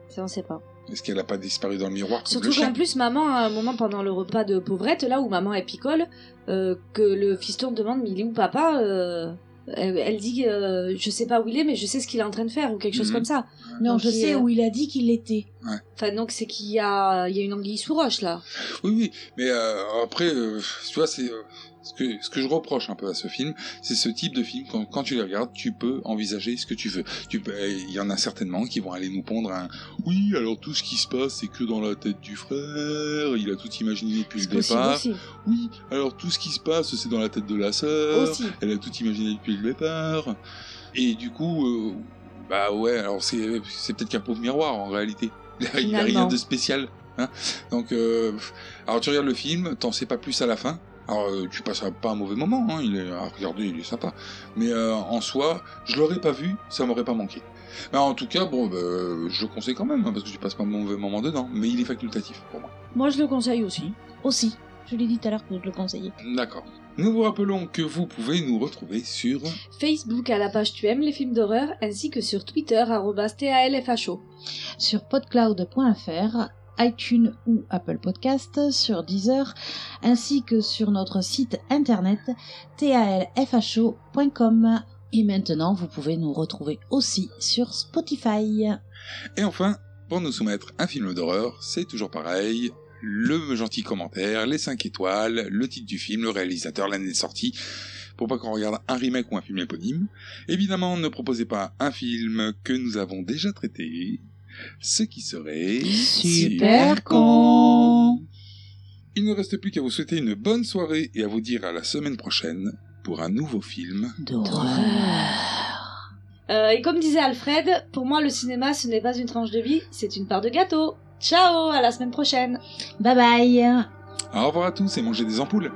Speaker 4: Ça on sait pas.
Speaker 7: Est-ce qu'elle a pas disparu dans le miroir comme
Speaker 4: Surtout
Speaker 7: le chien
Speaker 4: qu'en plus, maman, à un moment pendant le repas de pauvrette, là où maman elle picole, euh, que le fiston demande mais il est où papa euh, elle, elle dit euh, je sais pas où il est, mais je sais ce qu'il est en train de faire ou quelque chose
Speaker 7: Mhm.
Speaker 4: comme ça.
Speaker 8: Non,
Speaker 4: Donc, euh,
Speaker 8: je
Speaker 4: il
Speaker 8: sais
Speaker 4: est-
Speaker 8: où il a dit qu'il l'était.
Speaker 4: Enfin, donc c'est qu'il y a, il y a une anguille sous roche là.
Speaker 7: Oui, oui, mais euh, après, euh, tu vois, c'est euh, ce, que, ce que je reproche un peu à ce film, c'est ce type de film, quand, quand tu les regardes, tu peux envisager ce que tu veux. Tu peux- euh, Il y en a certainement qui vont aller nous pondre un « Oui, alors tout ce qui se passe, c'est que dans la tête du frère, il a tout imaginé depuis le
Speaker 4: C'est possible
Speaker 7: départ.
Speaker 4: aussi.
Speaker 7: Oui, alors tout ce qui se passe, c'est dans la tête de la sœur,
Speaker 4: Aussi.
Speaker 7: elle a tout imaginé depuis le départ. » Et du coup, euh, bah ouais, alors c'est c'est peut-être qu'un pauvre miroir en réalité. Il n'y a rien
Speaker 4: Finalement.
Speaker 7: de spécial. Hein Donc, euh, alors tu regardes le film, t'en sais pas plus à la fin. Alors euh, tu passeras pas un mauvais moment, hein, il est à regarder, il est sympa. Mais euh, en soi, je l'aurais pas vu, ça m'aurait pas manqué. Mais en tout cas, bon, bah, je le conseille quand même hein, parce que tu passes pas un mauvais moment dedans. Mais il est facultatif pour moi.
Speaker 4: Moi je le conseille aussi.
Speaker 8: Aussi. Je l'ai dit tout à l'heure que je le conseillais.
Speaker 7: D'accord. Nous vous rappelons que vous pouvez nous retrouver sur
Speaker 4: Facebook à la page Tu aimes les films d'horreur ainsi que sur Twitter arrobas TALFHO.
Speaker 8: Sur podcloud.fr, iTunes ou Apple Podcast, sur Deezer, ainsi que sur notre site internet talfho.com. Et maintenant, vous pouvez nous retrouver aussi sur Spotify.
Speaker 7: Et enfin, pour nous soumettre un film d'horreur, c'est toujours pareil. Le gentil commentaire, les 5 étoiles, le titre du film, le réalisateur, l'année de sortie, pour pas qu'on regarde un remake ou un film éponyme. Évidemment, ne proposez pas un film que nous avons déjà traité, ce qui serait...
Speaker 8: Super con
Speaker 7: Il ne reste plus qu'à vous souhaiter une bonne soirée et à vous dire à la semaine prochaine pour un nouveau film.
Speaker 4: Euh, et comme disait Alfred, pour moi le cinéma ce n'est pas une tranche de vie, c'est une part de gâteau. Ciao, à la semaine prochaine.
Speaker 8: Bye bye
Speaker 7: Au revoir à tous et mangez des ampoules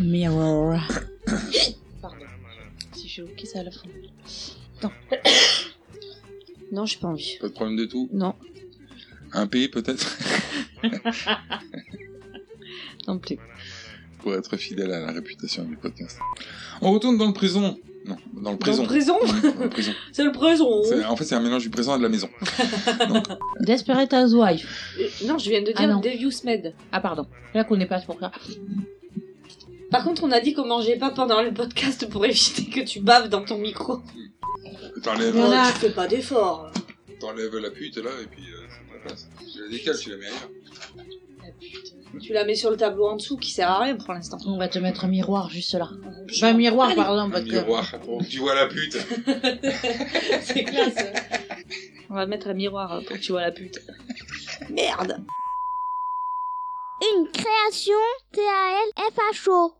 Speaker 8: Mirror.
Speaker 4: Si je ok, ça à la fin. Non. non, j'ai pas envie.
Speaker 7: Pas de problème de tout
Speaker 4: Non.
Speaker 7: Un P peut-être
Speaker 4: Non plus.
Speaker 7: Pour être fidèle à la réputation du podcast. On retourne dans le présent. Non, dans le présent.
Speaker 4: le présent
Speaker 7: Oui, dans le présent.
Speaker 4: C'est le présent
Speaker 7: C'est- En fait, c'est un mélange du présent et de la maison.
Speaker 8: Desperate Housewife.
Speaker 4: Euh, Non, je viens de
Speaker 8: Ah
Speaker 4: dire
Speaker 8: non.
Speaker 4: Devious Med.
Speaker 8: Ah, pardon. Là qu'on n'est pas pour ça.
Speaker 4: Par contre, on a dit qu'on mangeait pas pendant le podcast pour éviter que tu baves dans ton micro.
Speaker 7: T'enlèves
Speaker 4: Oh,
Speaker 8: a-
Speaker 4: Tu fais pas d'effort.
Speaker 7: t'enlèves la pute là et puis euh, c'est ta place. Tu la décales, tu la mets ailleurs.
Speaker 4: Tu la mets sur le tableau en dessous qui sert à rien pour l'instant.
Speaker 8: On va te mettre un miroir juste là. Pas un miroir, pardon,
Speaker 7: Un
Speaker 8: parce que.
Speaker 7: miroir pour que tu vois la pute.
Speaker 4: C'est classe. on va mettre un miroir euh, pour que tu vois la pute. Merde.
Speaker 3: Une création T-A-L-F-H-O.